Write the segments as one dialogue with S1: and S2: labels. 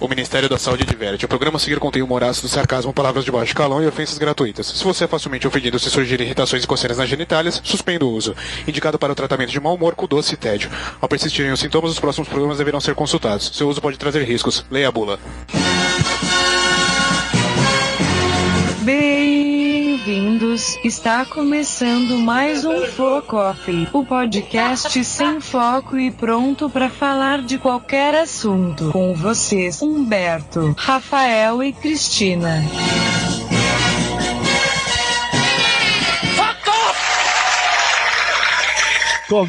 S1: O Ministério da Saúde diverte. O programa a seguir contém humor ácido, sarcasmo, palavras de baixo calão e ofensas gratuitas. Se você é facilmente ofendido se surgirem irritações e coceiras nas genitálias, suspenda o uso. Indicado para o tratamento de mau humor com doce e tédio. Ao persistirem os sintomas, os próximos programas deverão ser consultados. Seu uso pode trazer riscos. Leia a bula.
S2: Bem-vindos! Está começando mais um Foco Off, o podcast sem foco e pronto para falar de qualquer assunto. Com vocês, Humberto, Rafael e Cristina.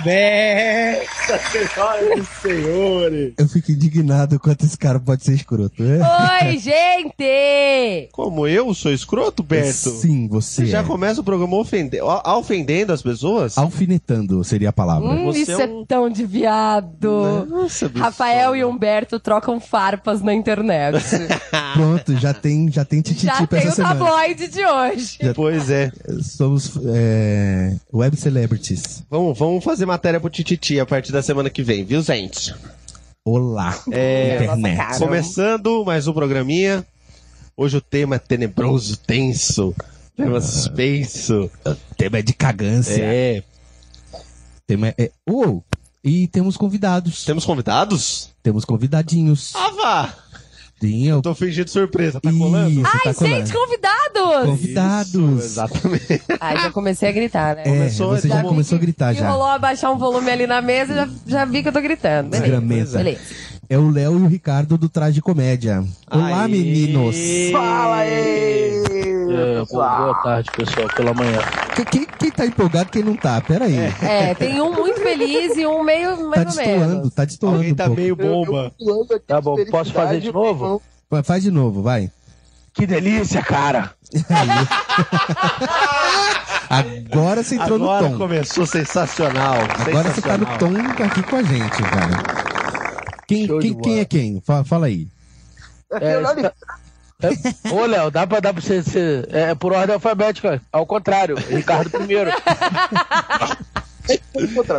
S3: Começa, senhoras e senhores!
S4: Eu fico indignado quanto esse cara pode ser escroto, né?
S5: Oi, gente!
S3: Como eu sou escroto, Berto?
S4: Sim,
S3: Você
S4: você.
S3: já
S4: é.
S3: começa o programa ofende... a- ofendendo as pessoas?
S4: Alfinetando seria a palavra.
S5: Hum,
S3: Você
S5: isso
S3: é
S5: é,
S3: um-
S5: tão de
S4: Né?
S5: viado.
S3: Nossa, bicho.
S5: Rafael
S4: é um
S5: e Humberto trocam farpas na internet.
S4: Pronto, já tem, já tem tititi
S5: Já tem
S4: pra Tipo, essa
S5: o
S4: semana.
S5: tabloide de hoje.
S3: Pois é.
S4: Somos é, web celebrities.
S3: Vamos, vamos fazer matéria pro Tititi a partir da semana que vem, viu, gente?
S4: Olá, internet.
S5: Nossa, cara.
S3: Começando mais um programinha. Hoje o tema é tenebroso, tenso, tema
S4: Ah,
S3: suspenso.
S4: O tema é de cagância.
S3: É.
S4: O tema é... Uou! E temos convidados.
S3: Temos convidados?
S4: Temos convidadinhos.
S3: Ah, vá!
S4: Sim, eu...
S3: Tô fingindo surpresa, tá
S4: Isso,
S3: colando?
S4: tá
S5: Ai,
S4: colando.
S5: gente, convidados!
S3: Isso,
S4: Convidados.
S3: exatamente.
S5: Ai, já comecei a gritar, né?
S4: é,
S3: Começou,
S4: você já
S3: tá-
S4: começou a gritar já.
S5: Enrolou a baixar um volume ali na mesa, já, já vi que eu tô gritando. Beleza.
S4: Desgrameza.
S5: Beleza.
S4: É o Léo e o Ricardo do Traje Comédia. Olá,
S3: Aê.
S4: meninos.
S6: Fala aí! boa tarde, pessoal, pela manhã.
S4: Que- Quem, quem tá empolgado, quem não tá? Pera aí.
S5: É, tem um muito feliz e um meio
S4: Tá
S5: mais ou
S4: destoando,
S5: menos.
S4: tá destoando
S3: Alguém
S4: um
S3: tá
S4: pouco.
S3: meio bomba.
S6: Tá bom, posso fazer de novo?
S4: Vai, Faz de novo, vai.
S6: Que delícia, cara!
S4: Agora você entrou
S3: Agora
S4: no tom.
S3: começou sensacional.
S4: Agora você tá no
S3: sensacional.
S4: tom aqui com a gente, cara. Quem,
S6: Show de
S4: quem, quem
S6: bola.
S4: é quem? Fa- Fala, aí.
S6: É, está- é, Ô, Léo, dá pra, dá pra você, você- É é por ordem alfabética, ao contrário, Ricardo primeiro.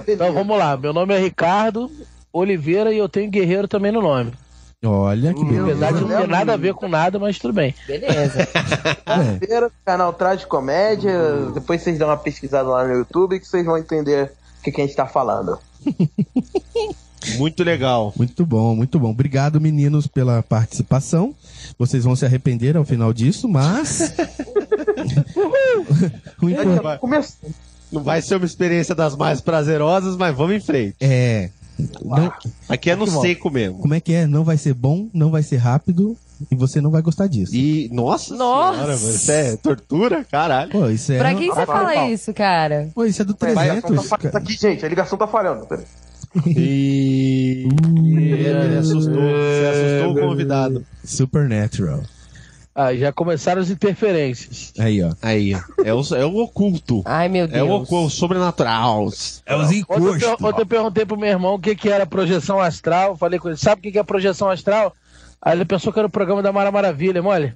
S6: então vamos lá, meu nome é Ricardo Oliveira e eu tenho Guerreiro também no nome.
S4: Olha que
S6: Apesar de
S4: beleza.
S6: não ter nada a ver com nada, mas tudo bem.
S5: Beleza.
S4: É,
S7: Primeiro, canal Traje Comédia. Depois vocês dão uma pesquisada lá no YouTube que vocês vão entender o que, que a gente tá falando.
S3: Muito legal.
S4: muito bom, muito bom. Obrigado, meninos, pela participação. Vocês vão se arrepender ao final disso, mas. o impor-
S3: vai.
S7: Começou. né?
S3: Não vai ser uma experiência das mais prazerosas, mas vamos em frente.
S4: É. não-
S3: Aqui é no seco mesmo.
S4: como é que é? Não vai ser bom, não vai ser rápido e você não vai gostar disso.
S3: E, nossa,
S5: Nossa.
S3: senhora, mano, isso é tortura, caralho.
S4: Pô, isso é.
S5: pra quem você
S7: Vai, vai,
S5: fala
S7: vai.
S5: isso, cara?
S4: Pô, isso é do
S7: A ligação tá
S4: 300.
S7: falhando
S4: cara.
S7: aqui, gente. A ligação tá falhando. pera.
S3: E... Ele assustou, você assustou o convidado.
S4: Supernatural.
S6: Ah, já começaram as interferências.
S4: Aí, ó.
S3: Aí, ó. é o, é o oculto.
S5: Ai, meu
S3: É o,
S5: Deus.
S3: ocu- o sobrenatural.
S4: É os
S6: Ontem eu, per- ontem eu perguntei pro meu irmão o que, que era projeção astral. Falei com ele, sabe o que, que é projeção astral? Aí ele pensou que era o programa da Mara Maravilha, mole.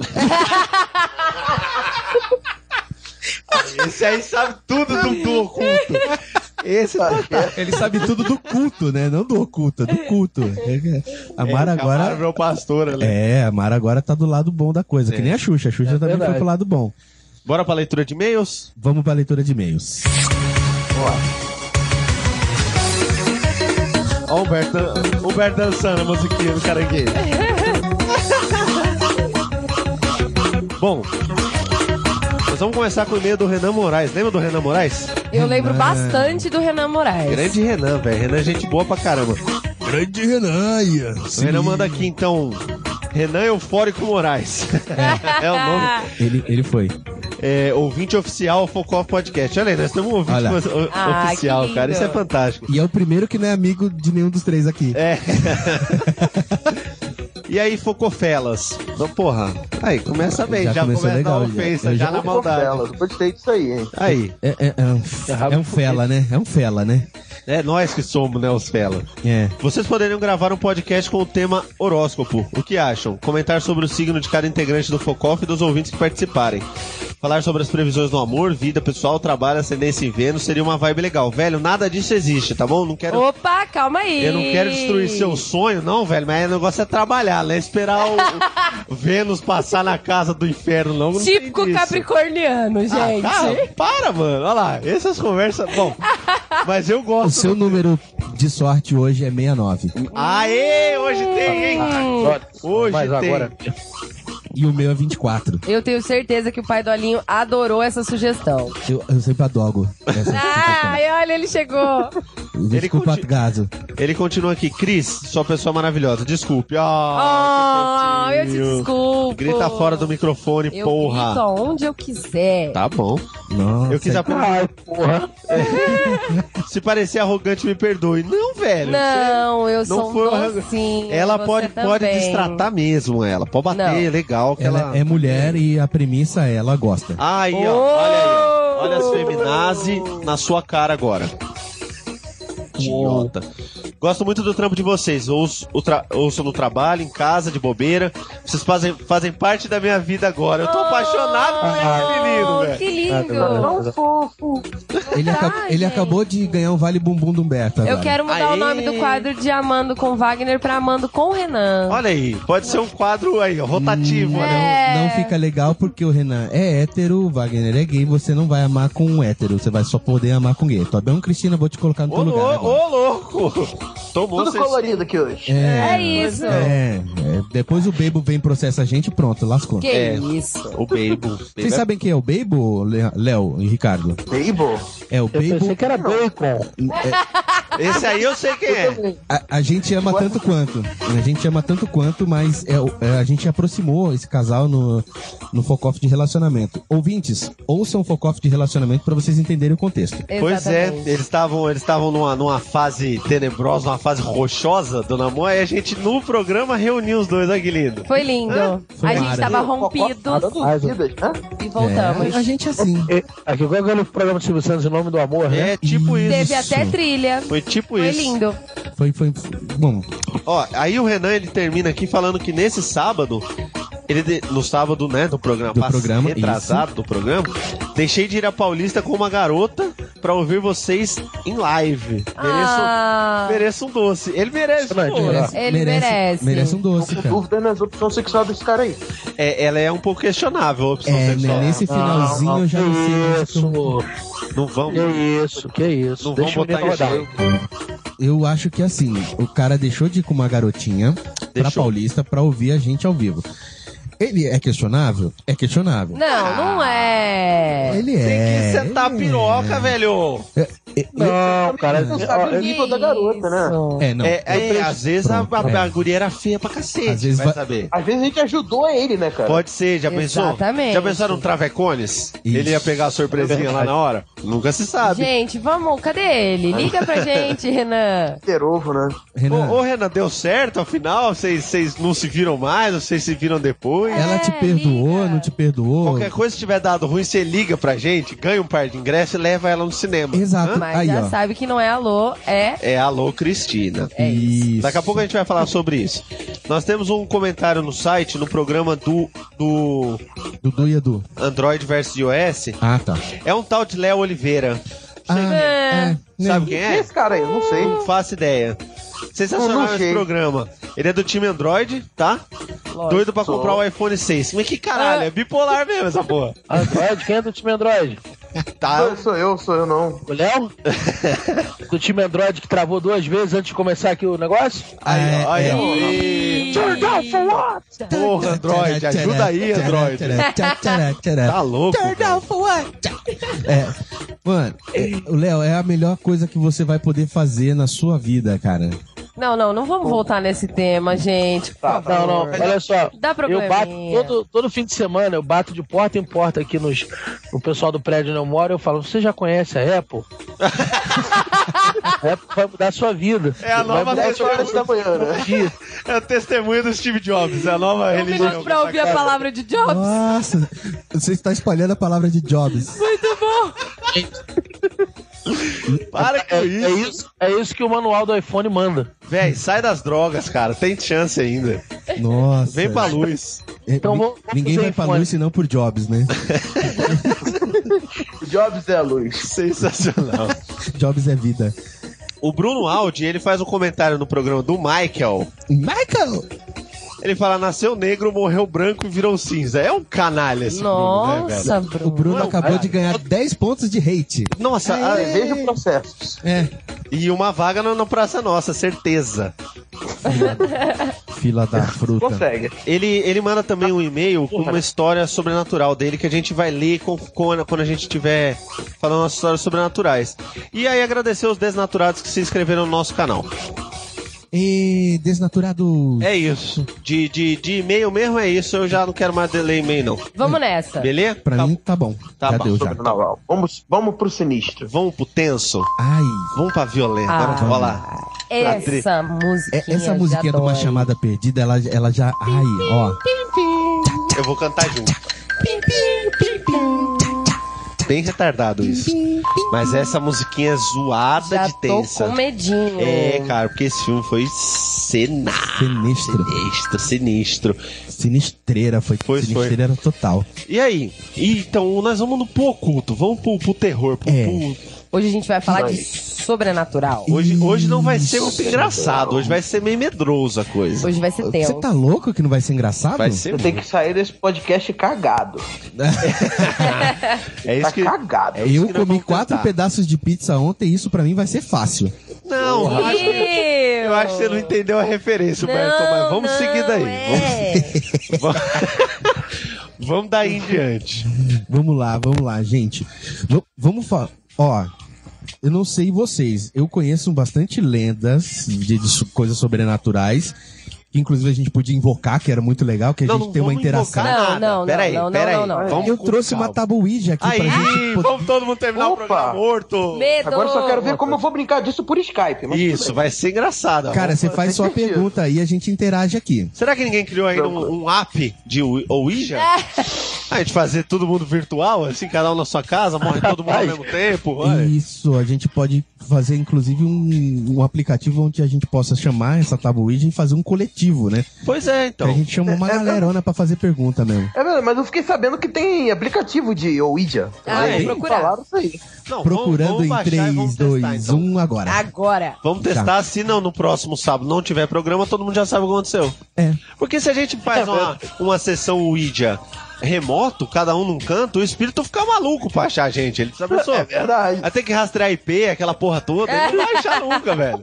S3: Esse aí sabe tudo do, do oculto. Esse é
S4: Ele sabe tudo do culto, né? Não do oculto, é do culto. A
S3: É,
S4: Mara
S3: Mara
S4: agora.
S3: meu pastora, né?
S4: É, a Mara agora tá do lado bom da coisa, que nem a Xuxa. A Xuxa também foi
S6: verdade.
S4: pro lado bom.
S3: Bora pra leitura de e-mails?
S4: Vamos pra leitura de e-mails.
S3: Ó, o Humberto, dan- Humberto dançando a musiquinha do caranguejo. Bom, nós vamos começar com o e-mail do Renan Moraes. Lembra do Renan Moraes?
S5: Eu
S4: É.
S5: lembro bastante do Renan Moraes.
S3: Grande Renan, velho. Renan é gente boa pra caramba.
S4: Grande Renanha.
S3: O Renan manda aqui, então, Renan Eufórico Moraes. é o nome.
S4: Ele, ele foi.
S3: É, ouvinte oficial Focó Podcast. Olha aí, nós temos um ouvinte
S4: Olha.
S3: o-
S5: Ah,
S3: oficial,
S5: que
S3: cara. Isso é
S5: lindo.
S3: fantástico.
S4: E é o primeiro que não é amigo de nenhum dos três aqui.
S3: É. e aí, Focofelas? Então, porra. Aí, começa bem. Já,
S4: Já começou
S3: começa
S4: legal,
S3: na
S4: já.
S3: ofensa,
S4: Eu
S3: já,
S4: já-
S3: Tá na maldade.
S7: Delas, Gostei disso aí, hein?
S3: Aí,
S4: É, é- é um, é um fela, né? É um fela, né?
S3: é nós que somos, né, os fela.
S4: É.
S3: Vocês poderiam gravar um podcast com o tema horóscopo. O que acham? Comentar sobre o signo de cada integrante do Focof e dos ouvintes que participarem. Falar sobre as previsões do amor, vida pessoal, trabalho, ascendência em Vênus seria uma vibe legal. Velho, nada disso existe, tá bom? Não quero.
S5: Opa, calma aí.
S3: Eu não quero destruir seu sonho, não, velho, mas o negócio é trabalhar, né? Esperar o, o Vênus passar na casa do inferno, não. não tem
S5: Típico
S3: disso.
S5: capricorniano, gente.
S3: Ah, cara, para, mano. Olha lá, essas conversas. Bom, mas eu
S4: O
S3: gosto.
S4: seu número de sorte hoje é 69.
S3: Aê, hoje tem, hein?
S6: Hum.
S3: Hoje
S6: Mas
S3: tem.
S6: agora.
S4: E o meu é 24.
S5: Eu tenho certeza que o pai do Olinho adorou essa sugestão.
S4: Eu, eu sempre adogo. Essa
S5: Ai, olha, ele chegou.
S4: Desculpa,
S3: conti-
S4: Gaso.
S3: Ele continua aqui. Cris, sua pessoa maravilhosa. Desculpe. Ah,
S5: Oh,
S3: que
S5: eu te
S3: fofinho.
S5: desculpo.
S3: Grita fora do microfone,
S5: eu
S3: porra.
S5: grito aonde eu quiser.
S3: Tá bom.
S4: Nossa,
S3: eu quis apenas.
S6: Ai, porra.
S3: Se parecer arrogante, me perdoe. Não, velho.
S5: Não, eu sou
S3: não foi
S5: um
S3: uma-
S5: docinho.
S3: Ela
S5: você
S3: pode, pode
S5: também.
S3: destratar mesmo, ela. Pode bater,
S5: Não.
S3: legal. Que ela,
S4: ela é mulher e a premissa é ela gosta.
S3: Aí, ó. Olha aí, ó. Olha as feminazi na sua cara agora. Idiota. Gosto muito do trampo de vocês. Ouço, o tra- ouço no trabalho, em casa, de bobeira. Vocês fazem, fazem parte da minha vida agora. Eu tô apaixonado por esse menino,
S5: Oh,
S3: Ah, velho.
S5: Ah,
S3: Tá,
S5: que lindo.
S4: Ele, aca-
S5: Ai,
S4: ele
S5: gente.
S4: acabou de ganhar um vale bumbum do Humberto.
S5: Eu
S4: agora.
S5: quero mudar o
S3: Aê.
S5: nome do quadro de Amando com Wagner pra Amando com Renan.
S3: Olha aí, pode ser um quadro aí, ó, rotativo,
S4: Não,
S3: né?
S4: Então, não
S5: É.
S4: fica legal porque o Renan é hétero, o Wagner é gay, você não vai amar com um hétero, você vai só poder amar com gay. Tá bom, Cristina? Vou te colocar no
S3: Ô,
S4: teu lugar. né,
S3: lou-
S4: agora.
S3: ô, louco! Tomou
S7: Tudo
S3: vocês.
S7: colorido aqui hoje.
S5: É, isso.
S4: É, é, depois o Bebo vem, processa a gente, pronto, lascou.
S5: Que
S3: É.
S5: isso.
S3: O Bebo.
S4: Vocês sabem quem é o Bebo, Le- Léo e Ricardo?
S7: Table?
S4: É o
S6: Eu pensei
S4: Bebo.
S6: que era bacon.
S3: Esse aí eu sei quem é.
S4: A, a gente ama tanto quanto. A gente ama tanto quanto, mas é o- é, a gente aproximou esse casal no, no foco-off de relacionamento. Ouvintes, ouçam o foco-off de relacionamento pra vocês entenderem o contexto.
S3: Pois é,
S5: Exatamente.
S3: eles estavam eles estavam numa, numa fase tenebrosa, uma fase rochosa do namoro, e a gente no programa reuniu os dois, olha que lindo.
S5: Foi lindo.
S4: Foi
S5: a gente
S4: maravilhoso.
S5: tava
S7: Nada
S5: rompido
S7: duvidas, né?
S5: e voltamos.
S4: É, a gente é assim.
S6: É, Aqui igual aquele programa do Silvio Santos, o nome do amor, né?
S3: É tipo isso.
S5: Teve até trilha.
S3: Foi tipo
S5: Foi
S3: isso.
S5: lindo.
S4: Foi, foi. Bom,
S3: Ó, aí o Renan ele termina aqui falando que nesse sábado, ele de- no sábado, né, do programa,
S4: Do
S3: pass-
S4: programa,
S3: retrasado do programa, deixei de ir a Paulista com uma garota pra ouvir vocês em live. Mereço,
S5: Ah,
S3: mereço um doce. Ele merece,
S6: Vai,
S3: pô.
S6: vai.
S4: merece,
S5: Ele merece.
S4: Merece um doce,
S7: Não tem
S4: cara.
S7: dúvida nas opções sexuais desse cara aí.
S3: É, ela é um pouco questionável a opção
S4: É,
S3: sexual.
S4: né, nesse finalzinho eu já não sei.
S6: que
S4: mais como-
S6: Ah, isso,
S3: Não vão.
S6: que Ah, isso, que isso.
S3: Não
S6: Deixa
S3: vão
S6: o menino
S3: botar em
S6: rodar.
S3: jogo.
S4: Eu acho que assim, o cara deixou de ir com uma garotinha pra
S3: Deixou.
S4: Paulista pra ouvir a gente ao vivo. Ele é questionável? É questionável.
S5: Não, não é.
S4: Ele
S3: Tem
S4: é.
S3: que sentar a
S4: ele
S3: piroca,
S4: é.
S3: velho.
S6: Não, cara. é
S7: Não sabe o nível da garota, né?
S5: Isso.
S4: É, não.
S3: é, aí, às vezes a,
S4: Pronto,
S3: a,
S4: é.
S3: a guria era feia pra cacete.
S4: Às vezes
S3: vai,
S4: vai-
S3: saber.
S7: Às vezes a gente ajudou ele, né, cara?
S3: Pode ser, já pensou?
S5: Exatamente.
S3: Já pensaram no Travecones? Ele ia pegar a surpresinha lá na hora? Nunca se sabe.
S5: Gente, vamos, cadê ele? Liga pra gente, Renan.
S7: ter ovo, né?
S3: Ô,
S4: Renan,
S3: ô, Renan, deu certo afinal? Vocês vocês não se viram mais? Vocês se viram depois?
S4: ela te
S5: É,
S4: perdoou,
S5: liga.
S4: não te perdoou?
S3: Qualquer coisa se tiver dado ruim, você liga pra gente, ganha um par de ingressos e leva ela no cinema.
S4: Exato.
S5: Mas
S4: aí,
S5: já
S4: ó.
S5: sabe que não é alô, é.
S3: É alô, Cristina.
S5: É isso.
S4: Isso.
S3: Daqui a pouco a gente vai falar sobre isso. Nós temos um comentário no site, no programa do, do
S4: Dudu e Edu.
S3: Android versus iOS.
S4: Ah, tá.
S3: É um tal de Léo Oliveira.
S4: Ah,
S5: É.
S4: é.
S3: Sabe
S7: E
S3: quem é?
S7: esse cara aí? Eu Não sei.
S3: Não faço ideia.
S7: Eu não
S3: Sensacional esse
S7: sei.
S3: programa. Ele é do time Android, tá? Doido pra
S7: sou.
S3: comprar o iPhone 6. Mas que caralho, é bipolar mesmo essa porra.
S6: Android, quem é do time Android?
S3: Tá.
S7: Sou, sou eu, sou eu não.
S6: O Léo? do time Android que travou duas vezes antes de começar aqui o negócio?
S4: É.
S3: Aí, ó, aí, ó. Ih, Porra, Android, ajuda aí, Android. Tá louco. velho.
S4: É. Mano, é, o Léo, é a melhor coisa que você vai poder fazer na sua vida, cara.
S5: Não, não, não vamos voltar nesse tema, gente.
S7: Tá,
S6: Não, não, olha só.
S5: Dá
S6: Eu
S5: probleminha.
S6: bato todo, todo fim de semana, eu bato de porta em porta aqui nos, no pessoal do prédio onde eu moro. Eu falo, você já conhece a Apple? a Apple vai mudar a sua vida.
S3: É a nova
S6: vai mudar a
S7: Dez
S3: pessoa.
S6: sua
S7: horas da manhã, né?
S6: vida.
S3: É o testemunho do Steve Jobs, é a nova
S5: Um minuto
S3: religião.
S5: pra ouvir a palavra de Jobs.
S4: Nossa, você está espalhando a palavra de Jobs.
S3: Para com
S6: É,
S3: isso.
S6: é isso, é isso que o manual do iPhone manda.
S3: Véi, sai das drogas, cara. Tem chance ainda.
S4: Nossa. É,
S3: Vem pra luz.
S6: Então
S4: Ni-
S6: vamos-
S4: Ninguém
S6: vamos
S4: vai
S3: um
S6: sem
S4: pra
S6: fone.
S4: luz senão por Jobs, né?
S7: Jobs é a luz.
S3: Sensacional.
S4: Jobs é vida.
S3: O Bruno Aldi, ele faz um comentário no programa do Michael.
S4: Michael!
S3: Ele fala: nasceu negro, morreu branco e virou cinza. É um canalha esse Bruno, né, velho?
S5: Nossa,
S4: O
S5: Bruno.
S4: Bruno
S3: Não,
S4: acabou
S3: cara.
S4: de ganhar 10 pontos de hate.
S3: Nossa, a-
S7: Veja o processo.
S4: É.
S3: e uma vaga na, na Praça Nossa, certeza.
S4: Fila da fruta.
S7: Consegue.
S3: Ele, ele manda também um e-mail com uma história sobrenatural dele que a gente vai ler com- com- quando a gente estiver falando as histórias sobrenaturais. E aí agradecer os desnaturados que se inscreveram no nosso canal.
S4: E desnaturado.
S3: É isso. De, de, de e-mail mesmo é isso. Eu já não quero mais ler e-mail, não.
S5: Vamos nessa.
S3: Beleza?
S4: É. Pra
S3: Tá-
S4: mim tá bom.
S3: Tá
S4: já
S3: bom.
S4: deu já.
S7: Sobrenatural. Vamos, vamos pro sinistro.
S3: Vamos pro tenso?
S4: Ai.
S3: Vamos pra violenta.
S5: Ah.
S3: Vamos lá.
S5: Essa musiquinha.
S4: é- essa musiquinha de
S5: já
S4: uma
S5: dói.
S4: chamada perdida, ela, ela já. Ai, ó.
S3: Eu vou cantar junto. Bem retardado isso. Mas essa musiquinha é zoada
S5: Já
S3: de
S5: tô
S3: tensa.
S5: com medinho.
S3: É, cara, porque esse filme foi sinistra,
S4: Sinistra.
S3: sinistro, sinistro.
S4: Sinistreira, foi.
S3: Foi, foi.
S4: Sinistreira total.
S3: E aí? E, Então, nós vamos no pro oculto, vamos pro, pro terror. Pro,
S4: É.
S3: pro-
S5: Hoje a gente vai falar de sobrenatural.
S3: Hoje, hoje não vai ser muito engraçado, hoje vai ser meio medroso a coisa.
S5: Hoje vai ser
S4: Você
S5: tenso.
S4: tá louco que não vai ser engraçado?
S3: Vai ser
S7: Eu tenho
S3: muito.
S7: que sair desse podcast cagado.
S3: É isso
S7: Tá
S3: que.
S7: cagado.
S3: isso
S4: Eu
S3: que nós
S4: comi
S3: vamos
S4: quatro
S3: tentar.
S4: pedaços de pizza ontem e isso pra mim vai ser fácil.
S3: Não, é eu acho que. Eu acho que você não entendeu a referência,
S5: Não,
S3: Berton, mas vamos
S5: não,
S3: seguir daí.
S5: é.
S3: Vamos, vamos- vamos daí em diante.
S4: Vamos lá, vamos lá, gente. V- vamos falar. Ó, eu não sei vocês, eu conheço bastante lendas de, de su- coisas sobrenaturais. Que inclusive a gente podia invocar, que era muito legal, que a gente tem uma
S3: vamos
S4: interação.
S3: invocar
S5: Não,
S3: nada.
S5: não, não,
S3: Peraí,
S5: não, não,
S3: peraí.
S5: não, não.
S3: Vamos
S4: eu
S3: com
S4: trouxe
S3: calma.
S4: uma tabuija aqui
S3: Aí,
S4: pra gente poder.
S3: vamos todo mundo terminar
S7: Opa!
S3: o programa morto.
S5: Medo.
S7: Agora eu só quero ver como eu vou brincar disso por Skype. mas
S3: Isso,
S7: tudo
S3: vai ser engraçado.
S4: Cara,
S3: Vamos-
S4: você faz só a
S7: divertido.
S4: pergunta aí e a gente interage aqui.
S3: Será que ninguém criou ainda um, um app de Ou- Ouija?
S5: É.
S3: A gente fazer todo mundo virtual, assim, cada um na sua casa, morre todo mundo ao mesmo tempo. olha.
S4: Isso, a gente pode fazer inclusive um, um aplicativo onde a gente possa chamar essa tabuija e fazer um coletivo, né?
S3: Pois é,
S4: que a
S3: então.
S4: gente chama uma galerona pra fazer pergunta mesmo.
S7: É verdade, mas eu fiquei sabendo que tem aplicativo de Ouija.
S5: Ah,
S3: vou
S7: Aí
S5: procurar.
S7: Falaram isso aí.
S3: Não,
S4: Procurando em
S3: baixar e
S4: 3,
S3: testar,
S4: 2,
S3: então.
S4: 1 agora.
S5: Agora.
S3: Vamos
S7: Tá.
S3: testar, se não no próximo sábado não tiver programa, todo mundo já sabe o que aconteceu.
S4: É.
S3: Porque se a gente faz uma, uma sessão Ouija remoto, cada um num canto, o espírito fica maluco pra achar a gente. Ele sabe só.
S7: É verdade.
S3: Aí tem que rastrear IP, aquela porra toda, ele não vai achar nunca, velho.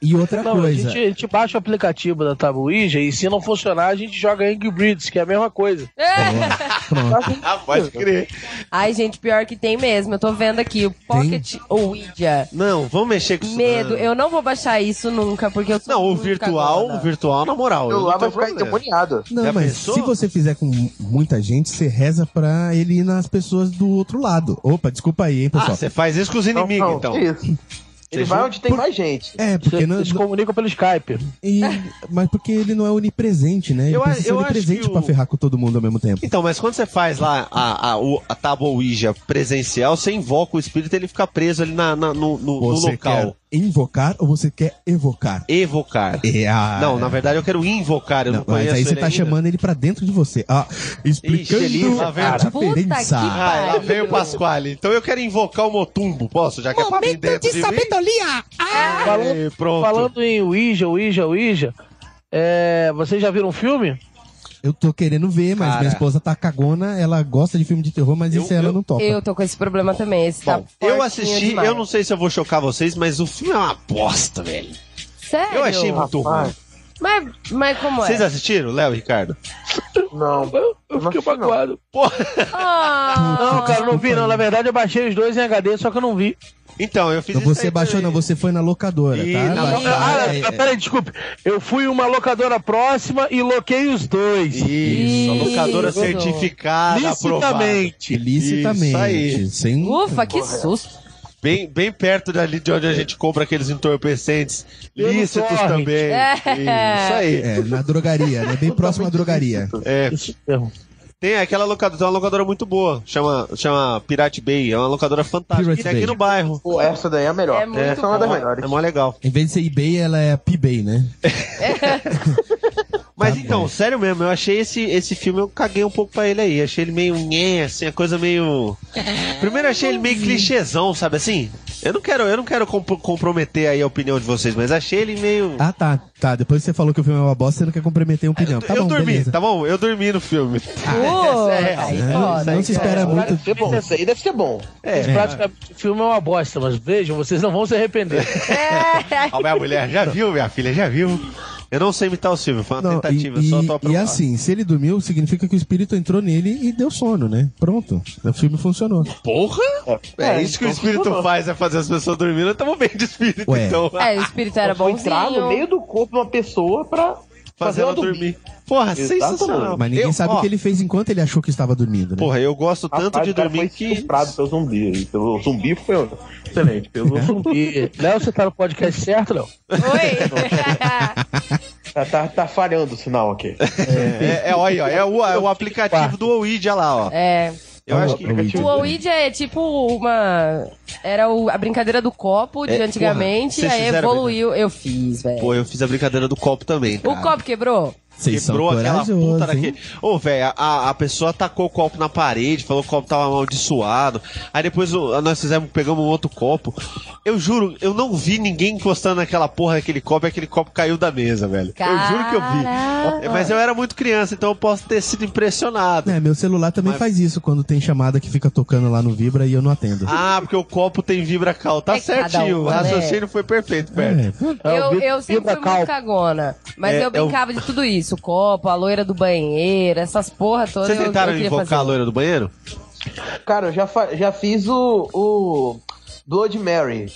S4: E, e outra
S6: Não, a
S4: coisa.
S6: gente, a gente baixa o aplicativo da Tabuija e se não funcionar, a gente joga Angry Birds, que é a mesma coisa.
S4: É. Pronto.
S3: Ah, pode crer.
S5: Ai, gente, pior que tem mesmo. Eu tô vendo aqui o Pocket Ouija.
S3: Não, vamos mexer com isso.
S5: Medo.
S3: não.
S5: Eu não vou baixar isso nunca, porque eu sou
S3: Não, o
S5: muito
S3: virtual, o
S5: cagona.
S3: virtual, na moral.
S7: O
S3: eu
S7: celular
S3: não
S7: Então
S3: então
S7: vai
S3: tenho
S7: ficar
S3: problema.
S7: endemoniado.
S4: Não,
S3: Já
S4: mas
S3: pensou?
S4: se você fizer com muita gente, você reza pra ele ir nas pessoas do outro lado. Opa, desculpa aí, hein,
S3: Ah,
S4: pessoal.
S3: você faz isso com os inimigos,
S7: Não,
S3: então.
S7: não, Isso. Ele vai onde tem mais gente.
S4: É, porque
S6: Eles
S4: não,
S6: se comunicam pelo Skype.
S4: e- mas porque ele não é onipresente, né? Ele
S3: Eu a-
S4: precisa ser
S3: eu acho
S4: onipresente
S3: que o-
S4: pra ferrar com todo mundo ao mesmo tempo.
S3: Então, mas quando você faz lá a, a, o- a tábua Ouija presencial, você invoca o espírito e ele fica preso ali na, na- no, no- no
S4: Você
S3: local.
S4: quer invocar ou você quer evocar?
S3: Evocar.
S4: É a...
S3: Não, na verdade eu quero invocar, eu não,
S4: Não,
S3: conheço
S4: mas aí
S3: ele
S4: você tá
S3: ainda.
S4: chamando ele pra dentro de você. Ah, explicando
S3: Ixi, ele-
S4: a
S3: tá vendo?
S5: Puta que
S4: diferença.
S5: pariu.
S3: Ah, lá veio o Pasquale. Então eu quero invocar o Motumbo, posso? Já que é pra mim dentro de, mim? Ah,
S5: Ah!
S6: Falando,
S3: Aí, pronto.
S6: falando em Ouija, Ouija, Ouija, é, vocês já viram um filme?
S4: Eu tô querendo ver, mas
S3: Cara.
S4: minha esposa tá cagona, ela gosta de filme de terror, mas
S3: Eu-
S4: isso ela
S3: eu-
S4: não topa.
S5: Eu tô com esse problema também. Esse tá
S3: Bom, eu
S5: fortinho
S3: assisti,
S5: demais.
S3: eu não sei se eu vou chocar vocês, mas o filme é uma bosta, velho.
S5: Sério?
S3: Eu achei muito ruim.
S5: Mas, mas como
S3: Vocês
S5: é?
S3: assistiram, Léo e Ricardo?
S7: Não.
S6: Eu, eu
S7: Não
S6: fiquei
S7: assisti, não.
S6: magoado.
S5: Ah,
S6: Não, cara, não vi não. Na verdade, eu baixei os dois em HD, só que eu não vi.
S3: Então, eu fiz
S4: Então
S3: isso
S4: você
S3: aí
S4: baixou,
S3: também.
S4: não, você foi na locadora,
S3: Ih,
S4: tá?
S3: na
S4: Baixar,
S3: locadora.
S6: Ah,
S4: é, é.
S6: peraí, desculpe. Eu fui uma locadora próxima e loquei os dois.
S3: Isso, a locadora
S5: Isso.
S3: certificada, aprovada.
S6: Licitamente.
S4: é, Ilicitamente.
S3: Isso aí.
S4: Sem...
S5: Ufa, que susto.
S3: Bem, bem perto dali de onde a gente compra aqueles entorpecentes
S6: Pelo
S3: lícitos
S6: torrent.
S3: também.
S5: É.
S3: Isso aí.
S4: É, na drogaria, né? Bem próximo à drogaria.
S3: É,
S6: Isso mesmo.
S3: Tem aquela locadora, tem uma locadora muito boa, chama, chama Pirate Bay, é uma locadora fantástica.
S4: Pirate
S3: Tem aqui
S4: Bay.
S3: no bairro.
S7: Pô, essa daí é a melhor.
S5: É muito
S7: essa é uma
S5: bom.
S7: das melhores.
S3: É mó legal.
S4: Em vez de ser eBay, ela é PBay, né?
S3: Mas
S4: Tá
S3: então,
S4: bom.
S3: sério mesmo, eu achei esse, esse filme, eu caguei um pouco pra ele aí. Achei ele meio nhé, assim, a coisa meio. Primeiro achei ele meio clichêzão, sabe assim? Eu não quero, eu não quero comp- comprometer aí a opinião de vocês, mas achei ele meio.
S4: Ah, tá, tá. Depois que você falou que o filme é uma bosta, você não quer comprometer a opinião. Tá
S3: eu
S4: bom,
S3: dormi,
S4: beleza.
S3: tá bom? Eu dormi no filme.
S5: Pô,
S3: é real.
S5: aí
S4: É, não,
S5: foda.
S4: não se espera muito.
S7: Deve ser bom. Esse aí deve ser bom.
S3: É,
S6: Praticamente o filme é uma bosta, mas vejam, vocês não vão se arrepender.
S4: Ah,
S3: a minha mulher já viu, minha filha já viu. Eu não sei imitar o Silvio, foi uma
S4: Não, e,
S3: tentativa, só
S4: e-
S3: tô
S4: e
S3: aprovando.
S4: assim, se ele dormiu, significa que o espírito entrou nele e deu sono, né? Pronto. O filme funcionou.
S3: Porra! É, isso que o espírito faz, é fazer as pessoas dormindo. Estamos bem de espírito,
S4: Ué.
S3: então.
S5: É, o espírito era
S7: Vou entrar no
S5: bonzinho.
S7: meio do corpo de uma pessoa pra
S3: Fazer ela dormir. Porra,
S7: Exatamente.
S3: sensacional.
S4: Mas ninguém
S3: Eu-
S4: sabe
S3: ó,
S4: o que ele fez enquanto ele achou que estava dormindo, né?
S3: Porra, eu gosto tanto
S7: Rapaz,
S3: de
S7: o cara
S3: dormir
S7: foi
S3: que.
S7: estuprado pelo zumbi. Pelo zumbi foi excelente.
S3: É.
S7: Pelo zumbi.
S6: E, Léo, você tá no podcast certo, Léo?
S5: Oi.
S7: tá, tá, tá falhando o sinal aqui.
S3: É, é, olha, ó, é o, é o aplicativo do Ouija lá, ó.
S5: é.
S3: Eu
S4: Olha
S3: acho
S4: o
S3: que.
S4: aplicativo.
S5: O Ouija é tipo uma. Era o- a brincadeira do copo de
S3: É,
S5: antigamente,
S3: porra, vocês
S5: aí
S3: fizeram a
S5: evoluiu. Eu fiz, velho.
S3: Pô, eu fiz a brincadeira do copo também.
S5: O
S3: cara.
S5: copo quebrou?
S4: Vocês são
S3: Quebrou aquela
S4: corajosos,
S3: puta
S4: hein?
S3: daquele. Ô, velho, a, a pessoa tacou o copo na parede, falou que o copo tava amaldiçoado. Aí depois o- nós fizemos, pegamos um outro copo. Eu juro, eu não vi ninguém encostando naquela porra daquele copo e aquele copo caiu da mesa, velho. Eu juro que eu vi.
S5: Caraca.
S3: Mas eu era muito criança, então eu posso ter sido impressionado.
S4: É, meu celular também
S3: Mas-
S4: faz isso quando tem chamada que fica tocando lá no Vibra e eu não atendo.
S3: Ah, porque o copo tem vibracal. Tá
S5: É cada
S3: certinho.
S5: uma, né?
S3: o raciocínio foi perfeito, velho.
S4: É,
S6: É, o
S5: Eu,
S6: Vitor-
S5: eu sempre
S6: Vitor
S5: fui muito
S6: Calvo.
S5: cagona. Mas
S3: É,
S5: eu
S3: é o-
S5: brincava de tudo isso. O copo, a loira do banheiro, essas porra todas.
S3: Vocês
S5: eu- eu
S3: tentaram
S5: queria
S3: invocar a
S5: fazer.
S3: loira do banheiro?
S7: Cara, eu já, fa- já fiz o, o Blood Mary.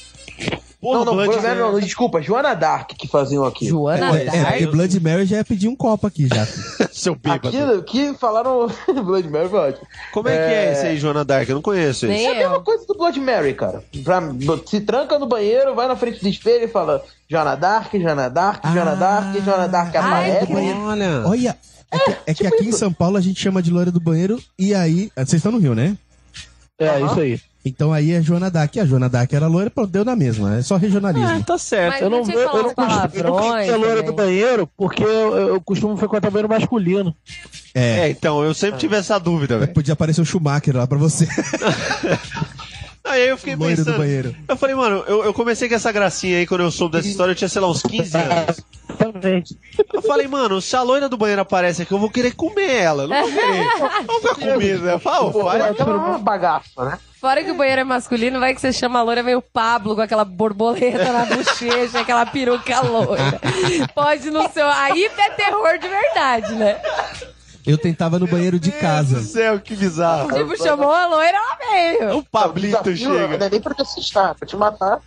S7: não, não, Blood Mary não, desculpa, Joana Dark que faziam aqui.
S5: Joana tá?
S4: é, é, porque
S5: Dark.
S4: Blood Mary já ia pedir um copo aqui já.
S3: Seu bêbado.
S7: Aquilo que falaram Blood Mary foi ótimo.
S3: Como é, que é esse aí, Joana Dark? Eu não conheço
S5: Nem
S3: esse.
S7: É a mesma
S5: eu.
S7: coisa do Blood Mary, cara. Pra- se tranca no banheiro, vai na frente do espelho e fala Joana Dark, Joana Dark, Joana
S4: Ah.
S7: Dark, Joana Dark
S5: Ai,
S7: aparece.
S5: que bonito.
S3: Olha.
S4: Olha, é que, é
S5: Tipo
S4: que aqui em São Paulo a gente chama de loira do banheiro e aí. Vocês estão no Rio, né?
S6: É, isso aí.
S4: Então aí é Joana Dark. A Joana Dark era loira, pronto, deu na mesma. É só regionalismo.
S3: tá certo.
S5: Mas
S6: Eu não,
S5: tinha
S6: eu,
S5: que falar
S6: eu não
S5: uns
S6: costumo, eu não costumo
S5: palavrões
S6: ser loira do
S5: também.
S6: banheiro porque eu, eu- eu costumo frequentar banheiro masculino.
S4: É.
S3: É, então, eu sempre tive essa dúvida,
S5: É.
S3: velho.
S4: Podia aparecer o Schumacher lá pra você.
S3: Aí eu fiquei
S4: Loira do
S3: pensando.
S4: banheiro.
S3: Eu falei, mano, eu, eu comecei com essa gracinha aí quando eu soube dessa história, eu tinha, sei lá, uns 15 anos.
S6: Exatamente.
S3: Eu falei, mano, se a loira do banheiro aparece aqui, eu vou querer comer ela. eu Não vou querer. Eu Vou ficar com medo, né? Fala,
S7: Pô,
S3: fala.
S7: aquela é uma bagaça, né?
S5: Fora que o banheiro é masculino, vai que você chama a loira, vem o Pablo com aquela borboleta na bochecha, aquela peruca loira. Pode não ser. Aí é terror de verdade, né?
S4: Eu tentava no banheiro de
S3: Meu Deus do
S4: casa.
S3: céu, que bizarro.
S5: Tipo, chamou a loira, ela veio.
S3: O Pablito
S7: Desafio, Não
S3: chega.
S7: é nem pra te assustar, pra te matar.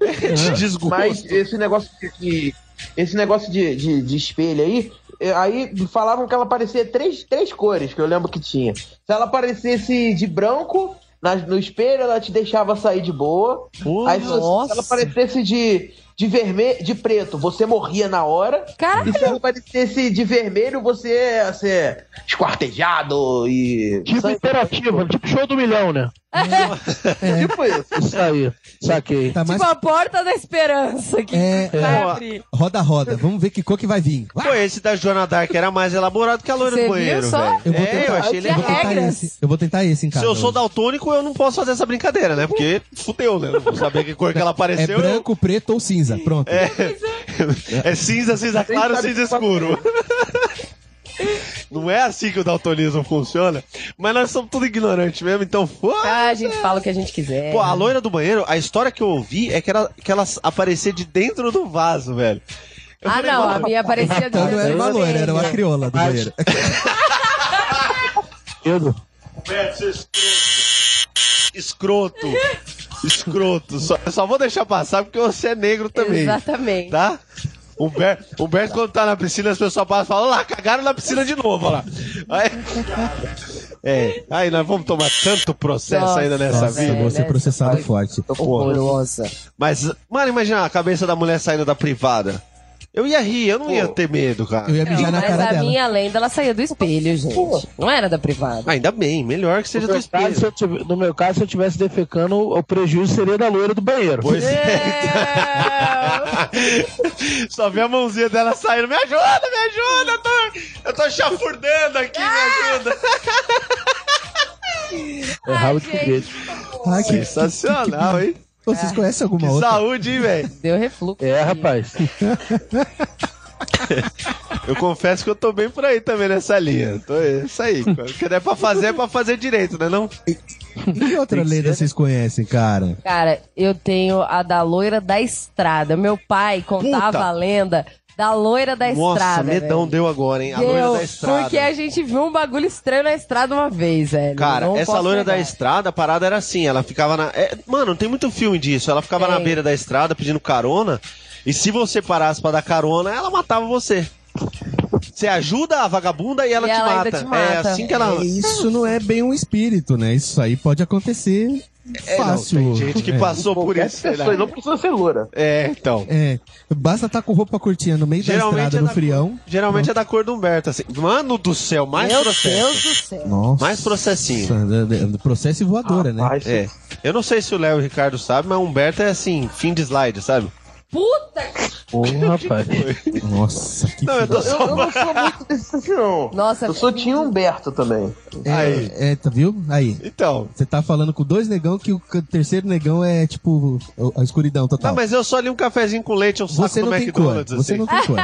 S5: né?
S3: Te desgosto.
S7: Mas esse negócio de, de- esse negócio de, de, de espelho aí, é, aí falavam que ela parecia três, três cores que eu lembro que tinha. Se ela aparecesse de branco na- no espelho, ela te deixava sair de boa.
S3: Porra,
S7: aí se, se
S5: nossa.
S7: ela aparecesse de, de vermelho, de preto, você morria na hora.
S5: Caralho.
S7: E se ela aparecesse de vermelho, você ia ser esquartejado e.
S6: Tipo
S7: Sabe?
S6: interativo, tipo show do milhão, né?
S7: Tipo isso.
S6: Isso aí. Saquei.
S4: Tá mais.
S5: Tipo a porta da esperança que
S4: É,
S5: vai
S3: é.
S5: abrir.
S4: Roda, roda. Vamos ver que cor que vai vir.
S3: Pô, esse da Joana Dark era mais elaborado que a loira
S5: Você
S3: do
S5: viu
S3: banheiro,
S5: só?
S3: velho.
S4: Eu vou
S3: É, eu
S4: tentar-
S3: achei
S5: eu
S4: Eu
S5: tinha
S3: legal.
S4: vou tentar
S5: regras.
S4: esse. Eu vou tentar esse em casa.
S3: Se eu sou
S4: hoje.
S3: daltônico, eu não posso fazer essa brincadeira, né? Porque fudeu, né? Não vou saber que cor que ela
S4: É
S3: apareceu. eu-
S4: branco, preto ou cinza. Pronto.
S3: É cinza, cinza claro, cinza escuro. Não é assim que o daltonismo funciona, mas nós somos tudo ignorantes mesmo, então foda
S5: Ah, a gente fala o que a gente quiser.
S3: Pô, a loira do banheiro, a história que eu ouvi é que ela, que ela aparecia de dentro do vaso, velho. Eu
S5: ah,
S3: falei,
S5: não, a
S3: mano,
S5: minha aparecia do
S4: Então não era uma loira, era uma crioula do banheiro.
S6: Pedro.
S3: Escroto. Escroto. Só, eu só vou deixar passar porque você é negro também.
S5: Exatamente.
S3: Tá? Humberto, Humberto, quando tá na piscina, as pessoas passam e falam, "Olha lá, cagaram na piscina de novo, olha lá. Aí, é, aí nós vamos tomar tanto processo
S5: Nossa,
S3: ainda nessa
S4: Nossa,
S5: velho.
S3: vida.
S4: vou ser processado
S5: Ai,
S4: forte.
S5: Horrorosa.
S3: Mas, mano, imagina a cabeça da mulher saindo da privada. Eu ia rir, eu não ia ter medo, cara.
S4: Eu ia
S5: Não,
S4: mijar na
S5: mas
S4: cara
S5: a
S4: dela.
S5: minha lenda, ela saía do espelho, gente. Não era da privada.
S3: Ainda bem, melhor que seja
S6: No
S3: do
S6: meu caso, se
S3: espelho.
S6: eu tive- no meu caso, se eu tivesse defecando, o prejuízo seria da loira do banheiro. É,
S3: Pois
S5: É.
S3: Só vi a mãozinha dela saindo. Me ajuda, me ajuda! Eu tô, eu tô chafurdando aqui,
S5: Ah!
S3: me ajuda!
S6: É rabo de
S5: Ai, gente.
S6: foguete.
S4: Ah, que-
S3: Sensacional, hein?
S4: Ô, Vocês conhecem alguma
S3: Que
S4: outra?
S3: saúde, hein, velho?
S5: Deu refluxo.
S6: É, rapaz.
S3: Eu confesso que eu tô bem por aí também nessa linha. Tô isso aí. O que der pra fazer é pra fazer direito, né? Não?
S4: E que outra lenda vocês conhecem, cara?
S5: Cara, eu tenho a da loira da estrada. Meu pai contava
S3: Puta.
S5: a lenda da loira da
S3: Nossa,
S5: estrada. né?
S3: medão
S5: velho.
S3: deu agora, hein? A
S5: Deu,
S3: loira da estrada.
S5: Porque a gente viu um bagulho estranho na estrada uma vez, velho.
S3: Cara,
S5: Não
S3: essa
S5: posso
S3: loira da
S5: negar.
S3: estrada, a parada era assim, ela ficava na. é, mano, tem muito filme disso. Ela ficava na
S5: Tem.
S3: beira da estrada pedindo carona. E se você parasse pra dar carona, ela matava você. Você ajuda a vagabunda e ela,
S5: E
S3: te,
S5: ela ainda
S3: mata.
S5: te mata.
S3: É assim que ela.
S4: Isso não é bem um espírito, né? Isso aí pode acontecer
S3: É, não,
S4: fácil.
S3: tem gente que
S4: É.
S3: passou por
S7: Qualquer
S3: isso. sei lá.
S7: pessoa, não precisa ser loura.
S3: É, então.
S4: É, basta estar com roupa curtinha no meio da
S3: Geralmente
S4: estrada,
S3: é
S4: no
S3: da-
S4: frião.
S3: Geralmente é da cor do Humberto, assim. Mano do céu, mais
S5: Meu
S3: processo.
S5: Deus do céu.
S4: Nossa.
S3: Mais processinho.
S4: Nossa, né, Processo e voadora, né?
S7: Rapaz,
S3: É. Eu não sei se o Léo e o Ricardo sabem, mas o Humberto é assim, fim de slide, sabe?
S5: Puta!
S6: Pô,
S5: Tipo
S6: rapaz.
S4: Nossa, que
S3: Não, eu tô
S7: Eu,
S3: só.
S7: eu não sou muito desse assim, não.
S5: Nossa,
S7: Eu sou Tinho Humberto também.
S3: Aí.
S4: É, é, tá viu? Aí.
S3: Então.
S4: Você tá falando com dois negão que o c- terceiro negão é tipo a escuridão
S3: Ah,
S4: total.
S3: mas eu só li um cafezinho com leite, um saco
S4: você
S3: do
S4: não tem cor.
S3: McDonald's,
S4: Você
S3: assim.
S4: não
S3: Não...
S4: tem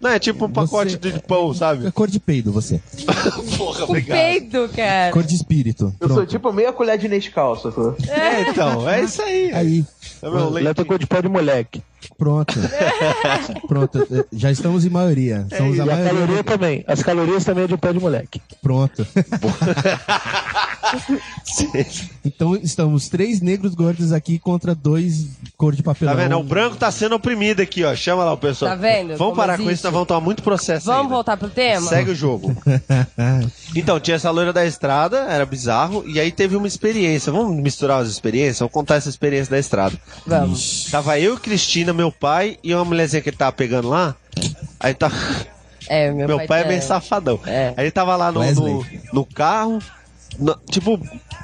S4: cor.
S3: é tipo um pacote
S4: Você-
S3: de pão, sabe?
S4: É cor de peido, você.
S3: Porra,
S5: o peido, cara.
S4: Cor de espírito.
S7: Eu sou
S4: Pronto.
S7: tipo meia colher de Nescau, sacou?
S3: É, então, é isso aí.
S4: Aí,
S3: É meu
S6: Lá
S3: leite.
S6: tocou de pau de moleque.
S4: pronto. pronto. é, Já estamos em maioria.
S7: É,
S4: Somos a
S7: tá
S6: E a
S4: maioria.
S6: caloria também. As calorias também é de pé de moleque.
S4: Pronto. então estamos três negros gordos aqui contra dois cor de
S3: Tá
S4: papelão.
S3: vendo? O branco tá sendo oprimido aqui, ó. Chama lá o pessoal.
S5: Tá vendo como
S3: Vamos parar com
S5: existe?
S3: isso, nós vamos tomar muito processo
S5: Vamos
S3: ainda.
S5: voltar pro tema?
S3: Segue o jogo.
S4: Ah,
S3: então, tinha essa loira da estrada, era bizarro, e aí teve uma experiência. Vamos misturar as experiências? Vamos contar essa experiência da estrada.
S5: Vamos.
S3: Tava eu, Cristina, meu pai e uma mulherzinha que ele tava pegando lá. Aí tá.
S5: É, meu,
S3: Meu, pai é
S5: tá-
S3: meio safadão.
S5: É.
S3: Aí ele tava lá no,
S4: Wesley.
S3: no, no carro. no- tipo,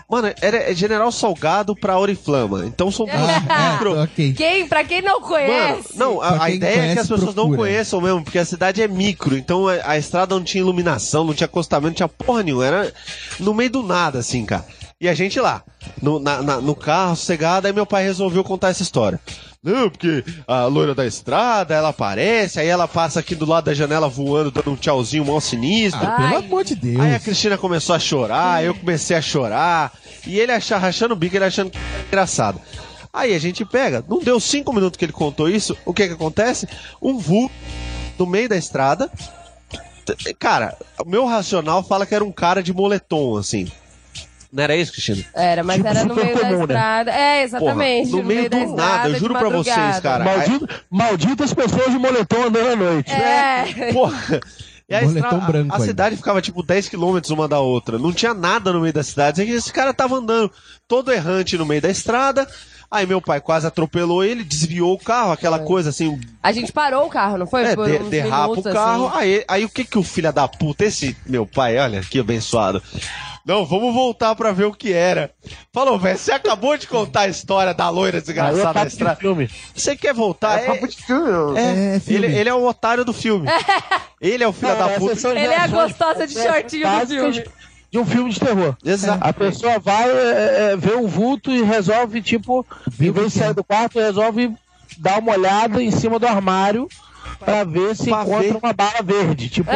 S3: mano, era é General Salgado pra Oriflama. Então são duas
S4: Ah, é,
S3: micro.
S4: ok.
S5: Quem, pra quem não
S3: Mano,
S5: conhece,
S3: não,
S4: Pra
S3: a, a
S4: quem
S3: ideia é que
S4: conhece,
S3: as pessoas não
S4: procura.
S3: conheçam mesmo, porque a cidade é micro, então a, a estrada não tinha iluminação, não tinha acostamento, não tinha porra nenhuma, era no meio do nada, assim, cara. E a gente lá, no, na- na- no carro, sossegado, aí meu pai resolveu contar essa história. Não, porque a loira da estrada, ela aparece, aí ela passa aqui do lado da janela voando, dando um tchauzinho mal sinistro.
S4: Ah, pelo
S5: Ai.
S4: amor de Deus.
S3: Aí a Cristina começou a chorar, eu comecei a chorar, e ele achar, rachando o bico, ele achando que era engraçado. Aí a gente pega, não deu cinco minutos que ele contou isso, o que que acontece? Um vulto no meio da estrada. T- Cara, o meu racional fala que era um cara de moletom, assim. Não era isso, Cristina?
S5: era, mas
S6: tipo,
S5: era no
S6: super
S5: meio da
S6: comum, né?
S5: estrada. É,
S3: Porra,
S5: exatamente.
S3: no meio
S5: da
S3: do nada,
S5: estrada,
S3: eu
S5: de
S3: juro pra vocês,
S5: madrugada.
S3: cara.
S6: Maldito, Malditas pessoas de moletom andando à noite.
S5: É,
S3: Porra. E a,
S4: Moletom
S3: estrada, a-
S4: é branco
S3: a
S4: ainda.
S3: cidade ficava tipo 10 quilômetros uma da outra. Não tinha nada no meio da cidade. Esse cara tava andando todo errante no meio da estrada. Aí meu pai quase atropelou ele, desviou o carro, aquela coisa assim,
S5: a gente parou o carro, não É. foi?
S3: é,
S5: Por
S3: de-
S5: uns
S3: derrapa
S5: minutos,
S3: o carro.
S5: assim.
S3: Aí, aí o que que o filho da puta, esse meu pai, olha que abençoado. Não, vamos voltar pra ver o que era. Falou, velho, você acabou de contar a história da loira
S6: Aí
S3: desgraçada
S6: eu
S3: da
S6: papo de
S3: estrada.
S6: filme.
S3: Você quer voltar?
S7: É
S3: É-
S7: papo de filme, não.
S3: é,
S4: É, filme.
S3: ele, ele é o otário do filme. ele é o filho da
S6: Cara,
S3: puta.
S6: essas são
S5: Ele é a
S6: gerações
S5: gostosa de shortinho do
S6: básicas
S5: filme.
S6: De um filme de terror.
S3: Exato.
S6: A pessoa vai, é, é, vê um vulto e resolve, tipo, em vez de sair do quarto, resolve dar uma olhada em cima do armário pra ver se
S3: Pra
S6: encontra
S3: ver.
S6: uma bala verde. Tipo,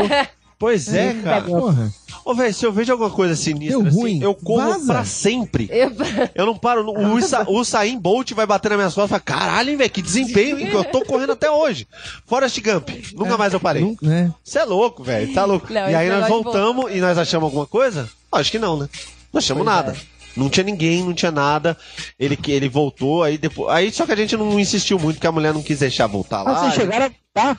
S3: Pois é, cara.
S4: Porra.
S3: Ô, velho, se eu vejo alguma coisa sinistra
S4: Deu
S3: assim,
S4: ruim.
S3: eu corro
S4: Vaza.
S3: pra sempre.
S5: Eu-
S3: Eu não paro. O, Usa, o Usain Bolt vai bater nas minhas costas e fala, caralho, hein, velho, que desempenho, hein, que eu tô correndo até hoje. Forrest Gump, nunca mais eu parei.
S4: Nunca, né?
S3: Você é louco, velho, tá louco.
S5: Não,
S3: e
S5: esse
S3: aí nós
S5: negócio de
S3: voltamos e nós achamos alguma coisa? Acho que não, né? Não achamos
S5: Pois é.
S3: nada. Não tinha ninguém, não tinha nada. Ele, que- ele voltou, aí depois. Aí só que a gente não insistiu muito, porque a mulher não quis deixar voltar Ah, lá.
S6: ah, vocês chegaram a. Tá?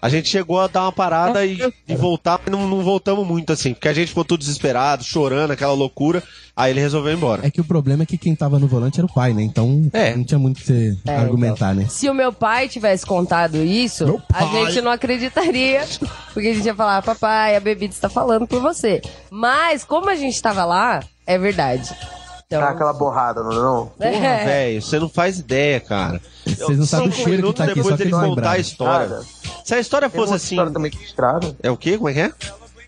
S3: A gente chegou a dar uma parada e, e voltar, mas não, não voltamos muito assim, porque a gente ficou tudo desesperado, chorando, aquela loucura. Aí ele resolveu ir embora.
S4: É que o problema é que quem tava no volante era o pai, né? Então
S3: É.
S4: não tinha muito o que você argumentar, né?
S5: Se o meu pai tivesse contado isso, a gente não acreditaria. Porque a gente ia falar, papai, a bebida está falando por você. Mas, como a gente estava lá, é verdade. Então,
S7: Dá Tá aquela borrada, não é não?
S5: é,
S3: Porra, velho, você não faz ideia, cara.
S4: Vocês não sabem o
S3: Cinco
S4: cheiro que
S3: minutos
S4: tá aqui, só
S3: um depois
S4: tem
S3: ele
S4: que
S3: contar
S4: lembrar.
S3: a história.
S7: Cara,
S3: Se a história
S7: Tem
S3: fosse
S7: uma
S3: assim.
S7: história também de estrada.
S3: É o quê? Como é que é?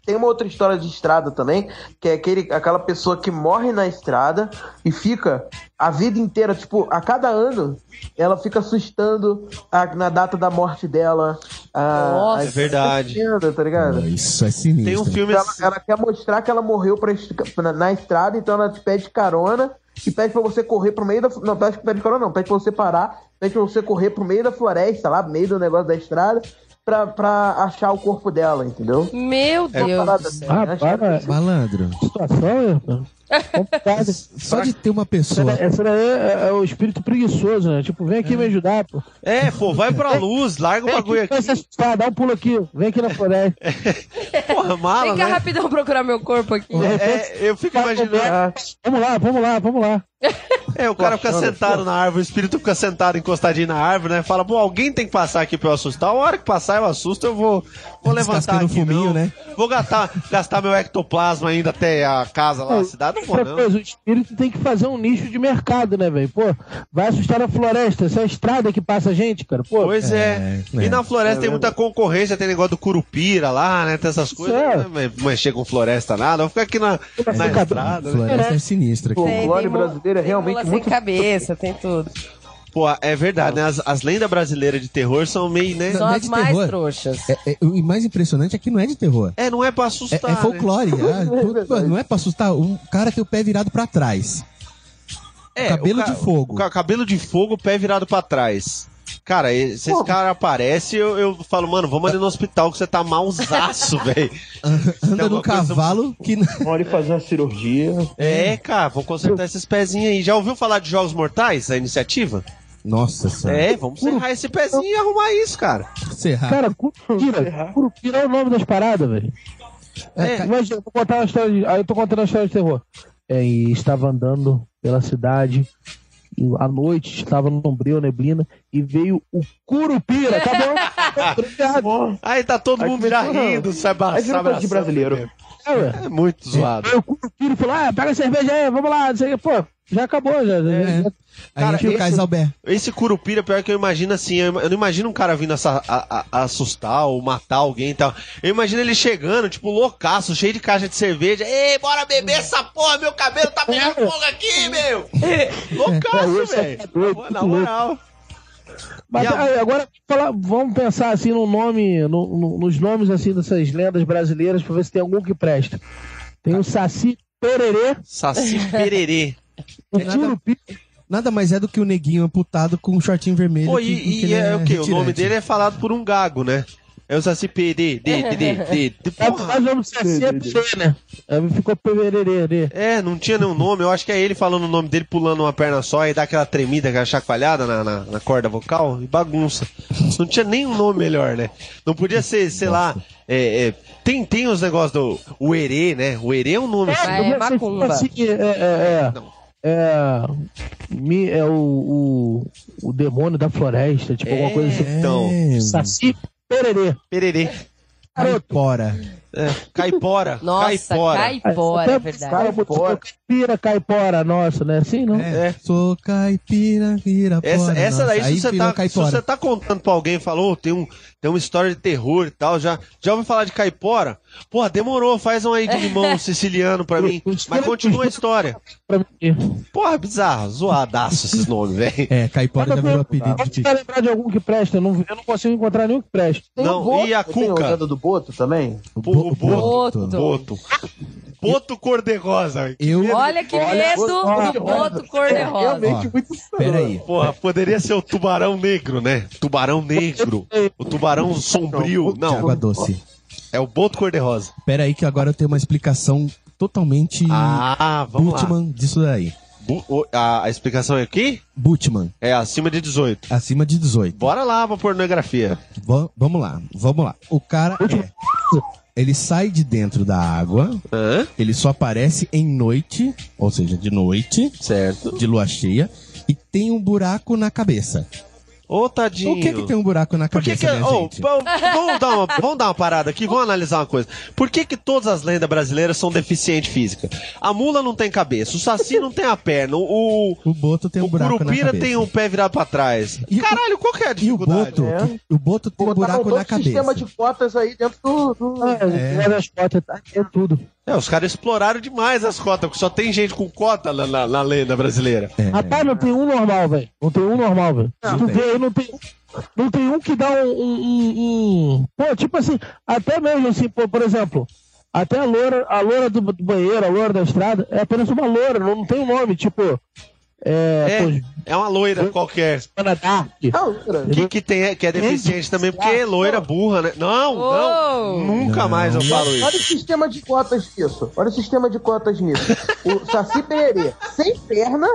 S7: Tem uma outra história de estrada também, que é aquele, aquela pessoa que morre na estrada e fica a vida inteira, tipo, a cada ano, ela fica assustando a- na data da morte dela. A,
S5: Nossa.
S7: a-
S3: É verdade.
S7: Assustando, tá ligado?
S4: Isso é sinistro.
S3: Tem um filme.
S7: Ela, ela quer mostrar que ela morreu pra, est- na, na estrada, então ela te pede carona e pede pra você correr pro meio da. Não, pede, pede carona não, pede pra você parar, pede pra você correr pro meio da floresta, lá, meio do negócio da estrada, pra, pra achar o corpo dela, entendeu?
S5: Meu
S4: É.
S5: Deus.
S7: Parada
S5: do céu.
S7: assim,
S6: Ah,
S7: né?
S6: para.
S4: Malandro,
S6: Situação, Ayrton. Complicado.
S4: só de ter uma pessoa.
S6: Essa daí é, é o espírito preguiçoso, né? Tipo, vem aqui me ajudar, pô.
S3: É, pô, vai pra luz, larga o
S6: Vem
S3: bagulho
S6: aqui,
S3: aqui.
S6: vai se assustar, dá um pulo aqui, vem aqui na floresta.
S3: Porra, mala,
S5: Vem cá
S3: né?
S5: rapidão procurar meu corpo aqui.
S3: É, eu fico imaginando.
S7: Ah,
S6: Vamos lá, vamos lá, vamos lá.
S3: É, o cara fica
S7: Porra,
S3: sentado na árvore, o espírito fica sentado, encostadinho na árvore, né? Fala, pô, alguém tem que passar aqui pra eu assustar. A hora que passar eu assusto, eu vou, vou levantar
S4: Descascando
S3: aqui.
S4: fuminho,
S3: não.
S4: né?
S3: Vou gastar, gastar meu ectoplasma ainda até a casa lá, a cidade. Não vou,
S6: Outra
S3: não.
S6: coisa, o espírito tem que fazer um nicho de mercado, né, velho? Pô, vai assustar a floresta, essa é a estrada que passa a gente, cara. Pô,
S3: Pois é.
S4: É,
S3: E
S4: é.
S3: na floresta tem muita concorrência, tem negócio do curupira lá, né? Tem essas coisas.
S6: é.
S3: Não vai mexer com um floresta nada. Vou ficar aqui na, na
S6: cabelo.
S3: estrada. né?
S4: Floresta é sinistra aqui.
S5: Tem-
S7: folclore
S5: tem mu-
S7: brasileiro é
S5: tem
S7: realmente
S5: mula
S7: muito-
S5: sem cabeça, tem tudo.
S3: Pô, é verdade, né? As, as lendas brasileiras de terror são meio, né?
S4: Não
S5: São
S4: é
S5: as
S4: de
S5: mais
S4: terror.
S5: trouxas.
S4: É- é- o mais impressionante é que não é de terror.
S3: É, não é pra
S4: É,
S3: assustar.
S4: é
S3: né?
S4: folclore. Ah, pô, pô, não é pra assustar. Um cara tem o pé virado pra trás.
S3: É,
S4: Cabelo
S3: o
S4: de fogo.
S3: o ca- cabelo de fogo, pé virado pra trás. Cara, e- se esse cara aparece, eu, eu falo, mano, vamos ali no hospital que você tá malzaço, velho.
S4: Anda
S3: alguma
S4: num
S3: coisa-
S4: cavalo que.
S7: Vão ali fazer uma cirurgia.
S3: É, cara, vamos consertar esses pezinhos aí. Já ouviu falar de Jogos Mortais, a iniciativa?
S4: Nossa senhora.
S3: É, vamos serrar esse pezinho e arrumar isso, cara.
S4: Serra.
S6: Cara, Curupira, Curupira é o nome das paradas, velho.
S3: É,
S4: Tá.
S6: Imagina, eu vou contar uma história de. Aí eu tô contando uma história de terror. É, e estava andando pela cidade, e à noite, estava no sombrio, neblina, e veio o Curupira, tá bom? Obrigado.
S3: Aí tá todo
S7: Aí
S3: mundo já
S7: começou, não.
S3: rindo, sai
S7: Aí virou coisa de brasileiro.
S6: É, ué.
S3: É muito zoado.
S6: Aí o Curupira falou: ah, pega a cerveja aí, vamos lá, não sei o que. Pô, já acabou, já. já-
S4: É.
S6: já-
S4: Aí
S3: cara,
S4: entra o
S3: esse-
S4: Caisalber.
S3: Esse curupira, pior que eu imagino assim, eu eu não imagino um cara vindo assa- a- a- a assustar ou matar alguém e tal. Eu imagino ele chegando, tipo, loucaço, cheio de caixa de cerveja. Ei, bora beber essa porra, meu cabelo tá pegando fogo aqui, meu! Loucaço,
S6: é
S3: velho! Na moral.
S6: Mas
S3: E a-
S6: aí, agora fala- vamos pensar assim no nome, no- no- nos nomes assim dessas lendas brasileiras pra ver se tem algum que presta. Tem o Saci Pererê,
S3: Saci pererê.
S6: o
S4: Tem nada-
S6: Curupira.
S4: Nada mais é do que o neguinho amputado com um shortinho vermelho.
S3: Pô,
S4: que-
S3: e,
S4: que
S3: e
S4: ele
S3: é, o quê? O nome
S4: retirante.
S3: dele é falado por um gago, né? É o Saci pererê. De, de, de, de, de.
S6: É
S3: Porra.
S6: o nome do Saci é Pererê, né? Aí ficou Pererê.
S3: É, não tinha nenhum nome. Eu acho que é ele falando o nome dele, pulando uma perna só e dá aquela tremida, aquela chacoalhada na, na- na corda vocal e bagunça. Não tinha nenhum nome melhor, né? Não podia ser, sei lá. é, é, tem, tem os negócios do. O Erê, né? O Erê é um nome.
S5: É,
S6: Eu-
S5: macumba.
S6: Saci, é, é, é,
S3: Não.
S6: é, mi- é o, o, o demônio da floresta, tipo alguma coisa assim.
S3: Então,
S4: É,
S6: Saci Pererê.
S3: Pererê.
S4: Caipora.
S3: É, caipora.
S5: Nossa,
S3: caipora.
S5: caipora, é verdade.
S6: Cara, botou Caipora, caipora, nossa, né? Assim, não?
S4: É. Sou caipira, vira
S3: Essa,
S4: fora,
S3: essa
S4: nossa.
S3: daí, se
S4: Aí
S3: você,
S4: virou
S3: tá, se
S4: caipora.
S3: você tá contando pra alguém, falou, "Ô, tem, um, tem uma história de terror e tal, já, já ouviu falar de caipora? Porra, demorou, faz um aí de limão siciliano pra mim, mas continua a história.
S6: Pra mim.
S3: Porra, bizarro, zoadaço esses nomes, velho.
S4: É, caipora já
S6: Nada mesmo.
S4: virou apelido
S6: Pode
S4: de
S6: tentar lembrar de algum que presta. Eu não, eu não consigo encontrar nenhum que preste.
S7: Tem
S3: Não,
S7: o Boto,
S3: e a
S7: não tem
S3: Cuca?
S7: o lenda do Boto também?
S3: Bo-
S4: Bo-
S5: Boto.
S3: Boto. Boto cor-de-rosa.
S4: Eu.
S5: Olha que
S7: Olha,
S5: medo
S7: olha,
S5: do
S7: olha.
S5: boto cor-de-rosa.
S3: é
S4: Ó, peraí.
S3: Porra, poderia ser o tubarão negro, né? Tubarão negro. O tubarão sombrio.
S4: de água
S3: Não,
S4: doce.
S3: é o boto cor-de-rosa.
S4: Peraí, que agora eu tenho uma explicação totalmente
S3: Ah, vamos lá.
S4: Bultman disso daí.
S3: Bu- o- a, a explicação é aqui?
S4: Butman,
S3: É acima de 18.
S4: acima de 18.
S3: Bora lá pra pornografia.
S4: Va- vamos lá, vamos lá. O cara é. Ele sai de dentro da água,
S3: Hã?
S4: ele só aparece em noite, ou seja, de noite,
S3: Certo.
S4: de lua cheia, e tem um buraco na cabeça.
S3: Ô, tadinho.
S4: O que que tem um buraco na
S3: Por que
S4: cabeça,
S3: que... é? Oh,
S4: minha
S3: ô,
S4: gente?
S3: pô, vamos, dar uma, vamos dar uma parada aqui, vamos analisar uma coisa. Por que que todas as lendas brasileiras são deficientes física? A mula não tem cabeça, o saci não tem a perna, o...
S4: O Boto tem um
S3: o
S4: buraco na
S3: Curupira
S4: cabeça.
S3: tem um pé virado pra trás.
S4: E o-
S3: Caralho, qual que é a
S4: E o
S3: dificuldade? tá
S4: Boto,
S7: É.
S4: o Boto tem um
S7: Botaram
S4: buraco
S7: todo
S4: na
S7: o sistema
S4: cabeça.
S7: de cotas aí dentro do. do-
S4: É.
S6: É, as cotas, tá? é tudo.
S3: É, os caras exploraram demais as cotas, porque só tem gente com cota na, na, na lenda brasileira.
S4: É.
S6: Rapaz, não tem um normal, velho. Não tem um normal, velho.
S4: Não
S6: Tu
S4: tem.
S6: vê, Não tem. Não tem um que dá um, um- um- um- Pô, tipo assim, até mesmo assim, pô, por exemplo, até a loura, a loura do, do banheiro, a loura da estrada, é apenas uma loura, não, não tem um nome, tipo. É.
S3: É,
S6: pô,
S3: é uma loira qualquer.
S6: Joana Dark.
S7: Ah, outra.
S3: Que, que, tem, que é deficiente também, porque é loira burra, né? Não, não.
S5: Uou.
S3: Nunca
S4: Não.
S3: mais eu falo
S7: Olha
S3: isso.
S7: o sistema de cotas nisso. Olha o sistema de cotas nisso. O Saci Pererê, sem perna,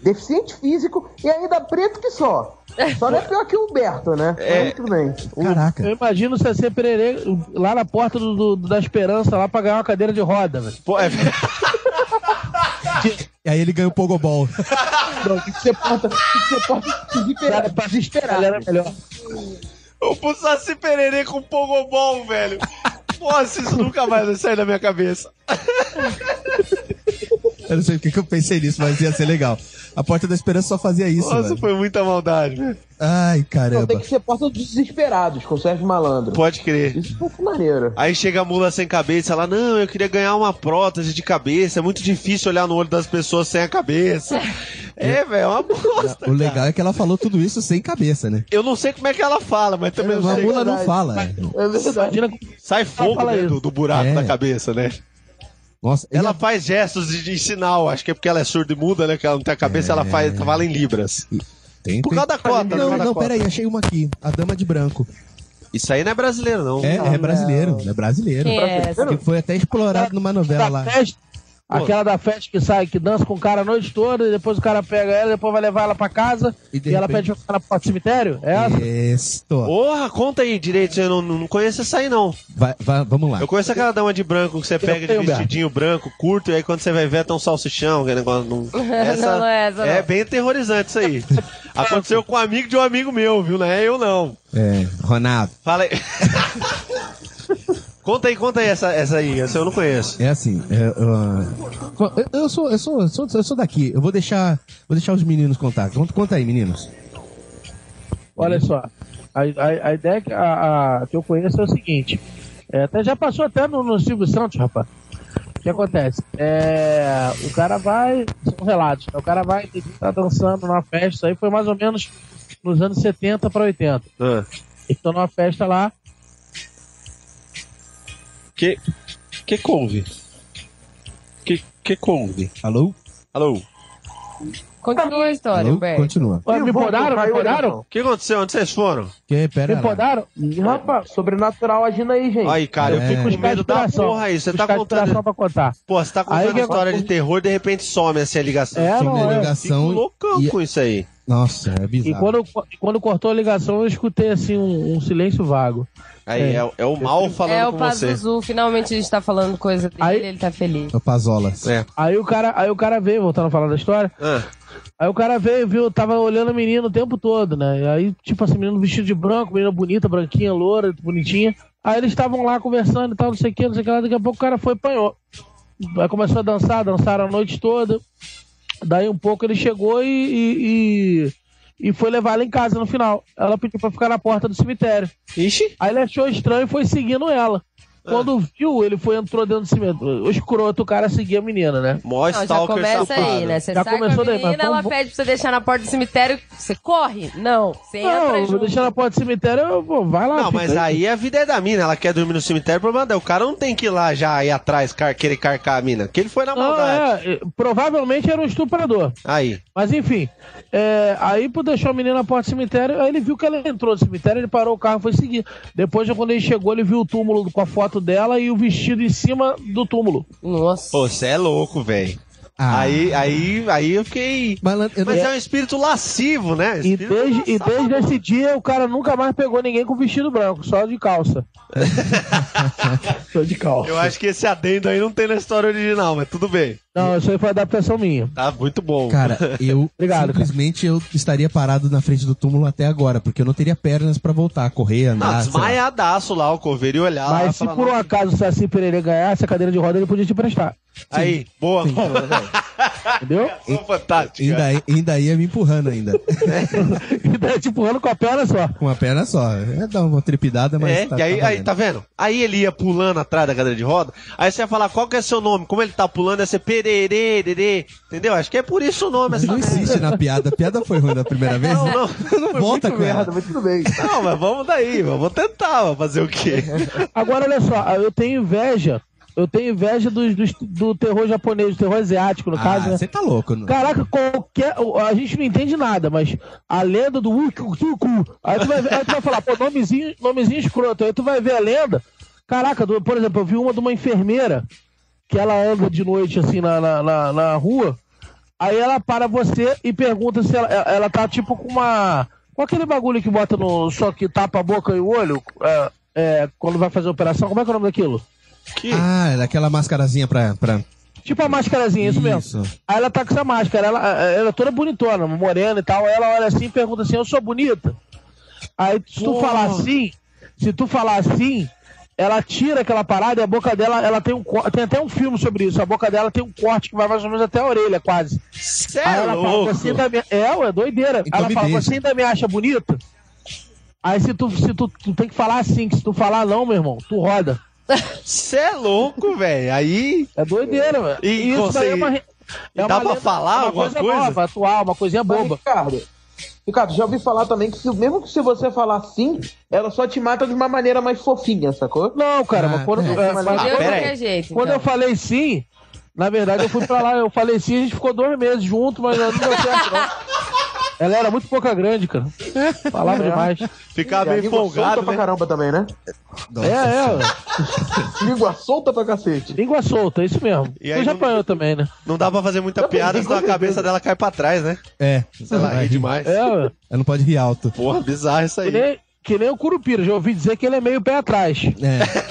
S7: deficiente físico e ainda preto que só. Só não é pior que o Humberto, né?
S3: É.
S7: Mas tudo bem.
S6: Eu
S4: Caraca.
S6: imagino o CC Pererê lá na porta do, do- da Esperança, lá pra ganhar uma cadeira de roda, velho.
S3: Pô, é-
S4: E aí ele ganha o Pogobol.
S7: Não, tem que ser porta, tem que ser porta desesperada, pra desesperar.
S6: Galera melhor.
S3: o Saci Pererê com Pogobol, velho. Nossa, isso nunca mais vai sair da minha cabeça.
S4: Eu não sei porque que eu pensei nisso, mas ia ser legal. A Porta da Esperança só fazia isso,
S3: Nossa,
S4: mano.
S3: foi muita maldade, velho.
S4: Ai,
S7: Não, tem
S4: caramba.
S7: que ser porta dos desesperados, com o Sérgio Malandro.
S3: Pode crer.
S7: Isso foi maneiro.
S3: Aí chega a mula sem cabeça, ela, não, eu queria ganhar uma prótese de cabeça, é muito difícil olhar no olho das pessoas sem a cabeça. É, velho, é uma bosta.
S4: O legal é que ela falou tudo isso sem cabeça, né?
S3: Eu não sei como é que ela fala, mas também
S4: A
S3: eu sei.
S4: mula não
S7: verdade.
S4: fala. né?
S7: É verdade.
S6: Imagina como
S3: Sai fogo
S6: fala
S3: né,
S6: isso.
S3: do, do buraco
S4: É.
S3: da cabeça, né?
S4: Nossa,
S3: Ela faz gestos de, de sinal, acho que é porque ela é surda e muda, né? Que ela não tem a cabeça, ela faz, fala em libras.
S4: é- tem,
S3: Por
S4: tem-
S3: causa da cota, né?
S4: Não,
S3: por causa da
S4: não,
S3: cota.
S4: peraí, achei uma aqui. A Dama de Branco.
S3: Isso aí não é brasileiro, não.
S4: É, é brasileiro, é brasileiro.
S5: Quem é essa?
S4: Que foi até explorado numa novela lá.
S3: Tá
S6: da festa. Aquela da festa que sai, que dança com o cara a noite toda, e depois o cara pega ela, depois vai levar ela pra casa,
S4: E
S6: e,
S4: de
S6: ela
S4: repente-
S6: pede pra ela pro cemitério? É essa?
S4: Isso.
S3: Porra, conta aí direito, eu não, não conheço essa aí, não.
S4: Vai, vai, vamos lá.
S3: Eu conheço aquela dama de branco que você pega de
S6: tenho, Beto.
S3: vestidinho branco, curto, e aí quando você vai ver, tá um salsichão, aquele negócio. Não... Essa
S5: Não, não é essa, não.
S3: bem aterrorizante isso aí. Aconteceu com um amigo de um amigo meu, viu? Não é eu, não.
S4: É, Ronaldo.
S3: Fala aí. conta aí, conta aí essa, essa aí, essa eu não conheço.
S4: É assim, é, ó, eu, eu sou, eu, sou, eu, sou, eu sou daqui. Eu vou deixar, vou deixar os meninos contar. Conta, conta aí, meninos.
S6: Olha só. A, a- a ideia que, a- a- que eu conheço é o seguinte. É, até já passou até no, no Silvio Santos, rapaz. O que acontece? É, o cara vai. São relatos, né? O cara vai tá dançando numa festa, isso aí foi mais ou menos nos anos 70 para 80.
S3: Ah.
S6: Então numa festa lá,
S3: Que que couve? Que que couve?
S4: Alô?
S3: Alô?
S5: Continua a história,
S4: Alô?
S5: Humberto.
S4: Continua.
S6: Ué, me
S7: Ih, bom,
S6: podaram, me
S7: caiu ali,
S6: podaram?
S7: então.
S3: O que aconteceu? Onde vocês foram?
S4: Que, pera
S6: Me
S4: lá.
S6: podaram? um
S7: Ih, Rapaz, sobrenatural agindo aí, gente.
S3: Aí, cara,
S4: É.
S3: eu fico com
S6: Buscar
S3: medo da
S6: inspiração.
S3: porra aí. Você tá
S6: Buscar inspiração
S3: contando,
S6: pra contar.
S3: pô, você tá
S6: Aí
S3: contando
S6: que-
S3: história de terror e de repente some assim a ligação.
S6: É,
S4: Tinha
S6: não,
S4: uma
S6: é.
S3: Fico
S4: ligação.
S3: um loucão
S4: e- é-
S3: com isso aí.
S4: Nossa, é
S6: E
S4: bizarro.
S6: quando, eu- e quando cortou a ligação, eu escutei assim um, um silêncio vago.
S3: Aí é, é o mal falando
S5: É o
S3: com você.
S5: Pazuzu, finalmente a gente tá falando coisa dele,
S6: Aí-
S5: ele tá feliz.
S4: Ô, Pazola.
S3: É.
S6: Aí o cara, aí o cara veio, voltando a falar da história,
S3: Ah,
S6: aí o cara veio, viu, tava olhando a menina o tempo todo, né? E aí, tipo assim, menino vestido de branco, menina bonita, branquinha, loura, bonitinha. Aí eles estavam lá conversando e tal, não sei o que, não sei o que lá, daqui a pouco o cara foi e apanhou. Aí começou a dançar, dançaram a noite toda. Daí um pouco ele chegou e, e, e- e foi levar ela em casa no final. Ela pediu pra ficar na porta do cemitério.
S3: Ixi,
S6: Aí ele achou estranho e foi seguindo ela. Quando viu, ele foi entrou dentro do cemitério. O escroto, o cara seguia a menina, né?
S3: mó
S5: Não, já
S3: É stalker
S5: começa
S3: safado.
S5: aí, né? Você
S6: Já
S5: sai com a
S6: começou daí,
S5: menina,
S6: mas
S5: ela
S6: vamos-
S5: pede pra você deixar na porta do cemitério, você corre? Não, você entra
S6: Não, vou
S5: junto.
S6: deixar na porta do cemitério, eu vou, vai lá.
S3: Não,
S6: fica
S3: mas aí a vida é da mina. Ela quer dormir no cemitério, o problema dela. O cara não tem que ir lá já ir atrás, car querer carcar a mina. Porque ele foi na
S6: Não,
S3: maldade.
S6: é, é, provavelmente era um estuprador.
S3: Aí.
S6: Mas enfim, é, aí pô, deixou a menina na porta do cemitério, aí ele viu que ela entrou no cemitério, ele parou o carro e foi seguir. Depois, quando ele chegou, ele viu o túmulo com a foto dela e o vestido em cima do túmulo.
S5: Nossa.
S3: Pô, você é louco, velho.
S4: Ah.
S3: Aí, aí, aí eu fiquei.
S4: Malandro, eu não-
S3: Mas é um espírito lascivo, né?
S6: E
S3: Espírito
S6: desde, e
S3: lascivo.
S6: desde esse dia o cara nunca mais pegou ninguém com vestido branco, só de calça. só de calça.
S3: Eu acho que esse adendo aí não tem na história original, mas tudo bem.
S6: Não, isso aí foi adaptação minha.
S3: Tá muito bom.
S4: Cara, eu
S6: Obrigado,
S4: simplesmente eu estaria parado na frente do túmulo até agora, porque eu não teria pernas pra voltar, a correr,
S3: não,
S4: andar. sei lá.
S3: Ah, desmaiadaço lá, o coveiro e olhar lá.
S6: Mas se
S3: falar,
S6: por um
S3: não,
S6: acaso o Saci Pereira ganhasse a cadeira de roda, ele podia te prestar.
S3: Aí, boa. Ah,
S6: Entendeu?
S3: Sou fantástica.
S4: Ainda, é, aí- ainda ia me empurrando ainda.
S3: É.
S6: E daí te empurrando com a perna só.
S4: Com uma perna só. É dar uma trepidada, mas.
S3: É, e aí, aí, tá vendo? Aí ele ia pulando atrás da cadeira de roda, aí você ia falar qual que é seu nome, como ele tá pulando, ia ser pererê, entendeu? Acho que é por isso o nome, essa
S4: Não
S3: merda.
S4: insiste na piada. A piada foi ruim da primeira vez.
S3: Não, não,
S4: Volta com ela.
S7: mas tudo bem.
S3: não, mas vamos daí, vamos tentar, vamos fazer o quê?
S6: Agora, olha só, eu tenho inveja. Eu tenho inveja dos, dos- do terror japonês, do terror asiático, no caso, né?
S4: Você tá louco. não?
S6: Caraca, qualquer. A gente não entende nada, mas a lenda do Ukiku. Aí tu vai, ver- aí tu vai falar, pô, nomezinho, nomezinho escroto. Aí tu vai ver a lenda. Caraca, do- por exemplo, eu vi uma de uma enfermeira que ela anda de noite assim na, na, na- na rua. Aí ela para você e pergunta se ela, ela- ela tá tipo com uma. Com aquele bagulho que bota no. Só que tapa a boca e o olho. é, é, quando vai fazer a operação, como é que é o nome daquilo?
S3: Que?
S4: Ah, era aquela mascarazinha pra. pra...
S6: Tipo a máscarazinha, isso mesmo. Aí ela tá com essa máscara, ela, ela é toda bonitona, morena e tal. Aí ela olha assim e pergunta assim: Eu sou bonita? Aí se tu
S3: Pô.
S6: falar assim, se tu falar assim, ela tira aquela parada e a boca dela, ela tem um co- Tem até um filme sobre isso. A boca dela tem um corte que vai mais ou menos até a orelha, quase.
S3: Cê
S6: Aí
S3: é
S6: ela
S3: louco.
S6: fala, assim, você ainda me... É, ué, doideira.
S4: Então
S6: ela
S4: me
S6: fala,
S4: beija.
S6: você ainda me acha bonita? Aí se tu, se tu, tu tem que falar assim, que se tu falar não, meu irmão, tu roda.
S3: Cê é louco, velho. Aí
S6: É doideira, velho.
S3: E consegue-
S6: é re-
S3: E dá pra falar
S6: uma
S3: alguma coisa?
S6: nova, atual, uma coisinha
S7: Mas,
S6: boba.
S7: Ricardo, Ricardo, já ouvi falar também que se- mesmo que se você falar sim, ela só te mata de uma maneira mais fofinha,
S3: Tá
S7: sacou?
S6: Não, cara,
S4: Ah,
S6: mas quando,
S4: é.
S6: é, mas
S5: Mas
S3: Ah,
S5: de
S3: pera aí.
S5: qualquer jeito.
S6: quando eu
S5: então.
S6: falei sim, na verdade eu fui pra lá, eu falei sim, a gente ficou dois meses junto, mas não deu certo, não. Ela era muito pouca grande, cara. Falava demais.
S3: ficar
S7: E a
S3: bem
S7: língua
S3: folgado,
S7: solta pra
S3: né?
S7: caramba também, né?
S4: Nossa,
S6: É, é,
S4: senhora.
S6: ó,
S7: Língua solta pra cacete.
S6: língua solta, é isso mesmo.
S3: E
S6: E
S3: aí
S6: já
S3: não-
S6: apanhou também, né?
S3: Não dá pra fazer muita
S7: Não,
S3: piada,
S7: tem
S3: senão a
S7: certeza.
S3: cabeça dela cai pra trás, né?
S4: É.
S3: Ela
S4: Vai
S3: ri
S4: rir.
S3: demais.
S6: É, ó,
S4: Ela não pode rir alto.
S3: Porra, bizarro isso
S6: que
S7: é
S3: aí.
S6: nem, que nem o Curupira, já ouvi dizer que ele é meio pé atrás.
S4: É.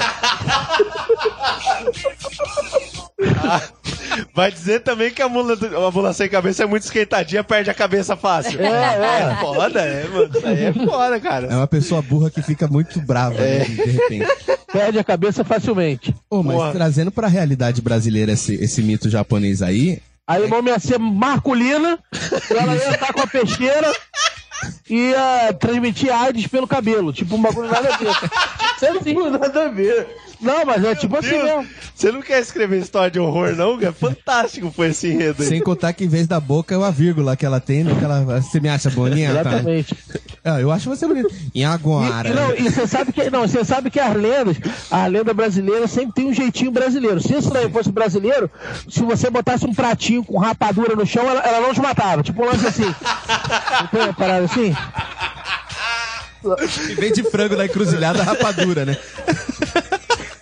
S3: Vai dizer também que a mula, do- a mula sem cabeça é muito esquentadinha, perde a cabeça fácil.
S6: É, é.
S3: É foda, é, mano. Isso aí é foda,
S4: É
S3: cara.
S4: uma pessoa burra que fica muito brava,
S6: É.
S4: né, de repente.
S6: Perde a cabeça facilmente.
S4: Ô, mas
S3: Porra.
S4: trazendo pra realidade brasileira esse, esse mito japonês aí,
S6: Aí
S7: É.
S6: o nome ia ser Marculina, e ela ia estar com a peixeira e ia transmitir AIDS pelo cabelo. Tipo, um bagulho nada a ver. Isso assim.
S7: Tipo um Nada a ver.
S6: Não, mas é tipo assim
S3: Deus.
S6: mesmo.
S3: Você não quer escrever história de horror, não? cara? Fantástico foi esse enredo aí.
S4: sem contar que em vez da boca é uma vírgula que ela tem, né, que ela, você me acha bonita?
S6: Exatamente.
S4: Ah, eu acho você bonita. E agora?
S6: E, e não, e você sabe que não, você sabe que as lendas, a lenda brasileira sempre tem um jeitinho brasileiro. Se isso daí fosse brasileiro, se você botasse um pratinho com rapadura no chão, ela, ela não te matava. Tipo um lance assim. Não tem uma parada assim?
S4: E vem de frango da encruzilhada rapadura, né?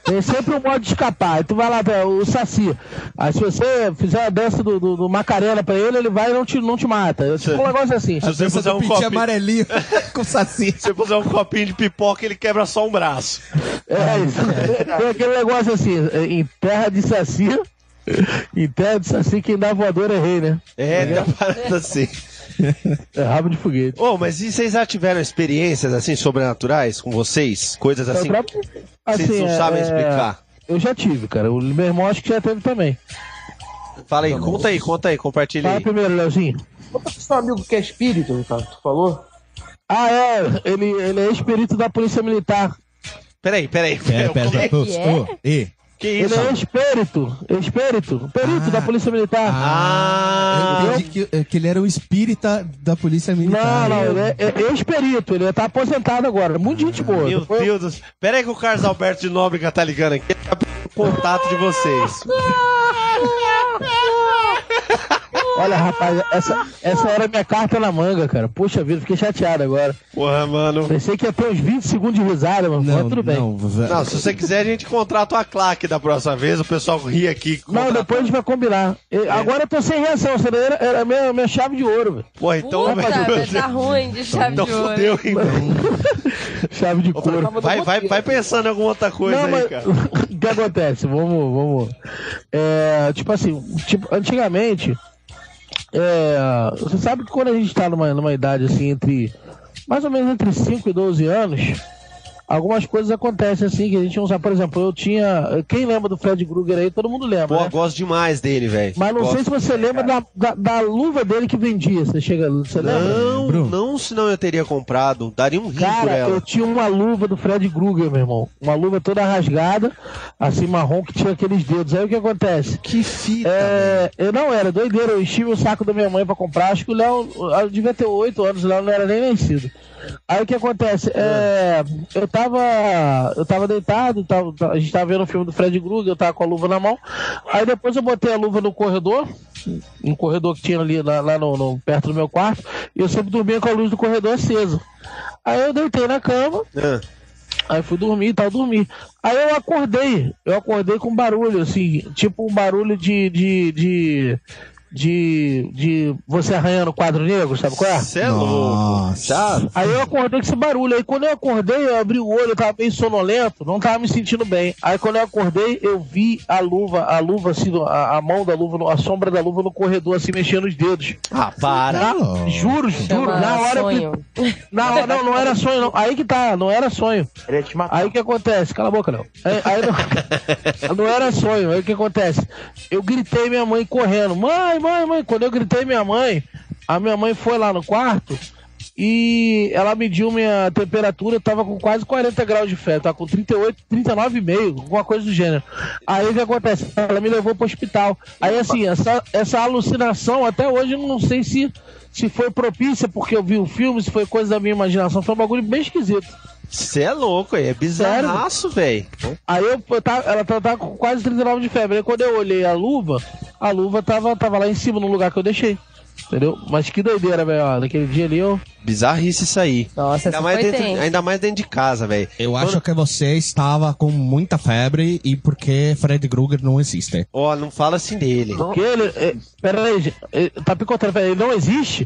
S6: Tem sempre um modo de escapar. Aí tu vai lá, tá, o Saci. Aí se você fizer a dança do, do, do Macarena pra ele, ele vai e não te, não te mata. Tipo um negócio assim.
S3: Se você
S4: Você
S3: puser
S4: do
S3: um
S4: piti
S3: copinho,
S4: amarelinho com saci.
S3: se você puser um copinho de pipoca, ele quebra só um braço.
S6: É isso. Tem aquele negócio assim, é, em terra de Saci. Em terra de Saci, quem dá voador é rei, né?
S3: É, é. uma parada assim.
S6: É rabo de foguete.
S3: Ô, mas e vocês já tiveram experiências assim sobrenaturais com vocês? Coisas assim
S6: Pra-
S3: que vocês não
S6: é,
S3: sabem
S6: é,
S3: explicar?
S6: Eu já tive, cara. O meu irmão acho que já teve também.
S3: Fala aí, conta aí, conta aí, compartilha
S6: Fala
S3: aí.
S6: primeiro, Leozinho.
S7: Opa, seu amigo que é espírito, Ricardo, tu falou?
S6: Ah, é. Ele, ele é espírito da Polícia Militar.
S3: Peraí, peraí.
S4: Pera,
S3: peraí.
S4: pera,
S3: Como é-
S4: pera. Ô, ô, e,
S3: Que
S6: Ele
S3: isso?
S6: é espírito. Espírito. Perito
S4: Ah.
S6: da Polícia Militar.
S3: Ah,
S4: eu entendi que, que ele era o espírita da polícia
S6: Não,
S4: militar.
S6: não,
S3: né?
S6: ele é, é ex-perito, ele tá aposentado agora. Muito gente boa.
S3: Meu
S6: Depois-
S3: Deus do céu. Pera aí que o Carlos Alberto de Nóbrega tá ligando aqui. Ele tá pedindo o contato de vocês.
S6: Olha, rapaz, essa, essa era a minha carta na manga, cara. Poxa vida, fiquei chateado agora.
S3: Porra, mano.
S6: Pensei que ia ter uns 20 segundos de risada, mano.
S4: Não,
S6: mas tudo bem. Não,
S4: não, velho.
S3: Não, se você quiser, a gente contrata uma claque da próxima vez. O pessoal ri aqui. Contra...
S6: depois a gente vai combinar.
S3: É.
S6: Eu- Agora eu tô sem reação, essa daí era, era a minha, minha chave de ouro, velho.
S3: Porra, então.
S5: Puta, velho, tá ruim de chave
S3: Então
S5: de ouro.
S3: fudeu, então.
S6: Chave de
S3: Ô,
S6: couro.
S3: Fran, Vai, vai, vai pensando em alguma outra coisa
S6: Não,
S3: aí,
S6: mas-
S3: é, cara.
S6: O que acontece? Vamos, vamos. É, tipo assim, tipo, antigamente, é, você sabe que quando a gente tá numa, numa idade assim, entre mais ou menos entre 5 e 12 anos, algumas coisas acontecem assim que a gente não sabe. Por exemplo, eu tinha. Quem lembra do Fred Krueger aí? Todo mundo lembra.
S3: Pô,
S6: né?
S3: gosto demais dele, velho.
S6: Mas não
S3: Gosto.
S6: sei se você lembra da, da, da luva dele que vendia. Você chega, você lembra?
S3: Não,
S4: Bruno?
S3: não, senão eu teria comprado. Daria um rim por
S6: Cara, eu
S3: ela.
S6: tinha uma luva do Fred Krueger, meu irmão. Uma luva toda rasgada, assim, marrom, que tinha aqueles dedos. Aí o que acontece?
S3: Que fita. velho.
S6: É, eu não era doideira, eu enchi o saco da minha mãe pra comprar. Acho que o Léo eu devia ter 8 anos, o Léo não era nem nascido. Aí o que acontece? É, eu tava. Eu tava deitado, tava- tava- a gente tava vendo o filme do Fred Krueger, eu tava com a luva na mão. Aí depois eu botei a luva no corredor, um corredor que tinha ali lá, lá no, no- perto do meu quarto, e eu sempre dormia com a luz do corredor acesa. Aí eu deitei na cama,
S3: Ah,
S6: Aí fui dormir e tal, dormi. Aí eu acordei, eu acordei com barulho, assim, tipo um barulho de. de. de. de, de você arranhando quadro negro, sabe qual é?
S3: Cê é louco.
S4: Nossa.
S3: Já?
S6: Aí eu acordei com esse barulho. Aí quando eu acordei, eu abri o olho, eu tava bem sonolento, não tava me sentindo bem. Aí quando eu acordei, eu vi a luva, a luva assim, no- a, a mão da luva, no- a sombra da luva no corredor, assim, mexendo os dedos.
S3: Ah, para.
S6: Na,
S4: Caralho.
S6: juro, juro,
S5: Chama
S6: na hora que.
S5: então, sonho.
S6: Na hora, não, não era sonho, não. Aí que tá, não era sonho.
S3: é
S7: Ele ia te matar.
S6: Aí o que acontece? Cala a boca, Léo. Aí, aí não, não era sonho. Aí o que acontece? Eu gritei minha mãe correndo. Mãe, mãe, mãe. Quando eu gritei minha mãe, a minha mãe foi lá no quarto e ela mediu minha temperatura. Eu tava com quase 40 graus de febre. Tava com 38, 39,5, alguma coisa do gênero. Aí o que acontece? Ela me levou pro hospital. Aí assim, essa, essa alucinação, até hoje eu não sei se. Se foi propícia porque eu vi o filme, se foi coisa da minha imaginação, foi um bagulho bem esquisito.
S3: Você é louco, é bizarraço, velho.
S6: Aí eu, eu tava, ela tava, tava com quase 39 de febre. Aí quando eu olhei a luva, a luva tava, tava lá em cima, no lugar que eu deixei. Entendeu? Mas que doideira, velho. ó, Naquele dia ali eu.
S3: Bizarrice isso aí.
S5: Nossa,
S3: Ainda
S5: essa
S3: mais,
S5: foi
S3: dentro,
S5: tensa.
S3: ainda mais dentro de casa, velho.
S4: Eu acho que você estava com muita febre e porque Fred Krueger não existe.
S3: Ó, não fala assim dele.
S6: Que ele. É, pera aí, gente, é, tá picotando, pera aí, ele não existe?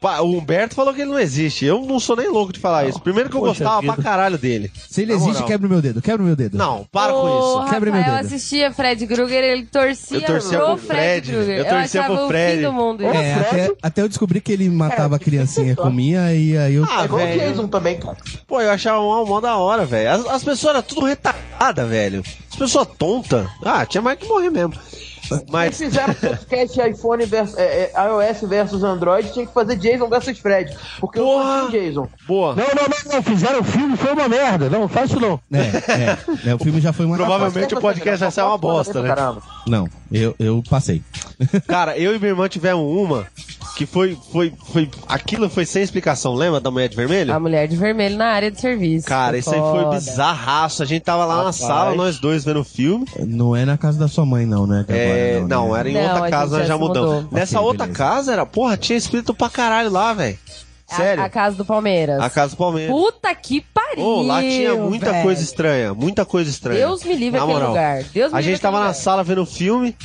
S3: Pa- O Humberto falou que ele não existe. Eu não sou nem louco de falar isso. Primeiro que eu
S6: Poxa
S3: gostava
S6: vida.
S3: pra caralho dele.
S4: Se ele
S3: Na
S4: existe,
S3: moral.
S4: quebra o meu dedo, quebra o meu dedo.
S3: Não, para
S5: o
S3: com isso.
S4: Quebra meu
S5: Rafael
S4: dedo.
S5: assistia Fred Krueger, ele torcia,
S3: Eu torcia
S5: pro
S3: pro Fred,
S5: Krueger.
S3: eu torcia
S5: achava
S3: pro
S5: o
S3: Fred.
S5: fim do mundo. isso.
S4: É, até, até eu descobri que ele matava a criancinha, comia e aí eu.
S3: É, Ah,
S7: É igual o
S3: velho.
S7: Jason também, cara.
S3: Pô, eu achava mal, mal da hora, velho. As, as pessoas eram tudo retardadas, velho. As pessoas tontas. Ah, tinha mais que morrer mesmo.
S7: Eles
S3: Mas,
S7: fizeram podcast iPhone versus, é, é, iOS versus Android, tinha que fazer Jason versus Fred. Porque
S3: Porra!
S7: eu não tinha Jason.
S3: boa.
S6: Não, não, não, não. Fizeram o filme, foi uma merda. Não, faz isso não.
S4: É, é, né, O filme já foi uma.
S3: Provavelmente o podcast vai ser uma bosta, né?
S7: Caramba.
S4: Não, eu, eu passei.
S3: Cara, eu e minha irmã tivemos uma que foi, foi, foi. Aquilo foi sem explicação, lembra da mulher de vermelho?
S5: A mulher de vermelho na área de serviço.
S3: Cara, isso aí foi
S5: Ah, Foda.
S3: bizarraço. A gente tava lá na
S7: Rapaz.
S3: sala, nós dois vendo o filme.
S4: Não é na casa da sua mãe, não, né? que agora
S3: É, não,
S4: né?
S3: era em
S5: Não, a
S3: outra
S5: gente
S3: casa, nós
S5: já
S3: já
S5: se
S3: mudamos.
S5: mudou.
S3: Nessa
S4: Ok,
S3: outra
S4: beleza.
S3: casa era, porra, tinha espírito pra caralho lá, velho.
S5: A-
S3: Sério?
S5: A, casa do Palmeiras.
S3: A casa do Palmeiras.
S5: Puta que pariu.
S3: Ô, lá tinha muita
S5: velho.
S3: coisa estranha, muita coisa estranha.
S5: Deus me livre
S3: Na
S5: aquele
S3: moral.
S5: lugar. Deus me
S3: A
S5: livre
S3: gente tava
S5: aquele
S3: na
S5: lugar.
S3: sala vendo o filme.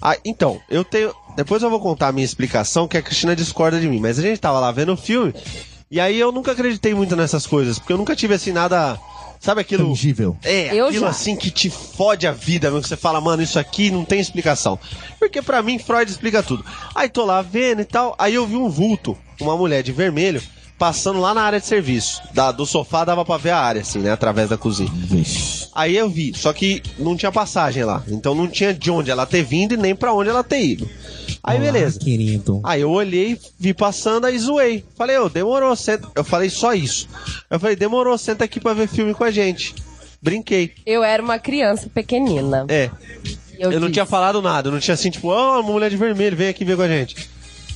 S3: Ah, então, eu tenho. Depois eu vou contar a minha explicação, que a Cristina discorda de mim. Mas a gente tava lá vendo o filme. E aí eu nunca acreditei muito nessas coisas, porque eu nunca tive assim nada. Sabe aquilo.
S4: Tangível.
S3: É,
S5: Eu
S3: aquilo
S5: já.
S3: assim que te fode a vida, meu, que você fala, mano, isso aqui não tem explicação. Porque pra mim, Freud explica tudo. Aí tô lá vendo e tal, aí eu vi um vulto, uma mulher de vermelho, passando lá na área de serviço. Da, do sofá dava pra ver a área, assim, né, através da cozinha.
S4: Vixe.
S3: Aí eu vi, só que não tinha passagem lá. Então não tinha de onde ela ter vindo e nem pra onde ela ter ido. Aí
S4: Olá,
S3: beleza.
S4: Querido.
S3: Aí eu olhei, vi passando, aí zoei. Falei, ô, demorou, senta. Eu falei só isso. Eu falei, demorou, senta aqui pra ver filme com a gente. Brinquei.
S5: Eu era uma criança pequenina.
S3: É, eu, não
S5: disse,
S3: tinha falado nada, eu não tinha assim, tipo, ah, uma mulher de vermelho, vem aqui ver com a gente.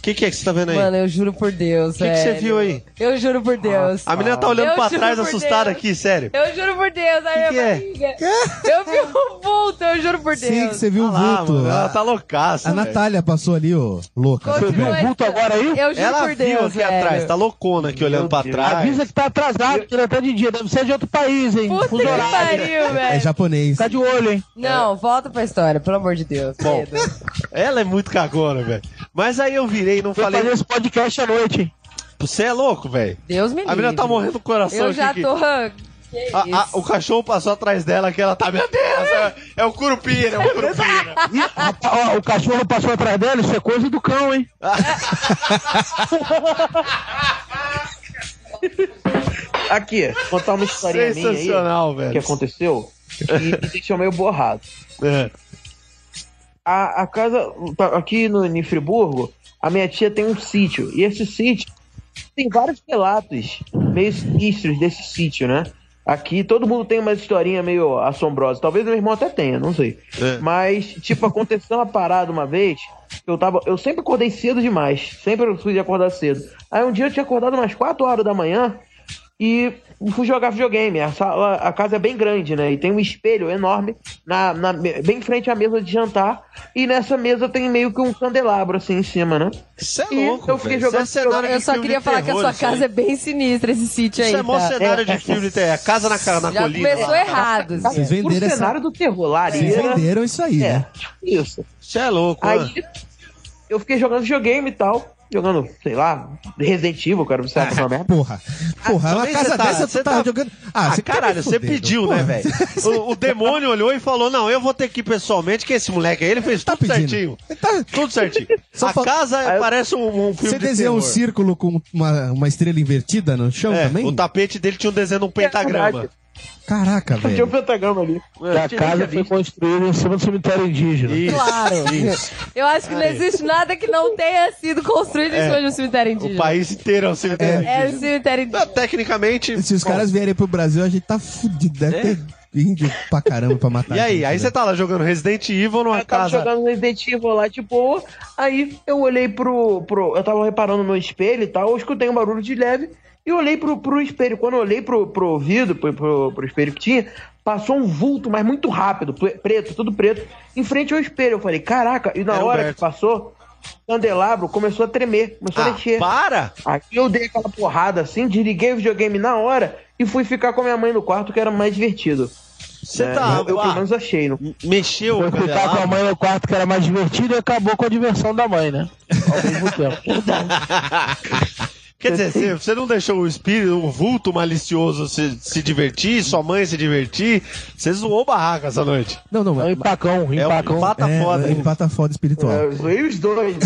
S3: que, que é que você tá vendo aí?
S5: Mano, eu juro por Deus.
S3: O que, que você
S5: sério.
S3: viu aí?
S5: Eu juro por Deus.
S3: A menina tá olhando
S5: Eu
S3: pra
S5: juro
S3: trás
S5: por
S3: assustada
S5: Deus.
S3: aqui, sério.
S5: Eu juro por Deus, aí
S3: que
S5: minha
S3: é?
S5: barriga. Eu vi um vulto, eu juro por
S4: Sim,
S5: Deus.
S4: que você viu o
S3: Olha lá,
S4: vulto.
S3: mano, ela
S4: A,
S3: tá loucaça.
S4: a
S3: velho.
S4: Natália passou ali, ô, louca.
S5: Continua
S6: viu o vulto agora aí?
S5: é. Eu juro
S3: Ela
S5: por
S3: viu
S5: Deus,
S3: aqui
S5: velho.
S3: atrás, tá loucona aqui olhando pra trás.
S6: Avisa que tá atrasado, que não tá de dia. Deve ser de outro país, hein?
S5: Puta
S6: Fuso
S5: que
S6: horário.
S5: pariu,
S4: É
S5: velho.
S4: japonês.
S3: Tá
S6: Fica de olho, hein?
S5: Não, volta pra história, pelo amor de Deus.
S3: Bom,
S5: Pedro.
S3: Ela é muito cagona, velho. Mas aí eu virei e não
S6: Vou
S3: falei.
S6: fazer esse podcast à noite, hein?
S3: Você é louco, velho.
S5: Deus me livre.
S3: A menina tá morrendo do coração
S5: Eu já
S3: aqui.
S5: tô...
S3: que-
S5: Que isso?
S3: A- a- o tá cachorro passou atrás dela que ela tá. Meu Deus! É, é o Curupira, é o Curupira.
S6: Ih, rapaz, ó, o cachorro passou atrás dela, isso é coisa do cão, hein?
S7: Aqui, contar uma historinha minha aí,
S3: Sensacional,
S7: que
S3: velho.
S7: aconteceu, e me deixou meio borrado.
S3: É.
S7: a, a casa tá aqui no, em Friburgo, a minha tia tem um sítio. E esse sítio tem vários relatos meio sinistros desse sítio, né? Aqui todo mundo tem uma historinha meio assombrosa. Talvez meu irmão até tenha, não sei.
S3: É.
S7: Mas, tipo, aconteceu uma parada uma vez. que Eu, tava, eu sempre acordei cedo demais. Sempre eu fui de acordar cedo. Aí um dia eu tinha acordado umas 4 horas da manhã e fui jogar videogame. A, sala, a casa é bem grande, né? E tem um espelho enorme na, na me- bem em frente à mesa de jantar. E nessa mesa tem meio que um candelabro assim em cima, né?
S3: Isso é
S7: E
S3: louco.
S7: eu fiquei
S3: velho. Isso é
S7: jogando-
S3: cenário de
S5: Eu só
S3: filme
S5: queria
S3: de
S5: falar que a
S3: terror,
S5: sua
S3: isso aí.
S5: casa é bem sinistra, esse sítio aí.
S3: Isso é mó
S5: tá?
S3: cenário de filme de terror. Casa na, ca- na
S5: Já
S3: colina. é
S5: começou
S3: lá.
S5: errado. Zé.
S4: Vocês
S7: Pro
S4: venderam essa.
S7: cenário do terror, lareira.
S4: Vocês venderam isso aí,
S7: É,
S4: né?
S7: tipo isso.
S3: Isso é louco, mano.
S7: Aí eu fiquei jogando videogame e tal. Jogando, sei lá, Resident Evil, cara, você sabe essa é merda.
S4: Porra. Porra, é uma
S3: também
S4: casa
S3: você tá-
S4: dessa
S3: você
S4: você tá
S3: tá-
S4: jogando.
S3: Ah,
S4: você quer me
S3: caralho, você
S4: fuder,
S3: pediu,
S4: porra.
S3: né, velho? O, o demônio olhou e falou: Não, eu vou ter que ir pessoalmente, que esse moleque aí, ele fez
S4: Tá
S3: tudo
S4: pedindo.
S3: certinho.
S4: Ele tá-
S3: Tudo certinho.
S4: Só
S3: a
S4: fal-
S3: casa
S7: Aí eu-
S3: parece um, um filme
S4: Você
S3: de
S4: desenhou um
S3: terror.
S4: círculo com uma, uma estrela invertida no chão
S3: É,
S4: também?
S3: o tapete dele tinha um desenho de um pentagrama.
S4: Caraca,
S3: É.
S7: Tinha um
S4: velho.
S7: pentagrama ali.
S6: Que a É, casa foi construída em cima do cemitério indígena.
S3: Isso,
S5: Claro.
S3: isso.
S5: Eu acho que não existe nada que não tenha sido construído em cima de um cemitério
S3: É. O
S5: indígena.
S3: país inteiro é um cemitério.
S5: É um
S3: indígena.
S5: cemitério indígena.
S3: Não, tecnicamente.
S4: Se os
S3: bom,
S4: caras vierem pro Brasil, a gente tá fudido. Deve
S3: É.
S4: ter índio pra caramba pra matar.
S3: E
S4: a
S3: aí?
S4: gente,
S3: Aí
S4: né?
S3: você tá lá jogando Resident Evil numa
S7: Eu tava
S3: casa.
S7: jogando Resident Evil lá de boa. Aí eu olhei pro, pro. Eu tava reparando no espelho e tal. Eu escutei um barulho de leve. E olhei pro, pro espelho. Quando eu olhei pro, pro vidro, pro, pro, pro espelho que tinha, passou um vulto, mas muito rápido, pre- preto, tudo preto, em frente ao espelho. Eu falei, caraca, e na
S3: Era É o
S7: hora
S3: Beto.
S7: que passou, o candelabro começou a tremer, começou a
S3: Ah,
S7: mexer.
S3: para!
S7: Aqui eu dei aquela porrada assim, desliguei o videogame na hora e fui ficar com a minha mãe no quarto, que era mais divertido.
S3: Você
S7: É,
S3: tá.
S7: eu, eu Tá
S3: ah,
S7: pelo menos achei. Não
S3: Mexeu
S6: Foi
S3: o
S6: ficar com a
S3: candelabro.
S6: mãe no quarto que era mais divertido e acabou com a diversão da mãe, né? Ao mesmo tempo.
S3: Quer dizer, você- você não deixou o espírito, o vulto malicioso se, se divertir, sua mãe se divertir. Você zoou o barraco essa noite.
S4: Não, não,
S6: É um empacão, um
S3: É um
S6: empacão.
S3: empata
S4: é,
S3: foda. É.
S4: Empata foda espiritual.
S7: É, Eu zoei os dois, né?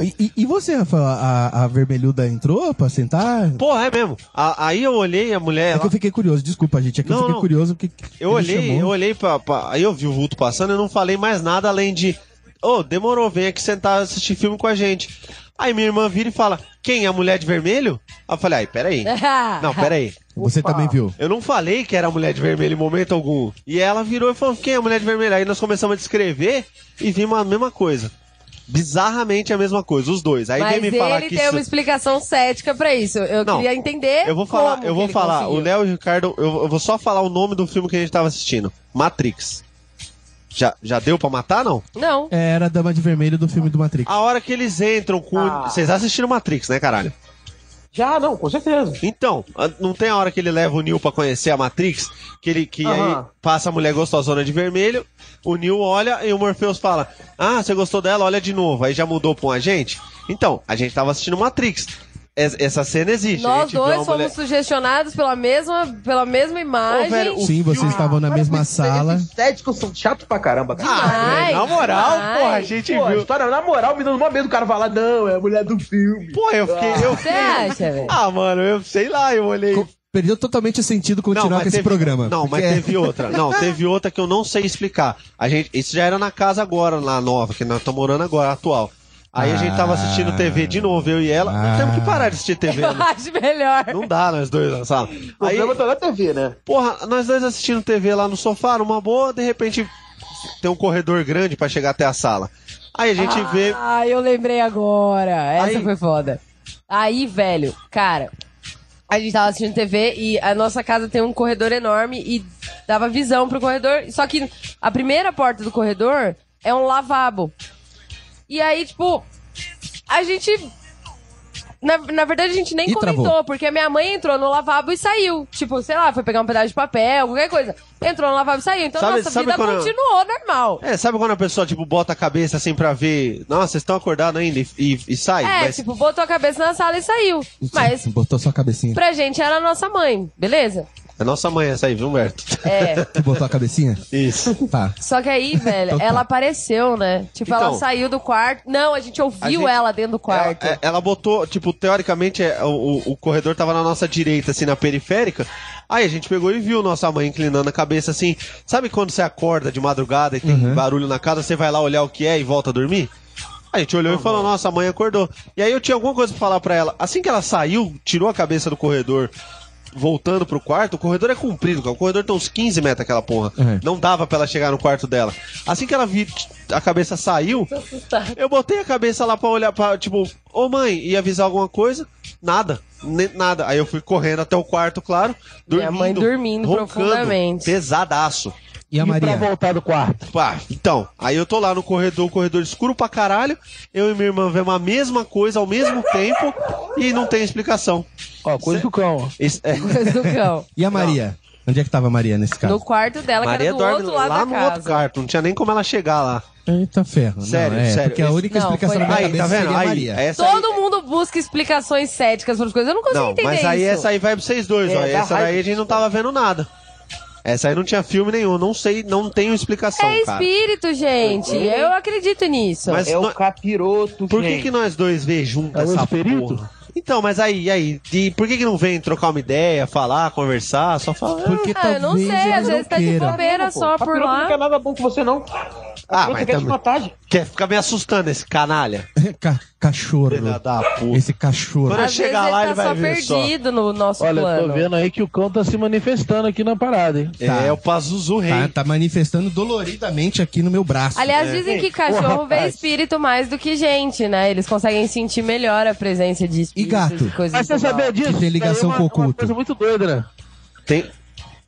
S4: E, e- e você, Rafael, a, a vermelhuda entrou pra sentar?
S3: Porra, é mesmo. A- aí eu olhei a mulher.
S4: É que eu
S3: Ela,
S4: fiquei curioso, desculpa, gente. É que eu
S3: Não,
S4: fiquei
S3: não.
S4: curioso porque.
S3: eu
S4: ele
S3: olhei,
S4: chamou.
S3: eu olhei pra, pra- Aí eu vi o vulto passando e não falei mais nada além de. Ô, demorou, vem aqui sentar assistir filme com a gente. Aí minha irmã vira e fala: Quem? A mulher de vermelho? Aí eu falei: Ai, peraí. Não, peraí.
S4: Você também viu.
S3: Eu não falei que era a mulher de vermelho em momento algum. E ela virou e falou: quem é a mulher de vermelho? Aí nós começamos a descrever e vimos a mesma coisa. Bizarramente a mesma coisa, os dois. Aí
S5: Mas
S3: vem me falar
S5: ele
S3: que
S5: tem um
S3: isso.
S5: uma explicação cética pra isso. Eu
S3: Não.
S5: queria entender.
S3: Eu vou falar,
S5: como
S3: eu
S5: que
S3: vou
S5: ele
S3: falar.
S5: conseguiu.
S3: O Léo e o Ricardo, eu, eu vou só falar o nome do filme que a gente tava assistindo: Matrix. Já, já deu pra matar, não?
S5: Não.
S4: É, era a dama de vermelho do filme do Matrix.
S3: A hora que eles entram com.
S7: Ah.
S3: Vocês assistiram Matrix, né, caralho?
S7: Já, não, com certeza.
S3: Então, a- não tem a hora que ele leva o Neil pra conhecer a Matrix? Que ele que
S7: Aham.
S3: aí passa a mulher gostosona de vermelho, o Neil olha e o Morpheus fala: Ah, você gostou dela? Olha de novo. Aí já mudou pra um agente? Então, a gente tava assistindo Matrix. Es- Essa cena existe. a
S5: Nós
S3: gente viu
S5: dois
S3: uma
S5: fomos
S3: mulher-
S5: sugestionados pela mesma, pela mesma imagem.
S3: Ô, velho, Ah, o
S4: Sim, vocês
S3: filme-
S4: estavam na
S7: Cara,
S4: mesma
S7: esses-
S4: sala.
S7: Esses céticos são chatos pra caramba, cara.
S3: Ah,
S5: Demais,
S3: velho, na moral,
S5: demais.
S3: porra, a gente
S7: Pô, a
S3: viu.
S7: história, na moral, me dando mó medo o cara falar, não, é a mulher do filme.
S3: Porra, eu fiquei. Eu
S5: Você
S3: fiquei...
S5: acha, velho?
S3: Ah, mano, eu sei lá, eu olhei.
S4: Co- Perdeu totalmente o sentido continuar
S3: mas
S4: com esse
S3: teve-
S4: programa.
S3: Não, mas
S4: porque é-
S3: teve outra. Não, teve outra que eu não sei explicar. A gente, isso já era na casa agora, lá nova, que nós estamos morando agora, atual. Aí a gente tava assistindo TV de novo, eu e ela.
S4: Ah.
S3: Temos que parar de assistir TV.
S5: Eu
S3: né?
S5: acho melhor.
S3: Não dá, nós dois na sala.
S7: O
S3: Aí,
S7: problema tá na TV, né?
S3: porra, nós dois assistindo TV lá no sofá, numa boa, de repente tem um corredor grande pra chegar até a sala. Aí a gente vê.
S5: Ah, eu lembrei agora. Essa
S3: Aí-
S5: foi foda. Aí, velho, cara, a gente tava assistindo TV e a nossa casa tem um corredor enorme e dava visão pro corredor. Só que a primeira porta do corredor é um lavabo. E aí, tipo, a gente. Na, na verdade, a gente nem
S4: Ih,
S5: comentou,
S4: travou.
S5: porque a minha mãe entrou no lavabo e saiu. Tipo, sei lá, foi pegar um pedaço de papel, qualquer coisa. Entrou no lavabo e saiu. Então
S3: Sabe-
S5: nossa
S3: sabe
S5: vida
S3: quando-
S5: continuou normal.
S3: É, sabe quando a pessoa, tipo, bota a cabeça assim pra ver. Nossa, vocês estão acordados ainda e, e- e sai?
S5: É,
S3: mas
S5: tipo, botou a cabeça na sala e saiu. Mas
S4: Botou só a cabecinha.
S5: pra gente era a nossa mãe, beleza?
S3: é nossa mãe essa aí, viu, Humberto?
S5: É.
S4: Tu botou a cabecinha?
S3: Isso.
S4: Tá.
S5: Só que aí, velho,
S4: Então tá.
S5: ela apareceu, né? Tipo, ela
S3: Então.
S5: saiu do quarto. Não, a gente ouviu
S3: A gente-
S5: ela dentro do
S3: Ela,
S5: quarto.
S3: é- ela botou, tipo, teoricamente, é, o, o- o corredor tava na nossa direita, assim, na periférica. Aí a gente pegou e viu nossa mãe inclinando a cabeça assim. Sabe quando você acorda de madrugada e tem
S4: Uhum.
S3: barulho na casa, você vai lá olhar o que é e volta a dormir? A gente olhou e falou, nossa, a mãe acordou. E aí eu tinha alguma coisa pra falar pra ela. Assim que ela saiu, tirou a cabeça do corredor, voltando pro quarto, o corredor é comprido, cara. O corredor tem uns 15 metros aquela porra.
S4: Uhum.
S3: Não dava pra ela chegar no quarto dela. Assim que ela vi a cabeça saiu, eu botei a cabeça lá pra olhar, pra, tipo, ô mãe, ia avisar alguma coisa? Nada, ne- nada. Aí eu fui correndo até o quarto, claro,
S5: Minha
S3: dormindo.
S5: mãe dormindo
S3: roncando,
S5: profundamente.
S3: Pesadaço.
S4: E a Maria?
S6: pra voltar do quarto?
S3: Pá, então, aí eu tô lá no corredor, corredor escuro pra caralho, eu e minha irmã vemos a mesma coisa ao mesmo tempo e não tem explicação.
S6: Ó, coisa do cão. ó.
S3: Isso- é.
S5: Do cão.
S4: E a Maria? Onde é que tava a Maria nesse caso?
S5: No quarto dela,
S3: Maria
S5: que era
S3: dorme
S5: do outro lado
S3: lá
S5: da
S3: no
S5: casa.
S3: outro quarto, não tinha nem como ela chegar lá.
S4: Eita ferro.
S3: Sério,
S4: não, é,
S3: sério.
S4: Porque a única
S5: Não,
S4: explicação
S5: foi-
S4: da minha
S3: Aí,
S4: cabeça
S3: tá vendo?
S4: seria a
S3: Aí,
S4: Maria.
S3: essa aí- é-
S5: Todo mundo busca explicações céticas para as coisas. Eu não consigo
S3: Não,
S5: entender
S3: mas aí
S5: isso.
S3: essa aí vai pra vocês dois,
S7: É,
S3: ó.
S7: dá
S3: Essa
S7: raiva.
S3: daí a gente não tava vendo nada. Essa aí não tinha filme nenhum, não sei, não tenho explicação,
S5: É
S3: um cara.
S5: espírito, gente. Eu acredito nisso. Ah,
S3: Mas
S7: É
S3: nó-
S7: o capiroto,
S3: por que,
S7: gente.
S3: que nós dois vê junto
S6: É o
S3: essa
S6: espírito?
S3: porra? Então, mas aí, aí, de, por que, que não vem trocar uma ideia, falar, conversar, só falar?
S4: Porque
S5: ah, eu não
S4: talvez
S5: sei,
S4: ele
S5: às
S4: não
S5: vezes tá de
S4: queira.
S5: bobeira só por
S3: Tá
S7: Capiroto não
S5: lá.
S7: quer nada bom com você, não.
S3: Ah,
S7: Você
S3: mas
S7: quer te
S3: também,
S7: matar, gente.
S3: quer ficar me assustando esse canalha?
S4: Ca- cachorro.
S3: Filha da puta.
S4: Esse cachorro.
S3: Quando eu
S5: Às vezes ele
S3: chegar lá,
S5: tá
S3: ele vai
S5: só
S3: ver só.
S5: perdido no nosso
S6: Olha, eu
S5: plano.
S6: tô vendo aí que o cão tá se manifestando aqui na parada, hein?
S4: Tá.
S3: É o Pazuzu Rei.
S4: Tá, tá manifestando doloridamente aqui no meu braço.
S5: Aliás,
S3: É.
S5: dizem que cachorro vê espírito mais do que gente, né? Eles conseguem sentir melhor a presença de espíritos
S4: gato?
S5: e coisas
S6: Mas você
S5: do mal.
S6: sabia disso?
S4: Que tem ligação
S6: Isso aí é
S4: com o
S6: uma- uma
S4: culto.
S6: coisa muito doida, né?
S3: Tem,
S6: O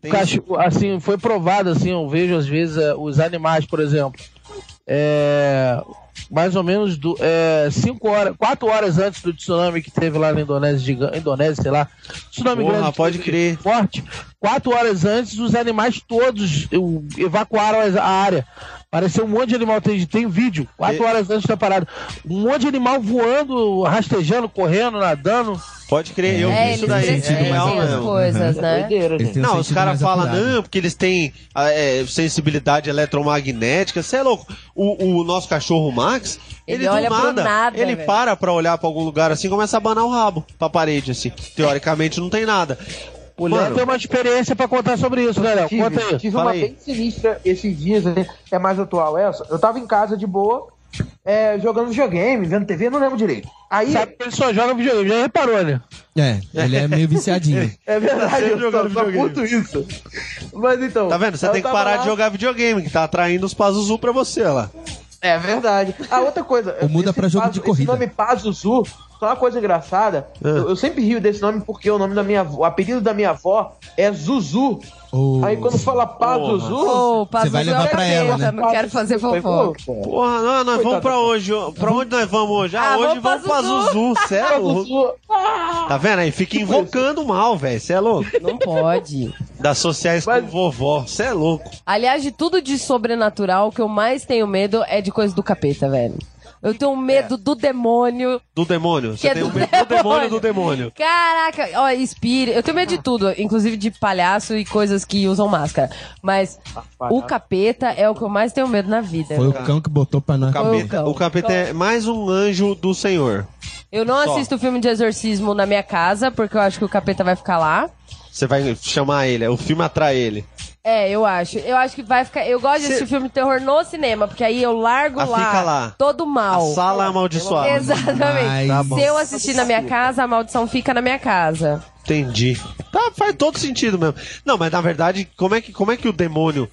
S3: tem
S6: cachorro, assim, foi provado, assim, eu vejo às vezes eh, os animais, por exemplo, é, mais ou menos do, é, cinco horas, quatro horas antes do tsunami que teve lá na Indonésia, giga- Indonésia sei lá, tsunami
S3: Porra,
S6: grande,
S3: pode crer.
S6: forte, quatro horas antes os animais todos eu, evacuaram as- a área. Apareceu um monte de animal, tem, tem vídeo, quatro
S3: E-
S6: horas antes da parada. Um monte de animal voando, rastejando, correndo, nadando.
S3: Pode crer, eu
S5: É,
S3: vi isso
S5: eles
S3: daí.
S4: presenciam
S3: É real
S5: presentem as
S3: mesmo.
S5: coisas, né?
S7: Doideira,
S4: Ele
S7: gente.
S4: tem um
S3: não, os
S4: sentido
S3: caras
S4: mais
S3: falam,
S4: apurado.
S3: não, porque eles têm ah, é, sensibilidade eletromagnética. Você é louco? O, o nosso cachorro Max,
S5: Ele
S3: ele, do
S5: olha pro
S3: nada,
S5: nada,
S3: ele
S5: velho.
S3: para pra olhar pra algum lugar assim e começa a abanar o rabo pra parede, assim. Teoricamente não tem nada.
S6: O Léo
S3: Mano,
S6: tem uma experiência pra contar sobre isso, né, Léo? Conta aí.
S7: Tive, tive uma
S3: Fala aí.
S7: bem sinistra esses dias, né? é mais atual essa. Eu tava em casa de boa, é, jogando videogame, vendo TV, não lembro direito. Aí,
S6: Sabe que ele só joga videogame, já reparou, né?
S4: É, ele é meio viciadinho.
S7: é verdade,
S3: Sempre
S7: eu
S3: jogando
S7: jogando só
S3: videogame.
S7: curto isso. Mas então.
S3: tá vendo? Você
S7: eu
S3: tem que
S7: tava
S3: parar
S7: lá-
S3: de jogar videogame, que tá atraindo os Pazuzu pra você lá.
S7: É verdade. A outra coisa.
S4: Ou muda
S7: esse
S4: pra jogo
S7: Pazu-
S4: de corrida. É.
S7: Esse nome Pazuzu, só uma coisa engraçada. Eu, eu sempre rio desse nome porque o nome da minha avó, o apelido da minha avó é Zuzu.
S4: Ô,
S7: Aí quando fala Pazuzu.
S3: Uhum.
S5: Ô, o Pazuzu
S4: vai levar
S5: é o
S4: pra
S5: capeta,
S4: ela, né?
S5: Não quero fazer
S7: Foi,
S5: fofoca.
S7: pô, pô.
S3: Porra, não, nós vamos pra hoje. ó. Pra onde nós vamos hoje? Ah,
S5: Ah,
S3: hoje vamos
S5: vamos pra
S3: pra Zuzu, cê é louco.
S7: Pazuzu.
S3: Tá vendo? Aí fica invocando o mal, velho. Você é louco.
S5: Não pode.
S3: Das sociais com
S7: Mas-
S3: vovó. Você é louco.
S5: Aliás, de tudo de sobrenatural, o que eu mais tenho medo é de coisa do capeta, velho. Eu tenho
S3: É.
S5: medo do demônio.
S3: Do demônio.
S5: Que
S3: Você
S5: é
S3: tem
S5: do
S3: o medo do demônio do demônio.
S5: Caraca, ó, espírito. Eu tenho medo de tudo, inclusive de palhaço e coisas que usam máscara. Mas o capeta é o que eu mais tenho medo na vida.
S4: Foi o cão que botou pra nós.
S3: Capeta-
S5: Ô,
S3: o capeta é mais um anjo do Senhor.
S5: Eu não
S3: Só.
S5: assisto filme de exorcismo na minha casa, porque eu acho que o capeta vai ficar lá.
S3: Você vai chamar ele, o filme atrai ele.
S5: É, eu acho. Eu acho que vai ficar. Eu gosto de
S3: Cê-
S5: assistir filme de terror no cinema, porque aí eu largo
S3: Ah,
S5: lá,
S3: fica lá.
S5: todo
S3: A
S5: mal.
S3: sala é amaldiçoada.
S5: Exatamente.
S4: Mas- Tá bom.
S5: Se eu assistir na minha casa, a maldição fica na minha casa.
S3: Entendi. Tá, faz todo sentido mesmo. Não, mas na verdade, como é que, como é que o demônio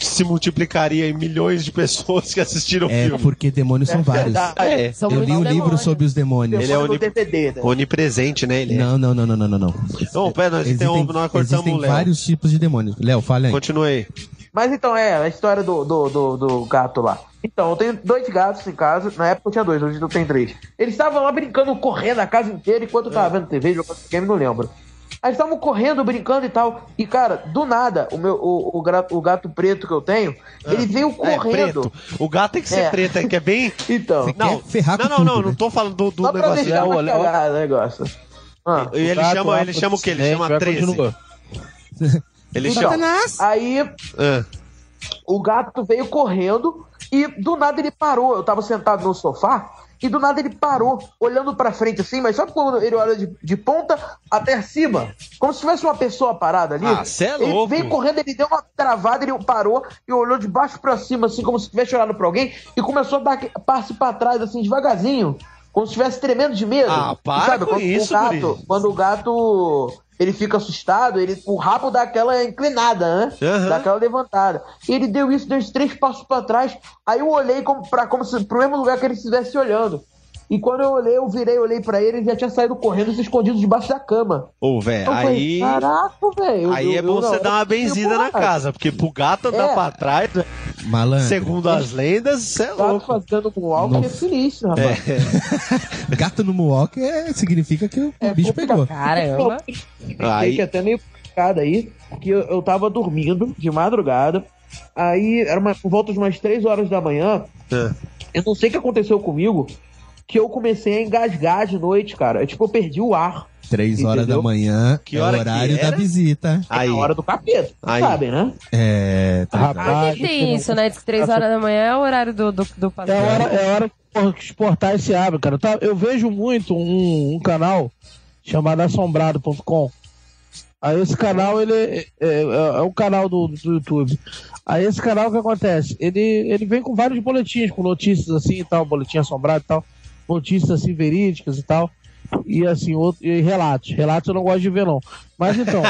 S3: se multiplicaria em milhões de pessoas que assistiram o
S4: É
S3: filme.
S4: porque demônios são vários.
S3: É,
S5: São
S4: Eu
S5: muitos
S4: li um livro
S5: demônios.
S4: sobre os demônios.
S3: Ele é
S7: o
S3: onip-
S7: DVD, né?
S3: onipresente, né? Ele é.
S4: Não, não, não, não, não, não, não.
S3: Não, pera, nós,
S4: Existem,
S3: interrompemos, nós cortamos
S4: existem
S3: o Léo.
S4: vários tipos de demônios. Léo, fala aí.
S3: Continuei.
S7: Mas então, é, a história do, do, do, do gato lá. Então, eu tenho dois gatos em casa. Na época eu tinha dois, hoje eu tenho três. Eles estavam lá brincando, correndo a casa inteira, enquanto eu
S3: É.
S7: tava vendo TV, jogando game, não lembro. Aí estavam correndo, brincando e tal. E, cara, do nada, o, meu, o, o, gra- o gato preto que eu tenho, ele veio
S3: É,
S7: correndo.
S3: preto. O gato tem que ser
S7: É.
S3: preto, é que é bem.
S7: Então,
S4: Você
S3: Não,
S4: quer ferrar
S3: não,
S4: com
S3: não,
S4: tudo,
S3: não,
S4: né?
S3: não tô falando do, do
S7: só pra
S3: negócio.
S7: deixar
S6: é,
S7: uma
S6: olha, olha.
S7: cagada o negócio. Ah.
S3: E ele
S6: gato
S3: chama,
S6: lá,
S3: ele chama o quê? Ele
S6: silêncio,
S3: chama
S6: Tá vai,
S3: 13.
S6: continua.
S3: Ele
S7: Então,
S6: tá
S3: chama.
S7: aí
S3: Ah.
S7: O gato veio correndo e do nada ele parou. Eu tava sentado no sofá e do nada ele parou, olhando pra frente assim, mas sabe quando ele olha de, de ponta até cima? Como se tivesse uma pessoa parada ali.
S3: Ah, cê é louco.
S7: Ele veio correndo, ele deu uma travada, ele parou e olhou de baixo pra cima, assim, como se estivesse olhando pra alguém e começou a dar que- passo pra trás, assim, devagarzinho. Como se estivesse tremendo de medo.
S3: Ah, para com
S7: quando
S3: isso,
S7: o gato,
S3: guri.
S7: Quando o gato ele fica assustado, ele, o rabo dá aquela inclinada, né?
S3: Aham.
S7: Dá aquela levantada. E ele deu isso, deu uns três passos pra trás. Aí eu olhei como, pra, como se, pro mesmo lugar que ele estivesse olhando. E quando eu olhei, eu virei, olhei pra ele, ele já tinha saído correndo e se escondido debaixo da cama.
S3: Ô, velho,
S6: Então,
S7: Eu falei,
S3: É, aí.
S7: Caraca, velho.
S3: Aí é bom você dar uma benzida na casa, porque pro gato andar
S7: É.
S3: pra trás, velho,
S4: Malandro.
S3: segundo as lendas, você é
S7: Tá
S3: louco.
S7: fazendo com álcool que é sinistro, rapaz.
S3: É.
S4: Gato no muoca é, significa que o
S7: É,
S4: bicho
S7: complicado.
S4: pegou.
S5: Caramba.
S3: Aí-
S7: Aí... que até meio complicado aí, que eu, eu tava dormindo de madrugada, aí era uma, por volta de umas 3 horas da manhã,
S3: É.
S7: eu não sei o que aconteceu comigo, que eu comecei a engasgar de noite, cara. Eu, tipo, eu perdi o ar.
S4: Três horas
S7: Entendeu?
S4: da manhã
S3: Que
S4: é
S3: hora
S4: o
S3: que
S4: horário
S3: era?
S4: da visita.
S7: É
S3: Ah, Aí.
S7: na hora do capeta,
S3: Aí.
S7: sabem, né?
S4: É. três horas.
S5: Por
S6: Rapaz,
S5: que que tem isso, né? Diz que 3 horas da manhã é o horário do, do, do
S6: É
S5: pastel.
S6: hora, é hora que, porra, que os portais se abrem, cara. Tá, eu vejo muito um, um canal chamado assombrado.com. Aí esse canal, ele é, é, é um canal do, do YouTube. Aí esse canal, o que acontece? Ele, ele vem com vários boletins, com notícias assim e tal, boletim assombrado e tal, notícias assim verídicas e tal. E assim, outro, e relatos. Relatos eu não gosto de ver, não. Mas então.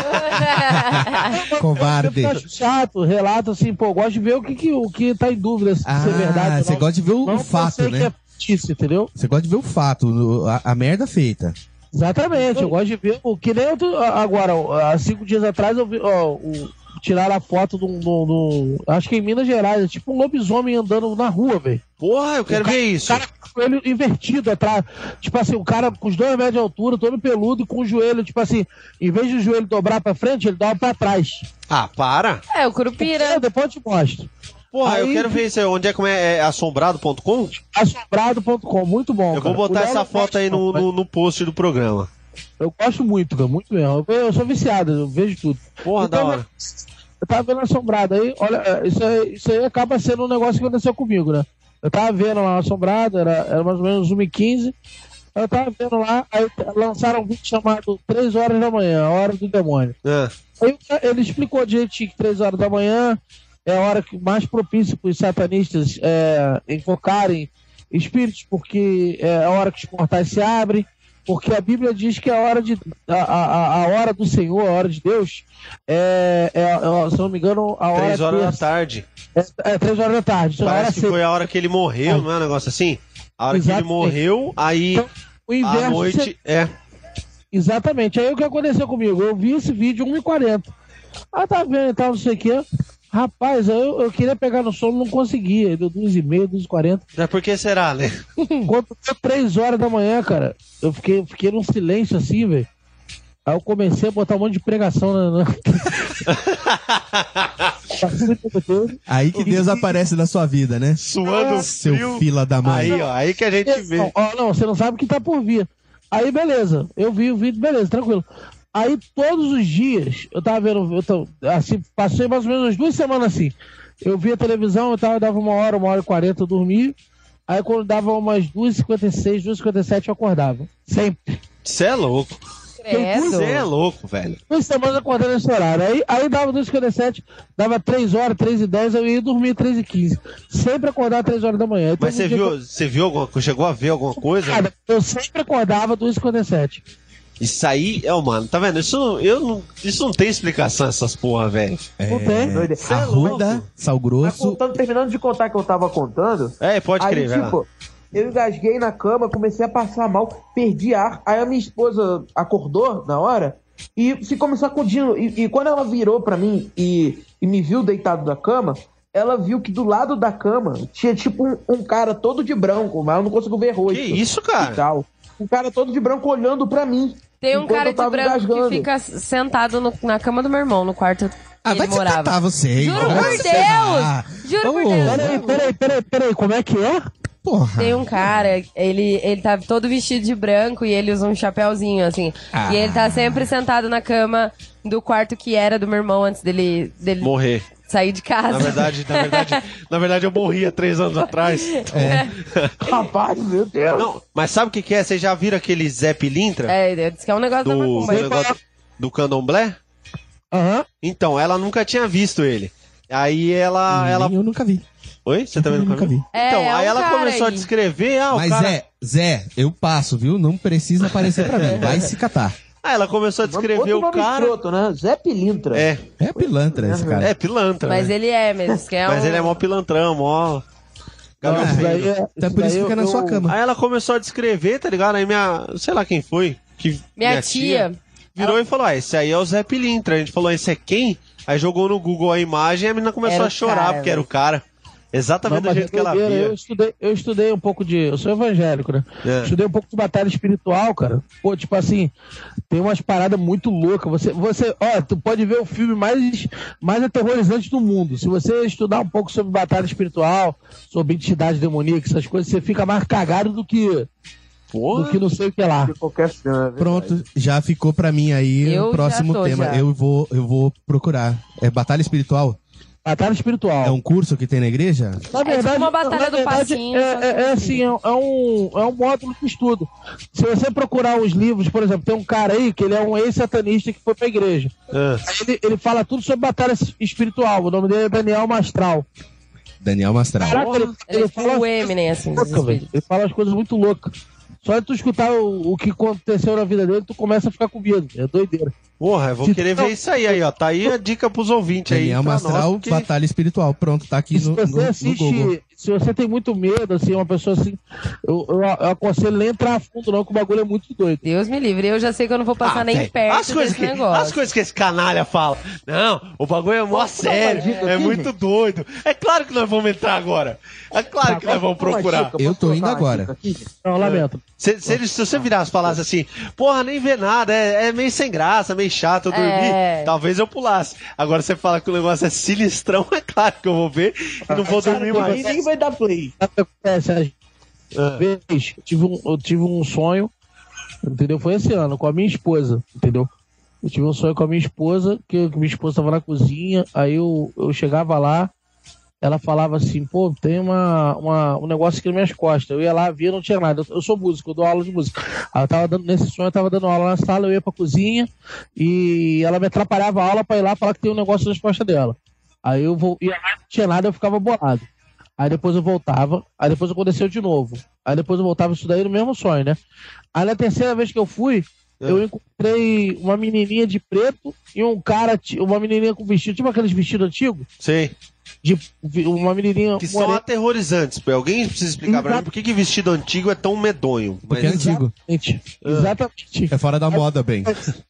S4: Covarde.
S6: Eu acho chato, relato assim, pô, eu gosto de ver o que, que, o que tá em dúvida, se
S4: Ah,
S6: é verdade. ou
S4: você
S6: não.
S4: gosta de ver o,
S6: Não
S4: o fato,
S6: pensei que
S4: né?
S6: é notícia, entendeu?
S4: Você gosta de ver o fato, o- a, a merda feita.
S6: Exatamente, eu gosto de ver o que nem eu tô- a- agora, ó, há cinco dias atrás eu vi, ó, o- tiraram a foto de um, de um- de um- acho que em Minas Gerais, é tipo um lobisomem andando na rua, velho.
S3: Porra, eu quero ver
S6: O
S3: isso.
S6: cara com o joelho invertido atrás, tipo assim, o cara com os dois metros de altura, todo peludo e com o joelho, tipo assim, em vez de o joelho dobrar pra frente, ele dobra pra trás.
S3: Ah, para.
S5: É, o Curupira.
S6: Eu, depois eu te mostro.
S3: Porra, eu
S6: Aí-
S3: quero ver isso aí. Onde é como é? é assombrado.com?
S6: Assombrado.com, muito bom.
S3: Eu vou
S6: cara.
S3: botar
S6: Então, O
S3: essa
S6: Léo-
S3: foto aí no, no, no post do programa.
S6: Eu gosto muito, cara, muito mesmo. Eu, eu sou viciado, eu vejo tudo.
S3: Porra, da
S6: Então,
S3: hora.
S6: Eu tava vendo assombrado aí, olha, é, isso aí, isso aí acaba sendo um negócio que aconteceu comigo, né? Eu tava vendo lá assombrado, era, era mais ou menos 1h15. Eu tava vendo lá, aí lançaram um vídeo chamado 3 horas da manhã, a hora do demônio.
S3: Ah,
S6: Aí o cara- ele explicou direitinho que 3 horas da manhã é a hora que mais propícia para os satanistas é, invocarem espíritos, porque é a hora que os portais se abrem, porque a Bíblia diz que é a hora, de, a, a, a hora do Senhor, a hora de Deus, é, é, é, se eu não me engano, a hora.
S3: Três horas da
S6: terça-
S3: tarde.
S6: É, é 3 horas da tarde. Então, a hora
S3: Parece que
S6: sexta.
S3: foi a hora que ele morreu, não é um negócio assim? A hora que ele
S6: Exatamente.
S3: morreu, aí
S6: o
S3: à
S6: Então, inverso se-
S3: noite. É.
S6: Exatamente. Aí o que aconteceu comigo? Eu vi esse vídeo 1h40. Ah, tá vendo e tal, não sei o quê. Rapaz, eu, eu queria pegar no sono, não conseguia. Deu 2h30, 2h40.
S3: Mas por que será, né?
S6: Quando deu 3 horas da manhã, cara, eu fiquei, fiquei num silêncio assim, velho. Aí eu comecei a botar um monte de pregação na. na...
S4: Aí que Deus aparece na sua vida, né?
S3: Suando
S4: Seu
S3: frio.
S4: fila da mãe.
S3: Aí, ó, aí que a gente vê.
S6: Não, então, ó, não, você não sabe o que tá por vir. Aí, beleza. Eu vi o vídeo, beleza, tranquilo. Aí, todos os dias, eu tava vendo, eu tô- assim, passei mais ou menos umas duas semanas assim. Eu via televisão, eu tava, dava uma hora, uma hora e quarenta, eu dormia. Aí, quando dava umas 2h56, 2h57, eu acordava. Sempre.
S3: Você é louco. Você é
S5: Credo.
S3: louco, velho.
S6: Duas semanas acordando nesse horário. Aí, aí dava 2h57, dava 3 horas, 3h10, eu ia dormir 3h15. Sempre acordava 3 horas da manhã. Então,
S3: Mas você
S6: um dia que eu-
S3: viu, você viu alguma coisa? Chegou a ver alguma coisa?
S6: Cara, eu sempre acordava 2h57.
S3: Isso aí, é, mano, tá vendo? Isso não, eu não, isso não tem explicação, essas porra, velho.
S4: É,
S7: tem, doido. Cê é
S4: arruda, sal
S7: Mas
S4: grosso.
S7: Tá contando, terminando de contar que eu tava contando,
S3: É, pode
S7: aí,
S3: crer, velho.
S7: tipo, eu engasguei na cama, comecei a passar mal, perdi ar. Aí a minha esposa acordou na hora e ficou me sacudindo. E, e quando ela virou pra mim e, e me viu deitado na cama, ela viu que do lado da cama tinha tipo um, um cara todo de branco, mas eu não consigo ver rosto.
S3: Que isso,
S7: E
S3: cara?
S7: tal. Um cara todo de branco olhando pra mim.
S5: Tem um
S7: enquanto
S5: cara
S7: eu
S5: de
S7: tava
S5: branco
S7: engasgando.
S5: que fica sentado no- na cama do meu irmão, no quarto que
S4: Ah, vai
S5: ele morava.
S4: descartar você, hein?
S5: Juro
S4: Vai
S5: por
S4: se
S5: Deus!
S4: ferrar.
S5: Juro por
S4: Ô,
S5: Deus.
S6: Peraí, peraí, peraí, peraí, como é que é?
S4: Porra.
S5: Tem um cara, ele, ele tá todo vestido de branco e ele usa um chapéuzinho, assim.
S4: Ah.
S5: E ele tá sempre sentado na cama do quarto que era do meu irmão antes dele, dele
S3: Morrer.
S5: sair de casa.
S3: Na verdade, na verdade, na verdade eu morri há três anos atrás.
S7: Rapaz, meu Deus.
S3: Não, mas sabe o que, que é? Vocês já viram aquele Zé Pilintra?
S5: É, ele disse que é um negócio da
S3: do,
S5: macumba.
S3: negócio do candomblé?
S6: Aham.
S3: Então, ela nunca tinha visto ele. Aí ela.
S4: Nem
S3: Ah, ela...
S4: Eu nunca vi.
S3: Oi? Você também
S4: Eu
S3: nunca
S4: Uhum. nunca
S3: viu?
S4: vi.
S5: É,
S3: Então,
S5: é
S3: aí
S5: um
S3: ela
S5: cara
S3: começou a
S5: aí.
S3: descrever. Ah, o
S4: Mas é.
S3: cara...
S4: Zé, Zé, eu passo, viu? Não precisa aparecer pra mim. Vai se catar.
S3: Ah, ela começou a descrever
S7: Outro
S3: o
S7: nome
S3: cara.
S7: escroto, né? Zé Pilintra.
S3: É,
S4: É pilantra esse cara.
S3: é pilantra. né?
S5: Mas ele é mesmo, diz que é
S3: Mas
S5: um-
S3: ele é mó pilantrão, mó.
S4: Não,
S6: Isso daí é-
S4: Então é por isso que fica na
S6: eu-
S4: sua cama.
S3: Aí ela começou a descrever, tá ligado? Aí minha. Sei lá quem foi. Que...
S5: Minha, tia.
S3: Virou e falou: Ah, esse aí é o Zé Pilintra. A gente falou: Esse é quem? Aí jogou no Google a imagem e a menina começou
S5: Era
S3: a
S5: o
S3: chorar
S5: cara, né?
S3: porque era o cara. Exatamente do
S6: Não, mas é
S3: jeito que ela
S6: doideira, né? eu
S3: via.
S6: estudei, eu estudei um pouco de. Eu sou evangélico, né?
S3: É.
S6: Estudei um pouco de batalha espiritual, cara. Pô, tipo assim, tem umas paradas muito loucas. Você, você, ó, tu pode ver o filme mais, mais aterrorizante do mundo. Se você estudar um pouco sobre batalha espiritual, sobre entidade demoníaca, essas coisas, você fica mais cagado do que, do
S3: Porra.
S6: que não sei o que lá.
S7: De qualquer cena.
S4: Pronto, já ficou pra mim aí
S5: Eu
S4: o próximo
S5: já tô,
S4: tema.
S5: já.
S4: Eu vou, eu vou procurar. É batalha espiritual?
S6: Batalha espiritual.
S4: É um curso que tem na igreja?
S6: Na
S5: tipo uma batalha do passinho, então, né? só
S6: É,
S5: que
S6: é- é
S5: não
S6: assim, é, é um, é um módulo de estudo. Se você procurar os livros, por exemplo, tem um cara aí que ele é um ex-satanista que foi pra igreja.
S4: É.
S3: Ah,
S6: Aí Ele, ele fala tudo sobre batalha es- espiritual. O nome dele é Daniel Mastral.
S4: Daniel Mastral.
S6: Caraca, ele,
S5: Ele é
S6: ele
S5: tipo
S6: fala,
S5: o Eminem, assim, dos
S6: louca, velho.
S5: espíritos.
S6: ele fala as coisas muito loucas. Só de tu escutar o, o que aconteceu na vida dele, tu começa a ficar com medo. É doideira.
S3: Porra, eu vou
S6: Se-
S3: querer ver
S6: não.
S3: isso aí, aí, ó. Tá aí a dica pros ouvintes aí.
S4: Daniel
S3: pra nós,
S4: Mastral,
S3: porque-
S4: batalha espiritual. Pronto, tá aqui
S6: E se
S4: no, no,
S6: você
S4: no
S6: assiste,
S4: Google.
S6: se você tem muito medo, assim, uma pessoa assim, eu, eu, eu aconselho nem entrar a fundo, não, que o bagulho é muito doido.
S5: Deus me livre, eu já sei que eu não vou passar
S3: Ah,
S5: Tá nem
S3: velho,
S5: perto
S3: as coisas
S5: desse
S3: que,
S5: negócio.
S3: As coisas que esse canalha fala. Não, o bagulho é mó sério,
S7: dica
S3: é
S7: aqui,
S3: muito
S7: gente?
S3: doido. É claro que nós vamos entrar agora. É
S7: Tá
S3: claro que nós vamos procurar.
S4: Eu tô indo agora.
S6: Não, lamento.
S3: Se, se, ele- se você virasse e falasse assim, porra, nem vê nada, é, é meio sem graça, meio chato, eu dormi,
S5: É.
S3: talvez eu pulasse. Agora você fala que o negócio é sinistrão, é claro que eu vou ver e não vou dormir mais.
S7: Ninguém vai dar play.
S6: Sabe o que acontece? Às
S3: Ah.
S6: vezes, eu tive, um, eu tive um sonho, entendeu? Foi esse ano, com a minha esposa, entendeu? Eu tive um sonho com a minha esposa, que, que minha esposa estava na cozinha, aí eu, eu chegava lá, ela falava assim, pô, tem uma, uma- um negócio aqui nas minhas costas. Eu ia lá, via, não tinha nada. Eu, eu sou músico, eu dou aula de música. Aí eu tava dando, nesse sonho, eu tava dando aula na sala, eu ia pra cozinha e ela me atrapalhava a aula pra ir lá falar que tem um negócio nas costas dela. Aí eu vou, ia lá, não tinha nada, eu ficava bolado. Aí depois eu voltava, aí depois aconteceu de novo. Aí depois eu voltava isso daí no mesmo sonho, né? Aí na terceira vez que eu fui, eu encontrei uma menininha de preto e um cara, ti- uma menininha com vestido, tipo aqueles vestidos antigos,
S3: Sei.
S6: de vi- uma menininha
S3: Que são
S6: morena.
S3: aterrorizantes. Alguém precisa explicar pra mim
S6: Exato.
S3: por que, que vestido antigo é tão medonho.
S4: Porque é
S3: Mas-
S4: antigo.
S6: Exatamente. Exatamente.
S4: É fora da moda, bem.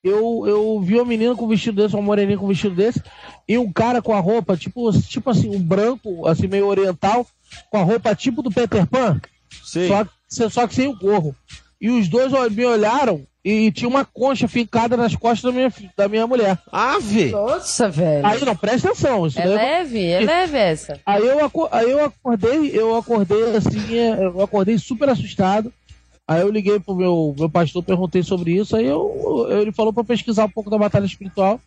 S6: eu, eu vi uma menina com um vestido desse, uma moreninha com um vestido desse, e um cara com a roupa, tipo, tipo assim, um branco, assim, meio oriental, com a roupa tipo do Peter Pan,
S3: Sei.
S6: só que, só que sem o gorro. E os dois ol- me olharam e tinha uma concha fincada nas costas da minha, fi- da minha mulher.
S3: Ave!
S5: Nossa, velho.
S6: Aí não, presta atenção, isso
S5: É
S6: daí eu-
S5: leve, é leve essa.
S6: Aí eu, aco- aí eu acordei, eu acordei assim, é, eu acordei super assustado. Aí eu liguei pro meu, meu pastor, perguntei sobre isso. Aí eu, eu- ele falou pra pesquisar um pouco da batalha espiritual.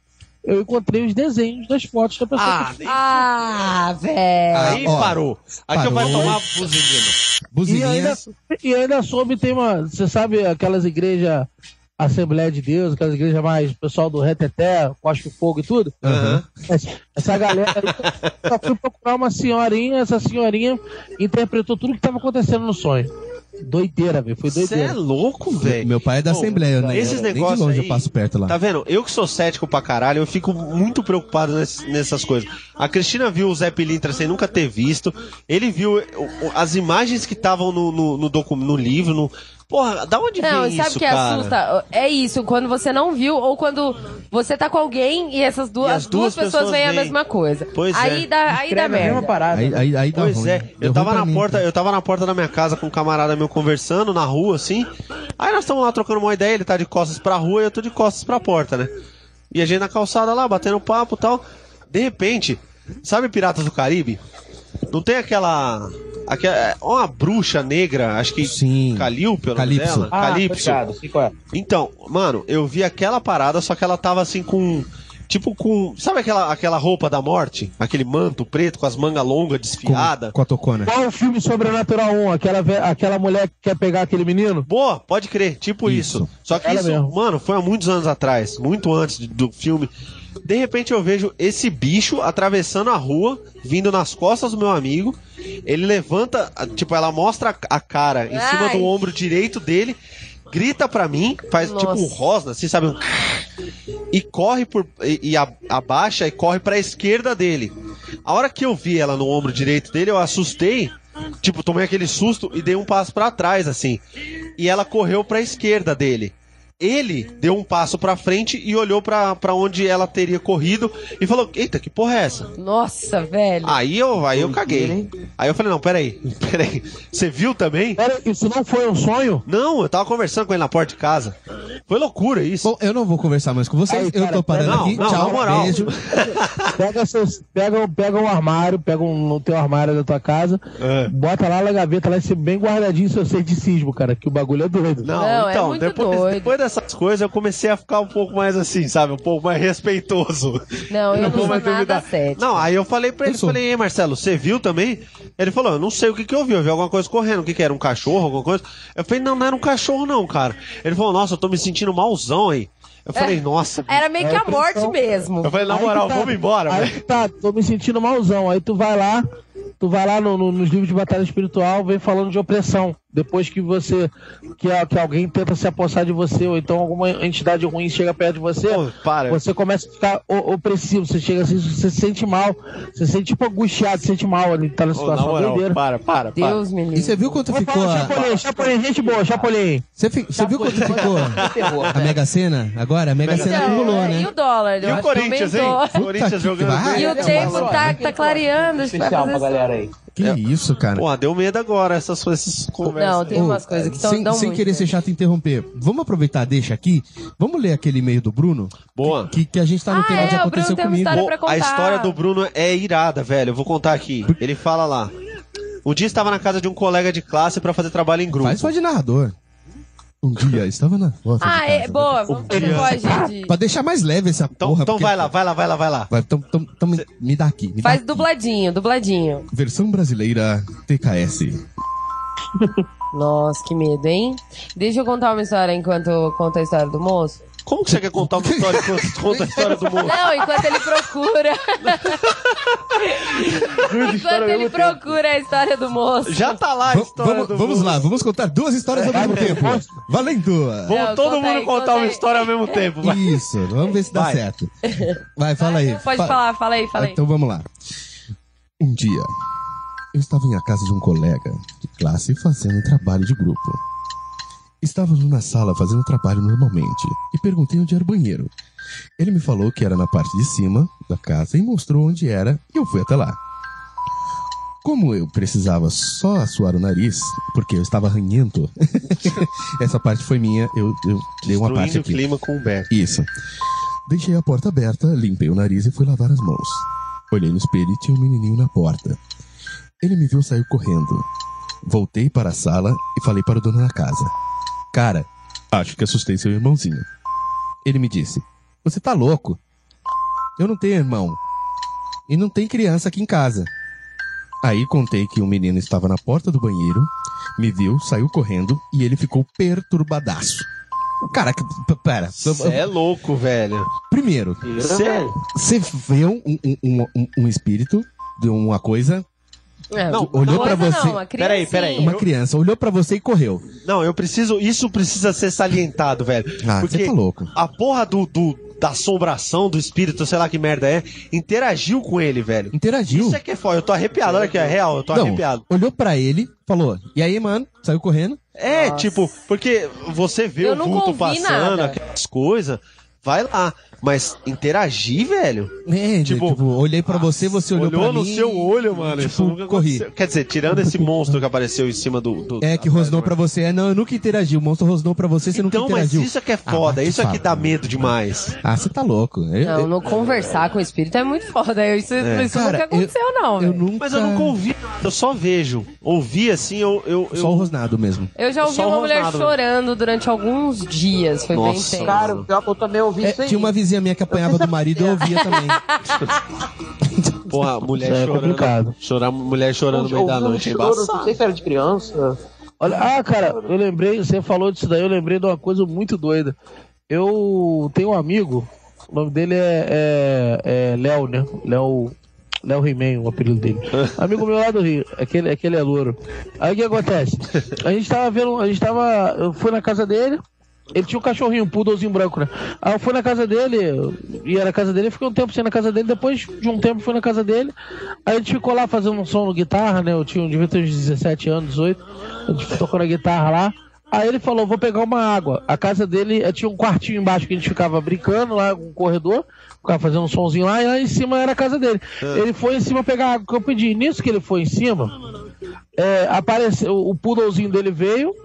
S6: Eu encontrei os desenhos das fotos da pessoa.
S3: Ah, nem-
S5: Ah, velho.
S3: É. aí
S4: Ah, ó,
S3: parou. Aqui eu vai
S4: parou.
S3: tomar buzina.
S6: e, ainda,
S4: Buzininha.
S6: e ainda soube, tem uma. Você sabe aquelas igrejas, Assembleia de Deus, aquelas igrejas mais pessoal do Reteté, Cospe Fogo e tudo.
S3: Aham.
S6: Essa- Essa galera aí, só fui procurar uma senhorinha, essa senhorinha interpretou tudo que estava acontecendo no sonho. Doideira, velho. Foi
S3: Você é
S6: doideira.
S3: louco, velho.
S4: Meu pai é da
S3: Pô,
S4: Assembleia, né?
S3: esses
S4: Nem
S3: negócios
S4: de longe
S3: aí-
S4: eu passo perto lá.
S3: Tá vendo? Eu que sou cético pra caralho, eu fico muito preocupado ness- nessas coisas. A Cristina viu o Zé Pilintra sem nunca ter visto. Ele viu eh, o- o- as imagens que estavam no, no, no, docu- no livro. No... Porra, da onde
S5: Não,
S3: vem
S5: e sabe
S3: isso,
S5: o que
S3: cara?
S5: assusta? É isso, quando você não viu, ou quando você tá com alguém e essas duas,
S3: E
S5: as duas, pessoas veem a mesma coisa.
S3: Pois
S5: aí
S3: é.
S5: dá, aí dá
S7: Escreve a mesma
S5: merda.
S7: parada.
S4: Aí, aí, aí dá
S3: Pois
S4: Tá ruim. né?
S3: é,
S4: Deu
S3: eu
S4: ruim
S3: tava
S4: pra
S3: na
S4: mim, tá?
S3: porta,
S4: cara.
S3: eu tava na porta da minha casa com um camarada meu conversando na rua, assim. Aí nós estamos lá trocando uma ideia, ele tá de costas pra rua e eu tô de costas pra porta, né? E a gente na calçada lá, batendo papo e tal. De repente, sabe Piratas do Caribe? Não tem aquela. aquela é uma bruxa negra, acho que.
S4: Sim.
S3: Calilpe, é o nome
S4: Calypso.
S3: dela?
S6: Ah, tá
S3: Calypso.
S7: Obrigado, sei qual é.
S3: Então, mano, eu vi aquela parada, só que ela tava assim com. Tipo com. Sabe aquela, aquela roupa da morte? Aquele manto preto com as mangas longas
S4: Com,
S3: desfiadas?
S4: com a tocona.
S6: Qual o filme Sobrenatural 1? Aquela, ve- aquela mulher que quer pegar aquele menino?
S3: Boa, pode crer, tipo isso.
S4: Isso.
S3: Só que
S6: Ela
S3: isso,
S6: mesmo.
S3: mano, foi há muitos anos atrás, muito antes de- do filme. De repente eu vejo esse bicho atravessando a rua, vindo nas costas do meu amigo. Ele levanta, a- tipo, ela mostra a- a cara em cima
S5: Ai.
S3: do ombro direito dele, grita pra mim, faz
S5: Nossa.
S3: tipo um rosna, assim, sabe? Um... E corre por. E, e a- abaixa e corre pra esquerda dele. A hora que eu vi ela no ombro direito dele, eu assustei. Tipo, tomei aquele susto e dei um passo pra trás, assim. E ela correu pra esquerda dele. Ele deu um passo pra frente e olhou pra pra onde ela teria corrido e falou: Eita, que porra é essa?
S5: Nossa, velho.
S3: Aí eu, aí eu caguei.
S7: hein?
S3: Aí eu falei: Não, peraí, peraí. Você viu também?
S6: Pera, isso não foi um sonho?
S3: Não, eu tava conversando com ele na porta de casa. Foi loucura isso.
S4: Bom, eu não vou conversar mais com vocês.
S6: Aí,
S4: eu
S6: cara,
S4: tô parando
S3: não,
S4: aqui.
S3: não,
S4: Tchau,
S3: na moral.
S4: beijo.
S6: Pega, seus, pega, pega um armário, pega um, no teu armário da tua casa,
S3: É.
S6: bota lá na gaveta, lá em cima, bem guardadinho seu ceticismo, cara, que o bagulho é doido.
S3: Não,
S5: Não, é
S3: então,
S5: muito doido.
S3: depois, depois dessas coisas eu comecei a ficar um pouco mais assim, sabe? Um pouco mais respeitoso.
S5: Não, eu não,
S3: vou
S5: sou
S3: mais duvidar.
S5: nada sério.
S3: Não, aí eu falei pra ele,
S4: Eu sou.
S3: falei, ei, Marcelo, você viu também? Ele falou, eu não sei o que que eu vi, eu vi alguma coisa correndo, o que que era, um cachorro, alguma coisa? Eu falei, não, não era um cachorro não, cara. Ele falou, nossa, eu tô me sentindo malzão aí. Eu falei, nossa,
S5: É, Era meio que a morte mesmo.
S3: eu falei, na
S6: Então, Aí que
S3: moral,
S6: tá-
S3: vamos embora,
S6: Aí
S3: velho.
S6: que tá, tô me sentindo malzão. Aí tu vai lá, tu vai lá no- no- nos livros de batalha espiritual, vem falando de opressão. Depois que você, que, a- que alguém tenta se apossar de você, ou então alguma entidade ruim chega perto de você,
S3: Pô, para.
S6: você começa a ficar o- opressivo, você chega assim, você se sente mal, você se sente tipo angustiado, se sente mal ali, tá na
S3: Ô, na
S6: situação
S3: moral,
S6: doideira.
S3: para, para, para.
S5: Deus me
S4: E
S5: livre.
S4: você viu quanto
S6: Vai
S4: ficou
S6: falar,
S4: a...
S6: Chapolin, Chapolin, gente boa, Chapolin.
S4: Você, fi- você viu quanto ficou
S7: Terror,
S4: a Mega Sena? Agora? A Mega Sena
S5: Então,
S4: não rolou,
S5: é,
S4: né?
S5: E o dólar?
S3: E o Corinthians, hein? O
S4: que
S3: Corinthians jogando
S4: pariu.
S3: bem.
S5: E o
S7: É,
S5: tempo
S7: valor.
S5: tá, tá clareando. a gente vai
S7: Especial pra
S5: fazer
S7: galera aí.
S4: Que
S5: É.
S4: isso, cara.
S3: Porra, deu medo agora essas, essas conversas.
S5: Não, tem
S4: Ô,
S5: umas coisas que tão-
S4: sem,
S5: dão
S4: sem
S5: muito,
S4: querer
S5: né?
S4: ser chato e interromper, vamos aproveitar, deixa aqui. Vamos ler aquele e-mail do Bruno.
S3: Boa.
S4: Que, que a gente tá no
S5: Ah,
S4: que
S5: é,
S4: nada
S5: o Bruno
S4: aconteceu
S5: tem uma
S4: comigo.
S5: história-
S3: Bom,
S5: pra contar.
S3: A história do Bruno é irada, velho. Eu vou contar aqui. Ele fala lá. Um dia estava na casa de um colega de classe para fazer trabalho em grupo.
S4: Faz voz de narrador. Um dia estava na foto. né?
S5: Ah, é boa.
S3: Um
S5: Vamos
S3: dia.
S5: pode
S4: Pra deixar mais leve essa
S3: Então,
S4: porra.
S3: então
S4: porque-
S3: vai lá, vai lá, vai lá, vai lá.
S4: Vai, então, então- então me- me dá aqui. me dá
S5: Faz
S4: aqui.
S5: dubladinho, dubladinho.
S4: Versão brasileira TKS.
S5: Nossa, que medo, hein? Deixa eu contar uma história enquanto eu conto a história do moço.
S3: Como que você quer contar uma história enquanto conta a história do mundo?
S5: Não, enquanto ele procura. enquanto ele procura a história do moço.
S3: Já tá lá a
S4: Va-
S3: história
S4: vamos
S3: do É.
S4: vamos
S3: mundo.
S4: lá, vamos contar duas histórias ao mesmo tempo. Valendo!
S3: Vamos
S5: Não,
S3: todo
S5: conta
S3: mundo
S5: aí,
S3: contar
S5: conta
S3: uma
S5: aí.
S3: história ao mesmo tempo. vai.
S4: Isso, vamos ver se dá
S3: Vai.
S4: certo. Vai, fala aí.
S5: então Pode
S4: Fa-
S5: falar, fala aí, fala aí.
S4: Então vamos lá. Um dia, eu estava em a casa de um colega de classe fazendo um trabalho de grupo. Estávamos na sala fazendo o trabalho normalmente e perguntei onde era o banheiro. Ele me falou que era na parte de cima da casa e mostrou onde era e eu fui até lá. Como eu precisava só assoar o nariz, porque eu estava ranhento, essa parte foi minha, eu, eu dei uma parte
S3: Destruindo o clima
S4: aqui.
S3: com o Humberto.
S4: Isso. Deixei a porta aberta, limpei o nariz e fui lavar as mãos. Olhei no espelho e tinha um menininho na porta. Ele me viu sair correndo. Voltei para a sala e falei para o dono da casa. Cara, acho que assustei seu irmãozinho. Ele me disse: Você tá louco? Eu não tenho irmão. E não tem criança aqui em casa. Aí contei que o menino estava na porta do banheiro, me viu, saiu correndo e ele ficou perturbadaço. Cara, que- p- pera.
S3: Você é louco, velho.
S4: Primeiro,
S5: é
S3: Você
S4: um você vê um, um, um, um- um espírito de uma coisa
S5: É,
S3: Não,
S5: uma
S4: olhou
S5: coisa
S4: pra você-
S5: Não, uma
S3: Peraí,
S5: peraí,
S3: peraí.
S5: peraí.
S4: Uma criança olhou pra você e correu.
S3: Não, eu preciso. Isso precisa ser salientado, velho.
S4: Ah, você tá louco.
S3: a porra do, do- da assombração do espírito, sei lá que merda é, interagiu com ele, velho.
S4: Interagiu.
S3: Isso é que é foda. Eu tô arrepiado, olha aqui, é real, eu tô
S4: Não,
S3: arrepiado.
S4: olhou pra ele, falou, e aí, mano? Saiu correndo.
S3: É, tipo, porque você vê
S5: Eu
S3: o
S5: não
S3: vulto
S5: ouvi
S3: passando,
S5: nada.
S3: aquelas coisas, vai lá. Mas interagir, velho?
S4: É,
S3: Tipo,
S4: tipo, olhei pra você, você olhou, pra
S3: no
S4: mim.
S3: seu olho, mano. isso
S4: tipo,
S3: nunca
S4: corri.
S3: aconteceu. Quer dizer, tirando esse monstro que apareceu em cima do. do-
S4: É, que rosnou pra você. É, não, eu nunca interagi. O monstro rosnou pra você, você
S3: Então,
S4: nunca
S3: mas
S4: interagiu.
S3: isso é que é foda,
S4: vai te
S3: isso é que dá
S4: falar.
S3: medo demais.
S4: Ah, você tá louco. Eu,
S5: Não,
S4: eu,
S5: não conversar com o espírito é muito foda. Eu- Isso,
S6: É.
S5: isso
S4: Cara,
S5: nunca
S4: eu-
S5: aconteceu, não.
S4: eu
S5: velho.
S4: nunca...
S3: Mas eu nunca ouvi, eu só vejo. Ouvi assim, eu. eu, eu...
S4: Só o rosnado mesmo.
S5: Eu já ouvi
S3: Só
S5: uma
S3: rosnado,
S5: mulher
S3: velho.
S5: chorando durante alguns dias. Foi bem
S3: Nossa. Ah,
S5: intenso.
S7: Cara, eu, eu também ouvi
S4: É,
S7: isso aí.
S4: tinha uma vizinha minha que apanhava do marido e eu ouvia também.
S3: Porra, mulher
S6: Isso é
S3: chorando.
S6: complicado.
S3: Chorar, mulher chorando no meio
S7: ouvi
S3: da
S7: um
S3: noite. é
S7: choro, Não
S3: embaçado.
S7: sei se era de criança.
S6: Olha, ah, cara, eu lembrei, você falou disso daí, eu lembrei de uma coisa muito doida. Eu tenho um amigo, o nome dele é, é, é Léo, né? Léo. Léo He-Man, o apelido dele. Amigo meu lá do Rio, aquele, aquele é louro. Aí o que acontece? A gente tava vendo, a gente tava. Eu fui na casa dele, ele tinha um cachorrinho, um poodlezinho branco, né? Aí eu fui na casa dele, e era a casa dele, eu fiquei um tempo sem ir na casa dele, depois de um tempo eu fui na casa dele, aí a gente ficou lá fazendo um som no guitarra, né? Eu tinha, eu devia ter uns 17 anos, 18, a gente tocou na guitarra lá. Aí ele falou, vou pegar uma água. A casa dele eh, tinha um quartinho embaixo que a gente ficava brincando lá, um corredor, ficava fazendo um sonzinho lá, e lá em cima era a casa dele. Ele foi em cima pegar a água que eu pedi. Nisso que ele foi em cima, é, apareceu, o poodlezinho dele veio,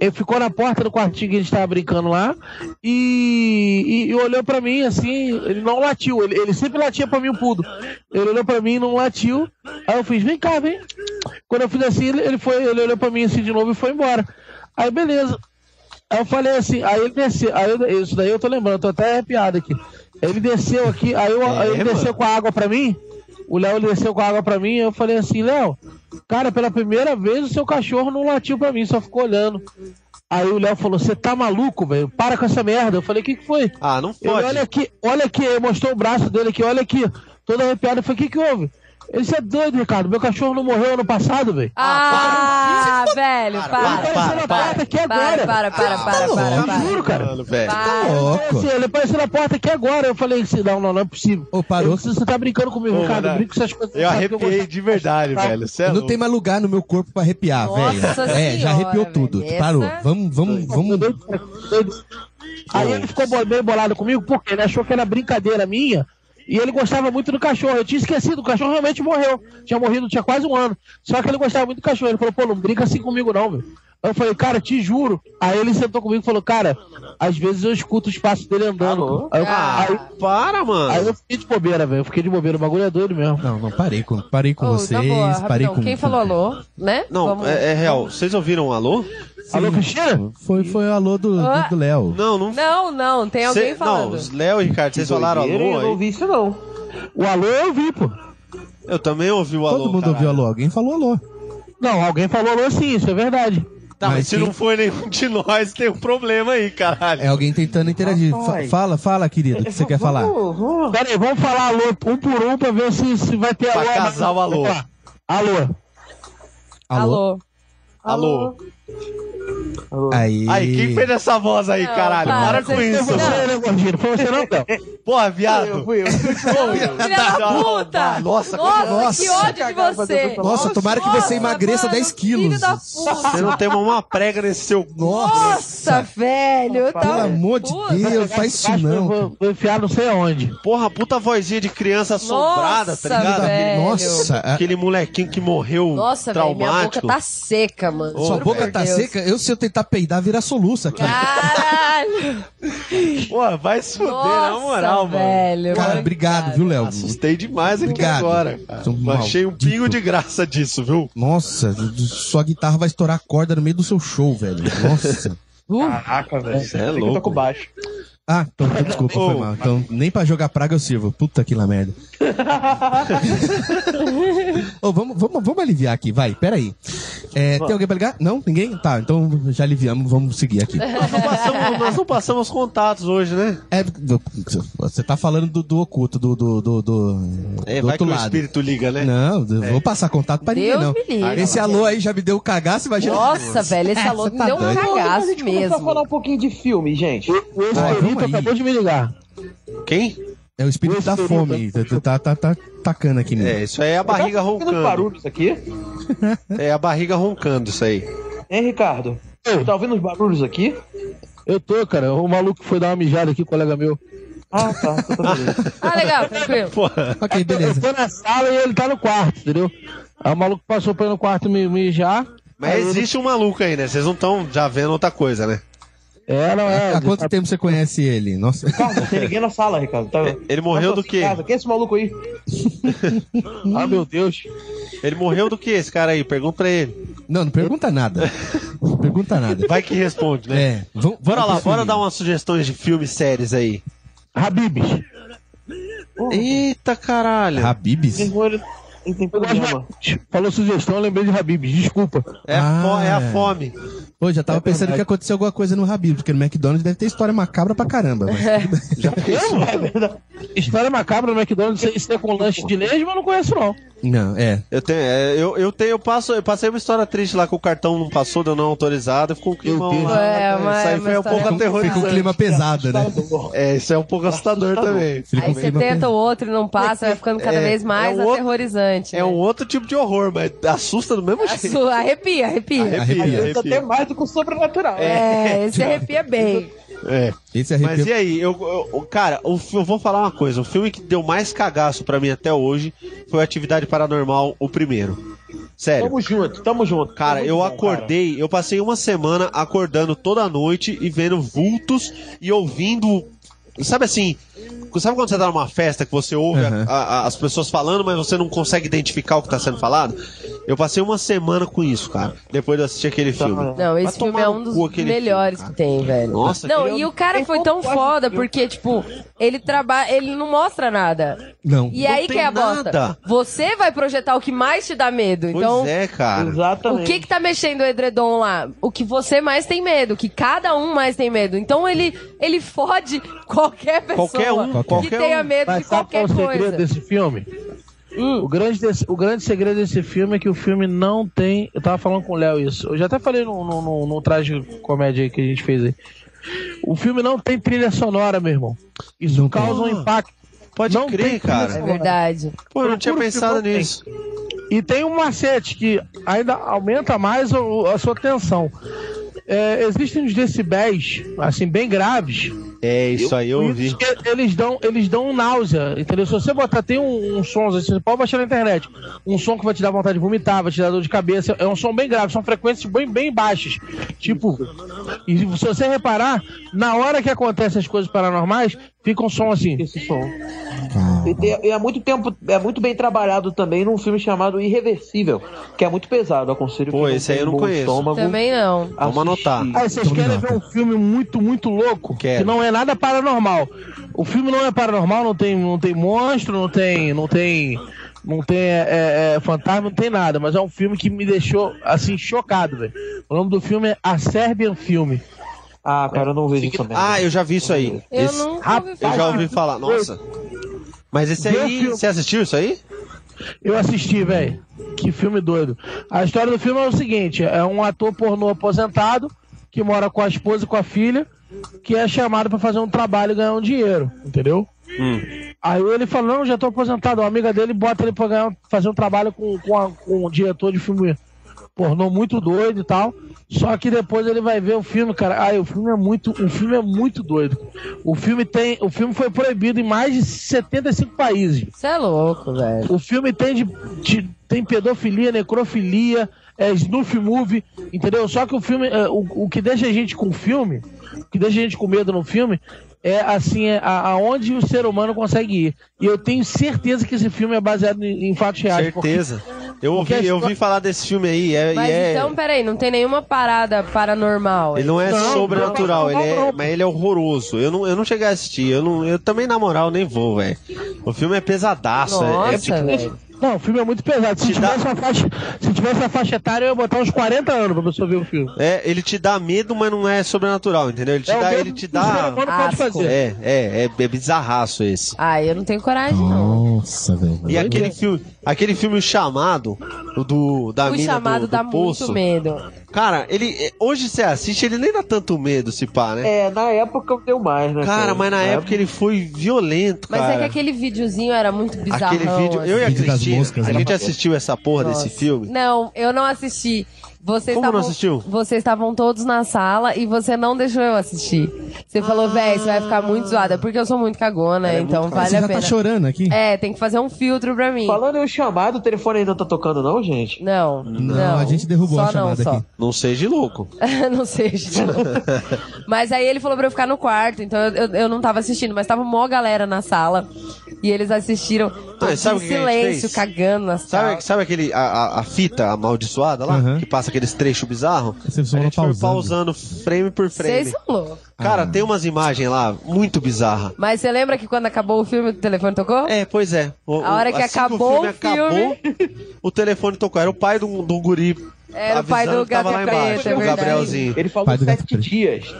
S6: ele ficou na porta do quartinho que a gente tava brincando lá e, e- e olhou pra mim assim, ele não latiu, ele, ele sempre latia pra mim o pudo. Ele olhou pra mim e não latiu. Aí eu fiz, vem cá, vem. Quando eu fiz assim, ele, ele foi, ele olhou pra mim assim de novo e foi embora. Aí beleza. Aí eu falei assim, aí ele desceu, aí eu- isso daí eu tô lembrando, tô até arrepiado aqui. Ele desceu aqui, aí, eu, aí ele
S3: mano.
S6: desceu com a água pra mim. O Léo desceu com a água pra mim, eu falei assim, Léo, cara, pela primeira vez o seu cachorro não latiu pra mim, só ficou olhando. Aí o Léo falou, você tá maluco, velho? Para com essa merda. Eu falei, o que, que foi?
S3: Ah, não
S6: Ele,
S3: pode.
S6: olha aqui, olha aqui, ele mostrou o braço dele aqui, olha aqui. Todo arrepiado, eu falei, o que, que houve? Ele, você é doido, Ricardo, meu cachorro não morreu ano passado, velho.
S5: Ah, velho, para.
S3: para,
S5: Para,
S6: Ele apareceu na
S3: para,
S6: porta aqui é agora. Tá
S5: para, para, para, para, para,
S6: Eu
S5: para.
S6: juro, cara.
S3: Mano, velho.
S5: Para.
S6: Ele
S4: Tá Ah, Louco.
S6: apareceu- Ele apareceu na porta aqui agora. Eu falei assim, não, não, não é possível.
S4: Ô, parou.
S6: Eu disse, Você tá brincando comigo,
S3: Ô,
S6: Ricardo,
S3: mano,
S6: brinco com essas coisas.
S3: Eu
S6: sabe que eu
S3: arrepiei
S6: gostava.
S3: de verdade,
S6: Tá.
S3: velho. Cê é
S4: não
S3: louco.
S4: tem mais lugar no meu corpo pra arrepiar,
S5: Nossa
S4: velho. É, já
S5: senhora,
S4: arrepiou
S5: velho.
S4: tudo.
S5: Essa-
S4: Parou. Vamos, vamos, vamos.
S6: Aí ele ficou bo- meio bolado comigo porque ele achou que era brincadeira minha e ele gostava muito do cachorro. Eu tinha esquecido, o cachorro realmente morreu. Tinha morrido, tinha quase um ano. Só que ele gostava muito do cachorro. Ele falou, pô, não brinca assim comigo não, meu. Aí eu falei, cara, te juro. Aí ele sentou comigo e falou, cara, às vezes eu escuto os passos dele andando.
S7: Alô?
S6: Aí eu,
S5: Ah.
S6: aí-
S3: Para, mano.
S6: aí eu fiquei de bobeira, velho. Eu fiquei de bobeira, o bagulho é doido mesmo.
S4: Não, não, parei com, parei com
S5: Ô, na
S4: vocês,
S5: boa,
S4: parei
S5: rapidão.
S4: com...
S5: Quem falou alô, né?
S3: Não,
S5: Vamos-
S3: é, é real. Vocês ouviram um alô?
S6: Alô, Cristina?
S4: Foi, foi o alô do do- do Léo.
S3: Não, não.
S5: Não, não, tem alguém
S3: Cê- Não,
S5: falando.
S3: os Léo e Ricardo, vocês falaram
S7: Eu
S3: alô
S7: não
S3: aí?
S7: ouvi isso, não.
S6: O alô eu vi, pô.
S3: Eu também ouvi o alô.
S4: Todo mundo ouviu alô. Alguém falou alô.
S6: Não, alguém falou alô sim, isso é verdade.
S3: Tá, mas
S4: Mas
S3: se
S4: quem-
S3: não foi nenhum de nós, tem um problema aí, caralho.
S4: É alguém tentando interagir. Fa-
S7: Rapaz.
S4: fala, fala, querido, o que você quer falar?
S7: Vamos, vamos.
S6: Pera aí, vamos falar alô um por um pra ver se, se vai ter
S3: Pra
S6: alô.
S3: casar o alô.
S6: Vamos lá. Alô.
S4: Alô?
S5: Alô.
S3: Alô.
S4: Aí.
S3: Aí, quem fez essa voz aí,
S5: Não,
S3: caralho? Para,
S5: para,
S3: com
S5: vocês-
S3: isso.
S6: Foi
S5: Não.
S6: você, né, Gordinho? Foi você não, Théo?
S3: Porra,
S7: Eu
S3: viado.
S7: fui eu.
S5: Filha da puta! Nossa,
S3: Nossa,
S5: que
S4: Nossa.
S5: ódio de você!
S4: Nossa, tomara que você
S5: Nossa,
S4: emagreça
S5: mano,
S4: 10 quilos.
S5: Filho da puta!
S3: Você não tem uma prega nesse seu cu.
S5: Nossa, velho! Eu
S4: Pelo
S5: tava-
S4: amor de
S5: Puta.
S4: Deus, faz isso
S6: Acho que eu
S4: não.
S6: Vou, vou enfiar não sei aonde.
S3: Porra, puta vozinha de criança assombrada, tá
S5: Nossa,
S3: ligado?
S5: velho.
S4: Nossa, a-
S3: Aquele molequinho que morreu
S5: Nossa, velho, minha boca
S3: traumático.
S5: tá seca, mano.
S4: sua
S5: Juro
S4: boca
S5: por
S4: tá
S5: Deus. Ah,
S4: seca. Eu, se eu tentar peidar, vira soluço aqui.
S5: Caralho!
S3: Pô, vai se fuder, na
S5: Nossa,
S3: moral, mano.
S5: velho!
S4: Cara,
S5: mano.
S4: obrigado, viu, Léo?
S3: Assustei demais aqui
S4: Obrigado.
S3: agora. cara.
S4: Seu
S3: Achei um
S4: maldito.
S3: pingo de graça disso, viu?
S4: Nossa, sua guitarra vai estourar a corda no meio do seu show, velho. Nossa.
S7: Caraca, velho.
S3: Cê é
S7: Tem que
S3: louco.
S7: eu toco baixo.
S4: Ah, então, desculpa, foi
S3: Ô.
S4: mal. Então, nem pra jogar praga eu sirvo. Puta que lá merda. Ô, vamos, vamos, vamos aliviar aqui, vai, peraí. É, tem alguém pra ligar? Não? Ninguém? Tá, então já aliviamos, vamos seguir aqui.
S3: Nós não passamos, nós não passamos contatos hoje, né?
S4: É, do- você tá falando do, do oculto, do, do, do, do,
S3: É,
S4: do
S3: vai que
S4: outro
S3: o
S4: lado.
S3: espírito liga, né?
S4: Não, eu vou passar contato pra ninguém,
S5: Deus
S4: não.
S5: me livre.
S4: Esse alô aí já me deu um cagaço, imagina.
S5: Nossa, velho, esse alô
S4: você
S5: me
S4: tá
S5: deu um
S4: doido.
S7: Mas a
S5: cagaço
S7: gente começou a falar
S5: mesmo.
S7: um pouquinho de filme, gente.
S6: O
S4: vamos
S6: Esterito
S4: aí.
S6: acabou de me ligar.
S3: Quem?
S4: É o espírito da fome, tá, tá, tá tacando aqui mesmo.
S3: É, isso aí é a barriga
S7: Tá fazendo
S3: roncando.
S7: barulhos aqui?
S3: É a barriga roncando isso aí.
S7: Hein, Ricardo?
S6: Eu.
S7: Tá ouvindo os barulhos aqui?
S6: Eu tô, cara. O maluco foi dar uma mijada aqui, colega meu.
S7: Ah, tá. Tô ouvindo.
S5: Ah, legal, tranquilo.
S3: É.
S4: Ok,
S6: Eu
S4: beleza.
S6: tô na sala e ele tá no quarto, entendeu? Aí o maluco passou pra ir no quarto me mijar.
S3: Mas existe um maluco aí, né? Vocês não estão já vendo outra coisa, né?
S6: É, não é.
S4: Há quanto tempo você conhece ele? Nossa.
S7: Ricardo, não tem ninguém na sala, Ricardo. Tá-
S3: Ele morreu do
S7: Tá
S3: quê?
S7: em casa. Quem é esse maluco aí?
S6: Ah, meu Deus.
S3: Ele morreu do que esse cara aí? Pergunta pra ele.
S4: Não, não pergunta nada. Não pergunta nada.
S3: Vai que responde, né?
S4: É, vamos,
S3: Bora lá,
S4: vamos pro
S3: bora
S4: filme.
S3: dar umas sugestões de filmes séries aí.
S6: Habibs.
S3: Eita caralho.
S4: Habibs?
S7: Mesmo ele ele tem
S6: Eu gosto de
S7: problema.
S6: Habib's. Falou sugestão, eu lembrei de Habibs. Desculpa.
S3: É, a fo-
S4: Ah.
S3: é a fome.
S4: Pô, já tava pensando
S6: verdade.
S4: que aconteceu alguma coisa no Habibs, porque no McDonald's deve ter história macabra pra caramba. mas-
S6: História macabra no McDonald's, isso é com lanche de lesma, eu não conheço, não.
S4: Não, é.
S3: Eu tenho, é, eu, eu tenho, eu passo, eu passei uma história triste lá que o cartão não passou, deu não autorizado, ficou um clima
S6: Deus.
S3: lá.
S5: É, mas
S3: isso aí
S5: é
S3: foi
S5: uma
S3: um pouco
S5: história-
S4: Fica um
S3: aterrorizante.
S4: clima pesado, né?
S3: É, isso é um pouco assustador Tá também.
S4: Fica um
S5: Aí você
S4: clima
S5: tenta
S4: pesado.
S5: o outro e não passa, vai ficando cada
S3: É,
S5: vez mais
S3: é um outro-
S5: aterrorizante.
S3: É
S5: né?
S3: um outro tipo de horror, mas assusta do mesmo
S5: A
S3: jeito.
S5: sua- Arrepia, arrepia.
S4: Arrepia.
S7: Isso até mais do que o sobrenatural.
S5: É, esse arrepia bem.
S3: É.
S4: Esse
S3: Mas
S4: arrepio.
S3: e aí, eu, eu- cara, o fi- eu vou falar uma coisa. O filme que deu mais cagaço pra mim até hoje foi Atividade Paranormal, o primeiro. Sério.
S7: Tamo junto, tamo junto.
S3: Cara,
S7: Muito
S3: eu
S7: bom,
S3: acordei, eu passei uma semana acordando toda noite e vendo vultos e ouvindo. Sabe assim, sabe quando você tá numa festa que você ouve a-
S4: Uhum.
S3: a- a- as pessoas falando, mas você não consegue identificar o que tá sendo falado? Eu passei uma semana com isso, cara, depois de assistir aquele
S7: Tá
S3: filme.
S5: Não,
S3: Vai
S5: esse
S3: tomar
S5: filme é
S3: no
S5: um dos
S3: cu aquele
S5: melhores
S3: filme,
S5: que tem, velho.
S3: Nossa,
S5: não,
S3: aquele- é um
S5: e o cara foi tão foda porque, tipo, ele trabalha, ele não mostra nada.
S4: Não.
S5: E
S3: Não
S5: aí
S3: tem
S5: que é a bosta.
S3: nada.
S5: Você vai projetar o que mais te dá medo.
S3: Pois
S5: então,
S3: é, cara.
S5: o
S7: Exatamente.
S5: que que tá mexendo o edredom lá? O que você mais tem medo, o que cada um mais tem medo. Então ele ele fode qualquer pessoa.
S3: Qualquer um,
S5: que
S3: qualquer
S5: tenha
S3: um.
S5: medo de
S6: Mas sabe qual é
S5: qualquer
S6: o segredo
S5: coisa.
S6: desse filme?
S5: Hum.
S6: O grande, desse- o grande segredo desse filme é que o filme não tem. Eu tava falando com o Léo isso. Eu já até falei no, no, no, no traje comédia aí que a gente fez aí. O filme não tem trilha sonora, meu irmão. Isso
S4: Não tem.
S6: causa um impacto.
S3: Pode
S6: Não
S3: crer,
S6: tem trilha
S5: É
S3: cara.
S5: verdade.
S3: Pô, eu não tinha
S6: Procura o
S3: pensado
S6: filme, não
S3: nisso.
S6: E tem um macete que ainda aumenta mais o- a sua tensão. É, existem uns decibéis, assim, bem graves.
S3: É, isso aí eu ouvi.
S6: que Eles dão, eles dão um náusea, entendeu? Se você botar, tem um, um som, você pode baixar na internet. Um som que vai te dar vontade de vomitar, vai te dar dor de cabeça. É um som bem grave, são frequências bem, bem baixas. Tipo, e se você reparar, na hora que acontecem as coisas paranormais, fica um som assim.
S7: Esse som.
S4: Ah,
S7: E, tem- e é muito tempo, é muito bem trabalhado também num filme chamado Irreversível, que é muito pesado, aconselho.
S3: Pô,
S7: quem não
S3: esse aí
S7: tem
S3: eu não
S7: bom
S3: conheço.
S7: estômago,
S5: Também não.
S6: Ah,
S3: Vamos
S7: assistir.
S3: anotar.
S6: Aí vocês querem ver um filme muito, muito louco?
S3: Quero.
S6: Que não é nada paranormal. O filme não é paranormal, não tem, não tem monstro, não tem. não tem. Não tem é, é, fantasma, não tem nada, mas é um filme que me deixou assim chocado, velho. O nome do filme é A Serbian Filme.
S7: Ah, cara, eu não vejo isso também.
S3: Ah, eu já vi isso aí.
S5: Eu
S3: Esse-
S5: não ouvi
S6: rapaz,
S3: Eu
S5: falar.
S3: já ouvi falar, nossa. Mas esse
S6: Vê o
S3: aí,
S6: filme.
S3: você assistiu isso aí?
S6: Eu assisti, velho. Que filme doido. A história do filme é o seguinte: é um ator pornô aposentado que mora com a esposa e com a filha, que é chamado pra fazer um trabalho e ganhar um dinheiro, entendeu? Aí ele fala, não, já tô aposentado. Uma amiga dele bota ele pra ganhar, fazer um trabalho com, com, a- com um diretor de filme pornô muito doido e tal. Só que depois ele vai ver o filme, cara. Ai, o filme é muito, o filme é muito doido. O filme tem, o filme foi proibido em mais de 75 países.
S5: Você é louco, velho.
S6: O filme tem de, de- tem pedofilia, necrofilia, é snuff movie, entendeu? Só que o filme, é, o, o que deixa a gente com o filme, o que deixa a gente com medo no filme é assim, é a- aonde o ser humano consegue ir. E eu tenho certeza que esse filme é baseado em, em fatos reais. porque
S3: Certeza. Eu ouvi,
S6: Porque a
S3: eu ouvi falar desse filme aí. É,
S5: Mas
S3: e é-
S5: então, peraí, não tem nenhuma parada paranormal.
S3: Ele não é
S6: Não,
S3: sobrenatural,
S6: não, não,
S3: ele é,
S6: não.
S3: mas ele é horroroso. Eu não, eu não cheguei a assistir, eu, não, eu também, na moral, nem vou, velho. O filme é pesadaço. é- é
S5: Nossa,
S3: tipo-
S5: velho.
S6: Não, o filme é muito pesado. Se
S3: Te dá-
S6: tivesse, uma faixa, se tivesse uma faixa etária, eu ia botar uns 40 anos pra pessoa ver o filme.
S3: é, ele te dá medo, mas não é sobrenatural, entendeu? Ele te
S6: é o
S3: dá.
S6: mesmo
S3: Ele te
S6: que o ser
S3: dá.
S6: humano pode
S5: asco.
S6: fazer.
S3: É, é, é, é bizarraço esse.
S5: Ai, Ah, eu não tenho coragem, não.
S4: Nossa, velho.
S3: E aquele filme, aquele filme O chamado, o do da
S5: o
S3: mina
S5: chamado
S3: do, do
S5: dá
S3: poço.
S5: muito medo.
S3: Cara, ele é, hoje você assiste, ele nem dá tanto medo, se pá, né?
S7: É, na época eu deu mais, né?
S3: Cara, mas
S4: É.
S3: na época ele foi violento,
S5: Mas
S3: cara.
S5: é que aquele é assim. videozinho era muito bizarro.
S3: Aquele vídeo, eu e a
S4: Vídeo das
S3: Cristina,
S4: moscas,
S3: a
S4: né?
S3: gente assistiu essa porra desse filme.
S5: Não, eu não assisti. Vocês
S3: Como
S5: estavam-
S3: não assistiu?
S5: Vocês estavam todos na sala e você não deixou eu assistir. Você falou, véi, você vai ficar muito zoada, porque eu sou muito cagona,
S3: é
S5: então vale
S4: Você
S5: a
S4: já
S5: pena.
S4: tá chorando aqui?
S5: é, tem que fazer um filtro pra mim.
S7: Falando em um chamado, o telefone ainda tá tocando, não, gente?
S5: Não, não,
S4: a gente derrubou
S5: só
S4: a chamada
S5: não,
S4: aqui.
S3: Não seja louco.
S5: Só. não seja. mas aí ele falou pra eu ficar no quarto, então eu, eu, eu não tava assistindo, mas tava mó galera na sala. E eles assistiram todos
S3: sabe
S5: em
S3: o que que a gente
S5: silêncio,
S3: fez?
S5: cagando na sala.
S3: Sabe, sabe aquele a, a- a fita amaldiçoada lá,
S4: Aham.
S3: que passa aqueles trechos bizarros?
S4: Você só
S3: a gente
S4: pausando. Ah.
S3: foi pausando frame por
S5: Vocês
S3: frame.
S5: são loucos.
S3: Cara, tem umas imagens lá muito bizarras.
S5: Mas você lembra que quando acabou o filme, o telefone tocou?
S3: É, pois é. O-
S5: A hora que
S3: assim
S5: acabou o
S3: acabou, o telefone tocou. Era o pai do, do um guri.
S5: Era o pai
S3: avisando
S5: do
S3: que tava lá
S5: Gato Preto,
S3: embaixo,
S5: é
S3: o
S5: verdade.
S3: Gabrielzinho.
S7: Ele falou
S4: Pai do Gato
S7: sete
S4: Preto.
S7: dias.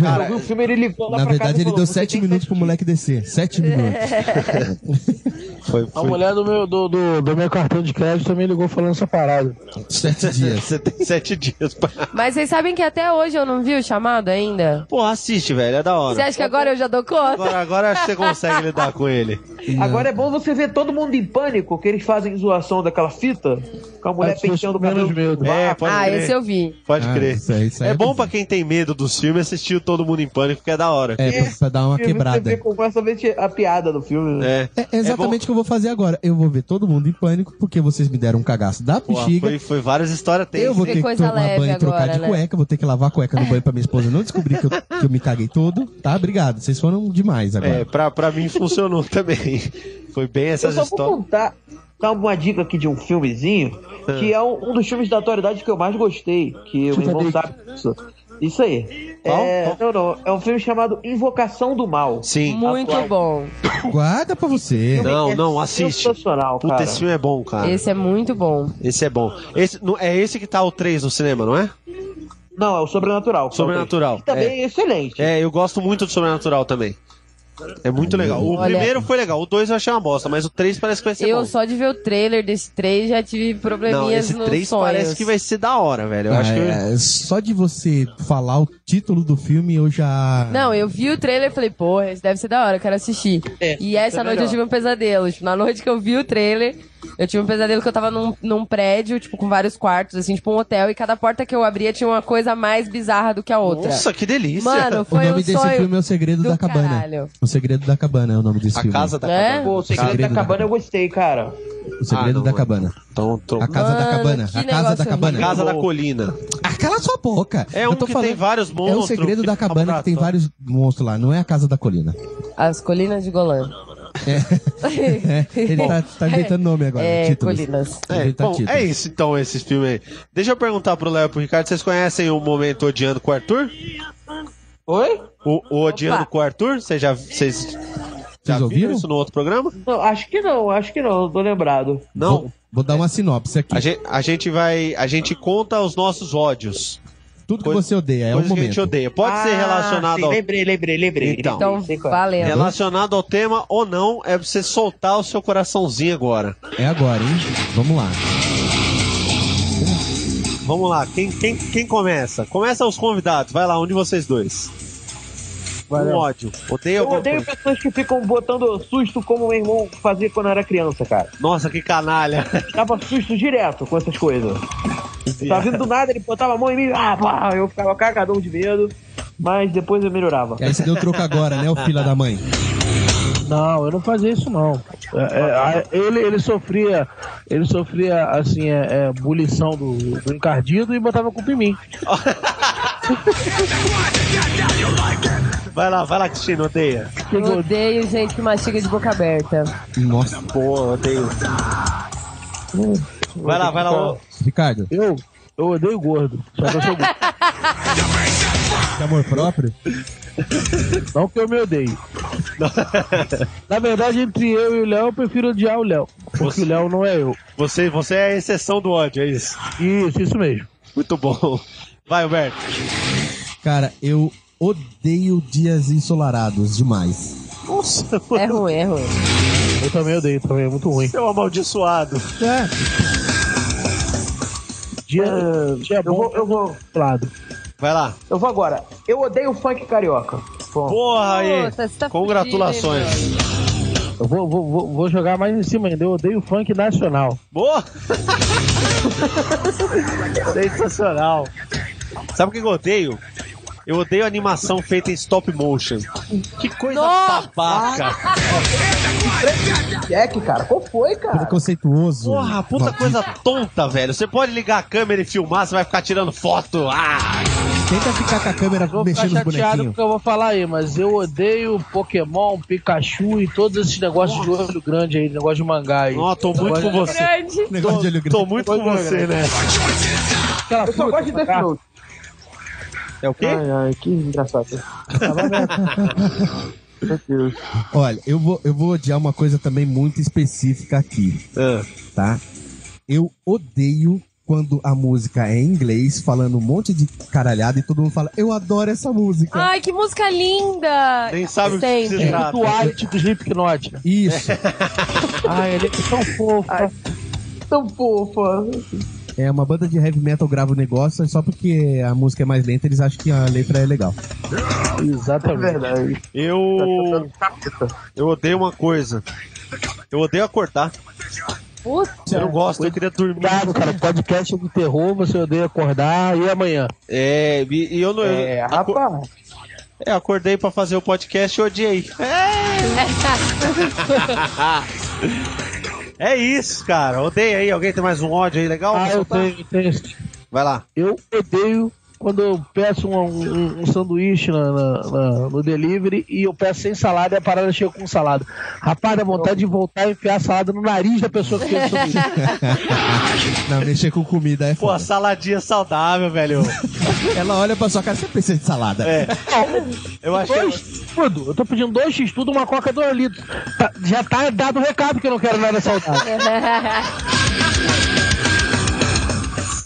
S7: Cara, eu vi o filme, ele ligou lá
S4: Na
S7: pra casa
S4: verdade,
S7: e
S4: ele
S7: falou,
S4: deu
S7: "Você
S4: 7
S7: tem
S4: minutos
S7: sete
S4: pro moleque descer. 7
S5: É.
S4: minutos.
S3: Foi,
S6: A
S3: foi.
S6: mulher do meu, do, do, do meu cartão de crédito também ligou falando essa parada.
S4: 7 dias.
S3: Você tem sete dias pra.
S5: Mas vocês sabem que até hoje eu não vi o chamado ainda?
S3: Pô, assiste, velho. É da hora.
S5: Você acha que agora eu já dou conta?
S3: Agora, agora acho que você consegue lidar com ele.
S7: Agora é bom você ver todo mundo em pânico, que eles fazem zoação daquela fita, com a mulher
S6: As pessoas
S7: penteando o
S6: com menos
S7: cabelo.
S6: medo.
S3: É, pode
S5: ah,
S3: crer.
S5: esse eu vi.
S3: Pode
S4: Ah,
S3: crer.
S4: isso aí- isso aí
S3: é
S4: é
S3: bom
S4: bizarro.
S3: pra quem tem medo dos filmes assistir o Todo Mundo em Pânico, que é da hora.
S4: É, pra, pra dar uma quebrada.
S7: Você vê como é somente a piada do filme. né?
S3: É.
S4: É exatamente o que eu vou fazer agora. Eu vou ver todo mundo em pânico, porque vocês me deram um cagaço da
S3: Pô,
S4: bexiga.
S3: foi, foi várias histórias tensas.
S4: Eu vou
S5: Que
S4: ter que
S5: coisa
S4: tomar
S5: leve
S4: banho e trocar
S5: agora,
S4: de
S5: né?
S4: cueca. Vou ter que lavar a cueca no banho pra minha esposa não descobrir que eu, que eu me caguei todo. Tá, obrigado. Vocês foram demais
S3: É,
S4: agora.
S3: pra, pra mim funcionou também. Foi bem
S7: Eu
S3: essas
S7: só vou
S3: histórias.
S7: contar, dar uma dica aqui de um filmezinho, que é um, um dos filmes da atualidade que eu mais gostei, que o meu irmão sabe disso. Isso aí.
S3: Qual?
S7: É, não, não, é um filme chamado Invocação do Mal.
S3: Sim.
S5: Muito bom.
S3: É.
S4: Guarda pra você.
S3: Não,
S7: É
S3: não, assiste.
S7: Sensacional,
S3: Puta,
S7: cara.
S3: esse filme é bom, cara. Esse,
S5: Esse é muito bom.
S3: é bom. Esse, não- é esse que tá o 3 no cinema, não é?
S7: Não, é o Sobrenatural. que
S3: Sobrenatural,
S7: é o que também é, excelente.
S3: É, eu gosto muito do Sobrenatural também. É muito legal. O
S5: Olha-
S3: primeiro foi legal, o 2 eu achei uma bosta, mas o 3 parece que vai ser
S5: eu
S3: é bom.
S5: só de ver o trailer desse 3 já tive
S3: Não,
S5: probleminhas
S3: esse
S5: nos
S3: 3
S5: sonhos.
S3: parece que vai ser da hora, velho. Eu acho
S4: Ah,
S3: que.
S4: é, Só de você falar o título do filme, eu já.
S5: Não, eu vi o trailer e falei, porra, esse deve ser da hora, eu quero assistir.
S7: É,
S5: e essa
S7: esse é
S5: noite eu
S7: melhor.
S5: tive um pesadelo. Tipo, na noite que eu vi o trailer, eu tive um pesadelo que eu tava num, num prédio, tipo, com vários quartos, assim, tipo um hotel, e cada porta que eu abria tinha uma coisa mais bizarra do que a outra.
S3: Nossa, que delícia!
S5: Mano,
S4: O
S5: foi
S4: nome
S5: um
S4: desse
S5: sonho.
S4: filme é O Segredo
S5: do
S4: da Cabana.
S5: caralho.
S4: O Segredo da Cabana é o nome desse
S3: a
S4: filme.
S3: casa da
S5: Né?
S3: cabana.
S7: Pô, o Segredo
S4: Segredo
S7: da
S4: da
S7: Cabana tá eu gostei, cara.
S4: O Segredo
S3: Ah, não,
S4: da Cabana.
S3: Então, tro...
S4: A Casa da
S5: Mano,
S4: Cabana.
S5: que
S4: A Casa da
S5: negócio
S4: Cabana.
S5: horrível.
S3: Casa da colina.
S4: Ah, cala sua boca.
S3: É um
S4: eu tô
S3: que
S4: falando...
S3: tem vários
S4: É o
S3: monstros.
S4: segredo da
S3: que-
S4: cabana que tem vários monstros lá, não é a casa da colina.
S5: As colinas de Golã.
S4: É, ele tá, tá inventando nome agora.
S5: É,
S4: títulos.
S5: colinas.
S3: É,
S4: Inventa
S3: bom,
S4: títulos.
S3: é isso então, esse filme aí. Deixa eu perguntar pro Léo e pro Ricardo, vocês conhecem o Momento Odiando com o Arthur?
S7: Oi?
S3: O, o Odiando
S5: Opa.
S3: com o Arthur? Vocês já, vocês já
S4: Vocês
S3: viram
S4: ouviram?
S3: isso no outro programa?
S7: Não, acho que não, acho que não, não tô lembrado.
S3: Não?
S4: Vou, vou dar uma sinopse aqui.
S3: A gente, a gente vai. A gente conta os nossos ódios.
S4: Tudo
S3: coisa-
S4: que você odeia é o
S3: coisas que a gente
S4: momento.
S3: odeia. Pode ser
S7: Ah,
S3: relacionado
S7: sim,
S3: ao.
S7: Lembrei, lembrei, lembrei.
S3: Então.
S5: Então,
S7: Sei qual é.
S5: valendo.
S3: Relacionado ao tema ou não, é pra você soltar o seu coraçãozinho agora.
S4: É agora, hein? Vamos lá.
S3: Vamos lá, quem, quem, quem começa? Começa os convidados, vai lá, um de vocês dois. Um ódio. Odeio
S7: Eu
S3: alguma
S7: odeio
S3: coisa.
S7: pessoas que ficam botando susto como meu irmão fazia quando era criança, cara.
S3: Nossa, que canalha.
S7: Dava susto direto com essas coisas. Tá vindo do nada, ele botava a mão em mim, ah, pá, eu ficava cagadão de medo, mas depois eu melhorava.
S4: E aí você deu troco agora, né, o filho da mãe?
S6: Não, eu não fazia isso não. É, é, a- ele, ele sofria, ele sofria assim, é, é, bulição do, do encardido e botava a culpa em mim.
S3: Vai lá, vai lá, Cristina, odeia.
S5: Eu odeio gente que mastiga de boca aberta.
S4: Nossa,
S3: Pô, odeio. Vai lá, vai lá. ô.
S4: Ricardo,
S6: Eu, eu odeio gordo. Só que eu sou gordo.
S4: de amor próprio?
S6: Não que eu me odeie. Na verdade, entre eu e o Léo, eu prefiro odiar o Léo. Porque
S3: Você-
S6: o Léo não é eu.
S3: Você, você é a exceção do ódio, é isso.
S6: Isso, isso mesmo.
S3: Muito bom. Vai, Humberto.
S4: Cara, eu odeio dias ensolarados demais.
S3: Nossa,
S5: É ruim, é ruim.
S6: Eu também odeio, também é muito ruim.
S3: seu amaldiçoado.
S6: Dia, dia
S7: É, Eu
S6: bom,
S7: vou, eu vou,
S6: lado.
S3: Vai lá.
S7: eu vou agora. Eu odeio funk carioca. Bom,
S3: Porra aí.
S5: Puta, você tá
S3: Congratulações.
S5: fudido, hein,
S6: Eu vou, vou, vou, vou jogar mais em cima ainda. Eu odeio funk nacional.
S3: Boa! Sensacional. Sabe o que eu odeio? Eu odeio animação feita em stop motion. Que coisa
S5: Nossa!
S3: babaca.
S7: Jack, É cara, qual foi, cara?
S4: Preconceituoso.
S3: Porra, puta coisa tonta, velho. Você pode ligar a câmera e filmar, você vai ficar tirando foto. Ah!
S4: Tenta ficar com a câmera
S6: Eu vou ficar
S4: mexendo nos
S6: chateado
S4: bonequinhos.
S6: porque eu vou falar aí, mas eu odeio Pokémon, Pikachu e todos esses negócios de olho grande aí, negócio de mangá aí.
S3: Não, tô muito com
S5: meu?
S3: você.
S5: Grande.
S4: Negócio de olho grande.
S3: Tô muito com você, né?
S6: Aquela
S7: Eu só
S6: puta,
S7: gosto de Death
S6: cara.
S7: Note.
S3: É o quê?
S7: Ai, ai, que engraçado. Meu Deus.
S4: Olha, eu vou, eu vou odiar uma coisa também muito específica aqui,
S3: Ah.
S4: tá? Eu odeio quando a música é em inglês, falando um monte de caralhada e todo mundo fala, eu adoro essa música.
S5: Ai, que música linda.
S3: Nem sabe o que
S5: Sempre.
S3: se trata.
S6: Do Alien do Slipknot.
S4: Isso,
S6: Ai, ele é tão fofo.
S7: Ah, Tão fofa.
S4: é uma banda de heavy metal grava o negócio, só porque a música é mais lenta, eles acham que a letra é legal.
S7: É
S6: Exatamente.
S7: verdade.
S3: Eu. Eu odeio uma coisa. Eu odeio acordar.
S5: Puta.
S3: Eu não gosto, eu queria dormir.
S6: Cuidado, cara. Podcast de terror, você odeia acordar e amanhã.
S3: É, e e eu não.
S7: É,
S3: eu, acor-
S7: rapaz.
S3: é, acordei pra fazer o podcast e odiei. É isso, cara. Odeio aí. Alguém tem mais um ódio aí legal?
S6: Ah,
S3: Pra
S6: eu
S7: tá-
S3: soltar?
S6: tenho, tenho.
S3: Vai lá.
S6: Eu odeio quando eu peço um, um- um sanduíche na- na- na- no delivery e eu peço sem salada e a parada chega com salada. Rapaz, dá vontade de voltar e enfiar a salada no nariz da pessoa que fez o sanduíche.
S4: Não, mexer com comida é
S3: Pô, a
S4: foda.
S3: saladinha saudável, velho.
S4: Ela olha pra sua cara, você precisa de salada.
S3: É. Eu acho
S6: Dois
S3: que.
S6: tudo. Eu tô pedindo dois x tudo, uma coca, dois litros. Tá- já tá dado o recado que eu não quero nada
S4: É.
S6: saudável.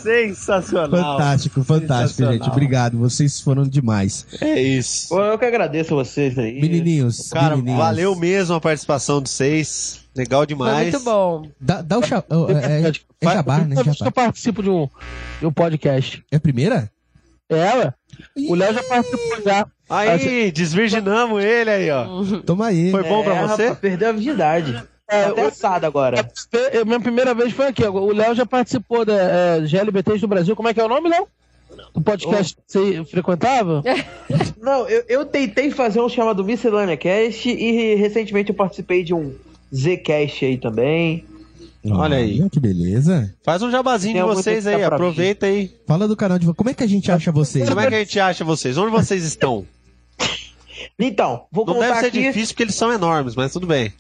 S3: Sensacional.
S4: Fantástico, fantástico, gente.
S3: Sensacional.
S4: Obrigado, vocês foram demais.
S3: É isso.
S7: Pô, Eu que agradeço a vocês aí.
S4: Menininhos,
S3: Cara,
S4: menininhos.
S3: valeu mesmo a participação de vocês. Legal
S5: Foi
S3: demais.
S5: muito bom.
S4: Dá, dá o chá. É, é, é jabá, né?
S6: Toda vez que
S4: Jabá.
S6: eu participo de um, de um podcast.
S4: É a primeira?
S6: É, ué. O Léo já participou já.
S3: Aí, desvirginamos ele aí, ó.
S4: Toma aí.
S3: Foi bom pra
S7: É,
S3: você?
S7: rapaz, perdeu a virgindade.
S6: É,
S7: Tá até
S6: eu-
S7: assado agora.
S6: Eu- minha primeira vez foi aqui. O Léo já participou da é, GLBTs do Brasil. Como é que é o nome, Léo? Do podcast que você frequentava?
S7: Não, eu, eu tentei fazer um chamado Miscelânea Cast e recentemente eu participei de um Zcast aí também.
S3: Olha aí.
S4: Que beleza.
S3: Faz um jabazinho
S7: Tem
S3: de
S7: alguma
S3: vocês
S7: coisa
S3: aí,
S7: tá pra mim?
S3: aproveita aí.
S4: Fala do canal de vocês. Como é que a gente acha vocês?
S3: Como é que a gente acha vocês? Onde vocês estão?
S7: Então, vou
S3: Não
S7: contar
S3: deve ser
S7: aqui.
S3: difícil porque eles são enormes, mas tudo bem.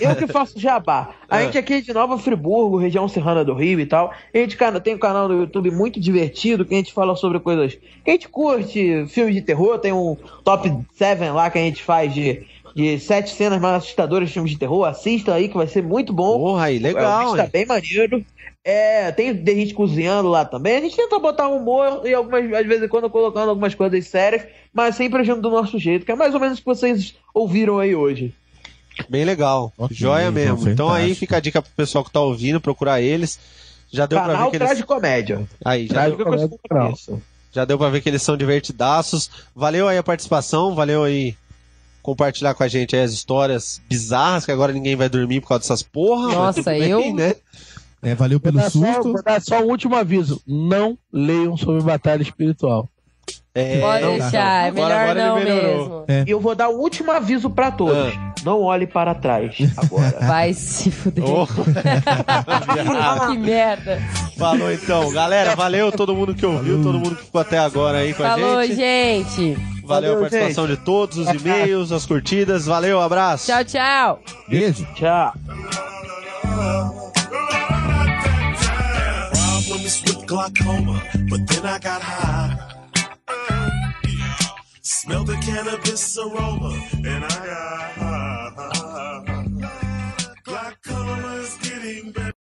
S7: Eu que faço jabá. A
S3: É.
S7: gente aqui é de Nova Friburgo, região serrana do Rio e tal. A gente cara, tem um canal no YouTube muito divertido que a gente fala sobre coisas que a gente curte, filmes de terror. Tem um top 7 lá que a gente faz de, de sete cenas mais assustadoras de filmes de terror. Assista aí que vai ser muito bom.
S3: Porra aí,
S7: É, o
S3: legal,
S7: vídeo tá
S3: hein?
S7: bem maneiro. É, tem de gente cozinhando lá também. A gente tenta botar um humor e algumas, às vezes em quando colocando algumas coisas sérias, mas sempre agindo do nosso jeito, que é mais ou menos o que vocês ouviram aí hoje.
S3: Bem legal.
S4: Ok,
S3: Joia mesmo.
S4: fantástico.
S3: Então aí fica a dica pro pessoal que tá ouvindo, procurar eles. Já deu pra ver
S7: Canal
S3: que eles.
S7: Traz Comédia.
S3: Aí, já,
S6: Traz-
S3: deu...
S7: Nunca consigo
S6: Canal.
S7: isso.
S3: já deu pra ver que eles são divertidaços. Valeu aí a participação, valeu aí compartilhar com a gente aí as histórias bizarras, que agora ninguém vai dormir por causa dessas porra. mas
S5: Nossa,
S3: tudo bem,
S5: eu-
S3: Né?
S4: É, valeu
S6: Vou
S4: pelo
S6: dar, só,
S4: susto.
S6: vou dar só um último aviso. Não leiam sobre batalha espiritual.
S3: É,
S5: Pode
S3: não-
S5: deixar. É melhor
S3: Agora- agora ele
S5: não
S3: melhorou.
S5: mesmo.
S7: E eu vou dar o último aviso pra todos. Não olhe para trás agora.
S5: Vai se fuder.
S3: Ô,
S5: que merda.
S3: Falou então, galera. Valeu todo mundo que ouviu, todo mundo que ficou até agora aí com
S5: Falou,
S3: a gente.
S5: gente.
S3: Valeu, a
S7: Valeu,
S3: participação de todos, os e-mails, as curtidas. Valeu, abraço.
S5: Tchau, tchau.
S4: Beijo.
S7: Tchau.
S8: Tchau. glaucoma, but then I got high. Smell the cannabis aroma, and I got high.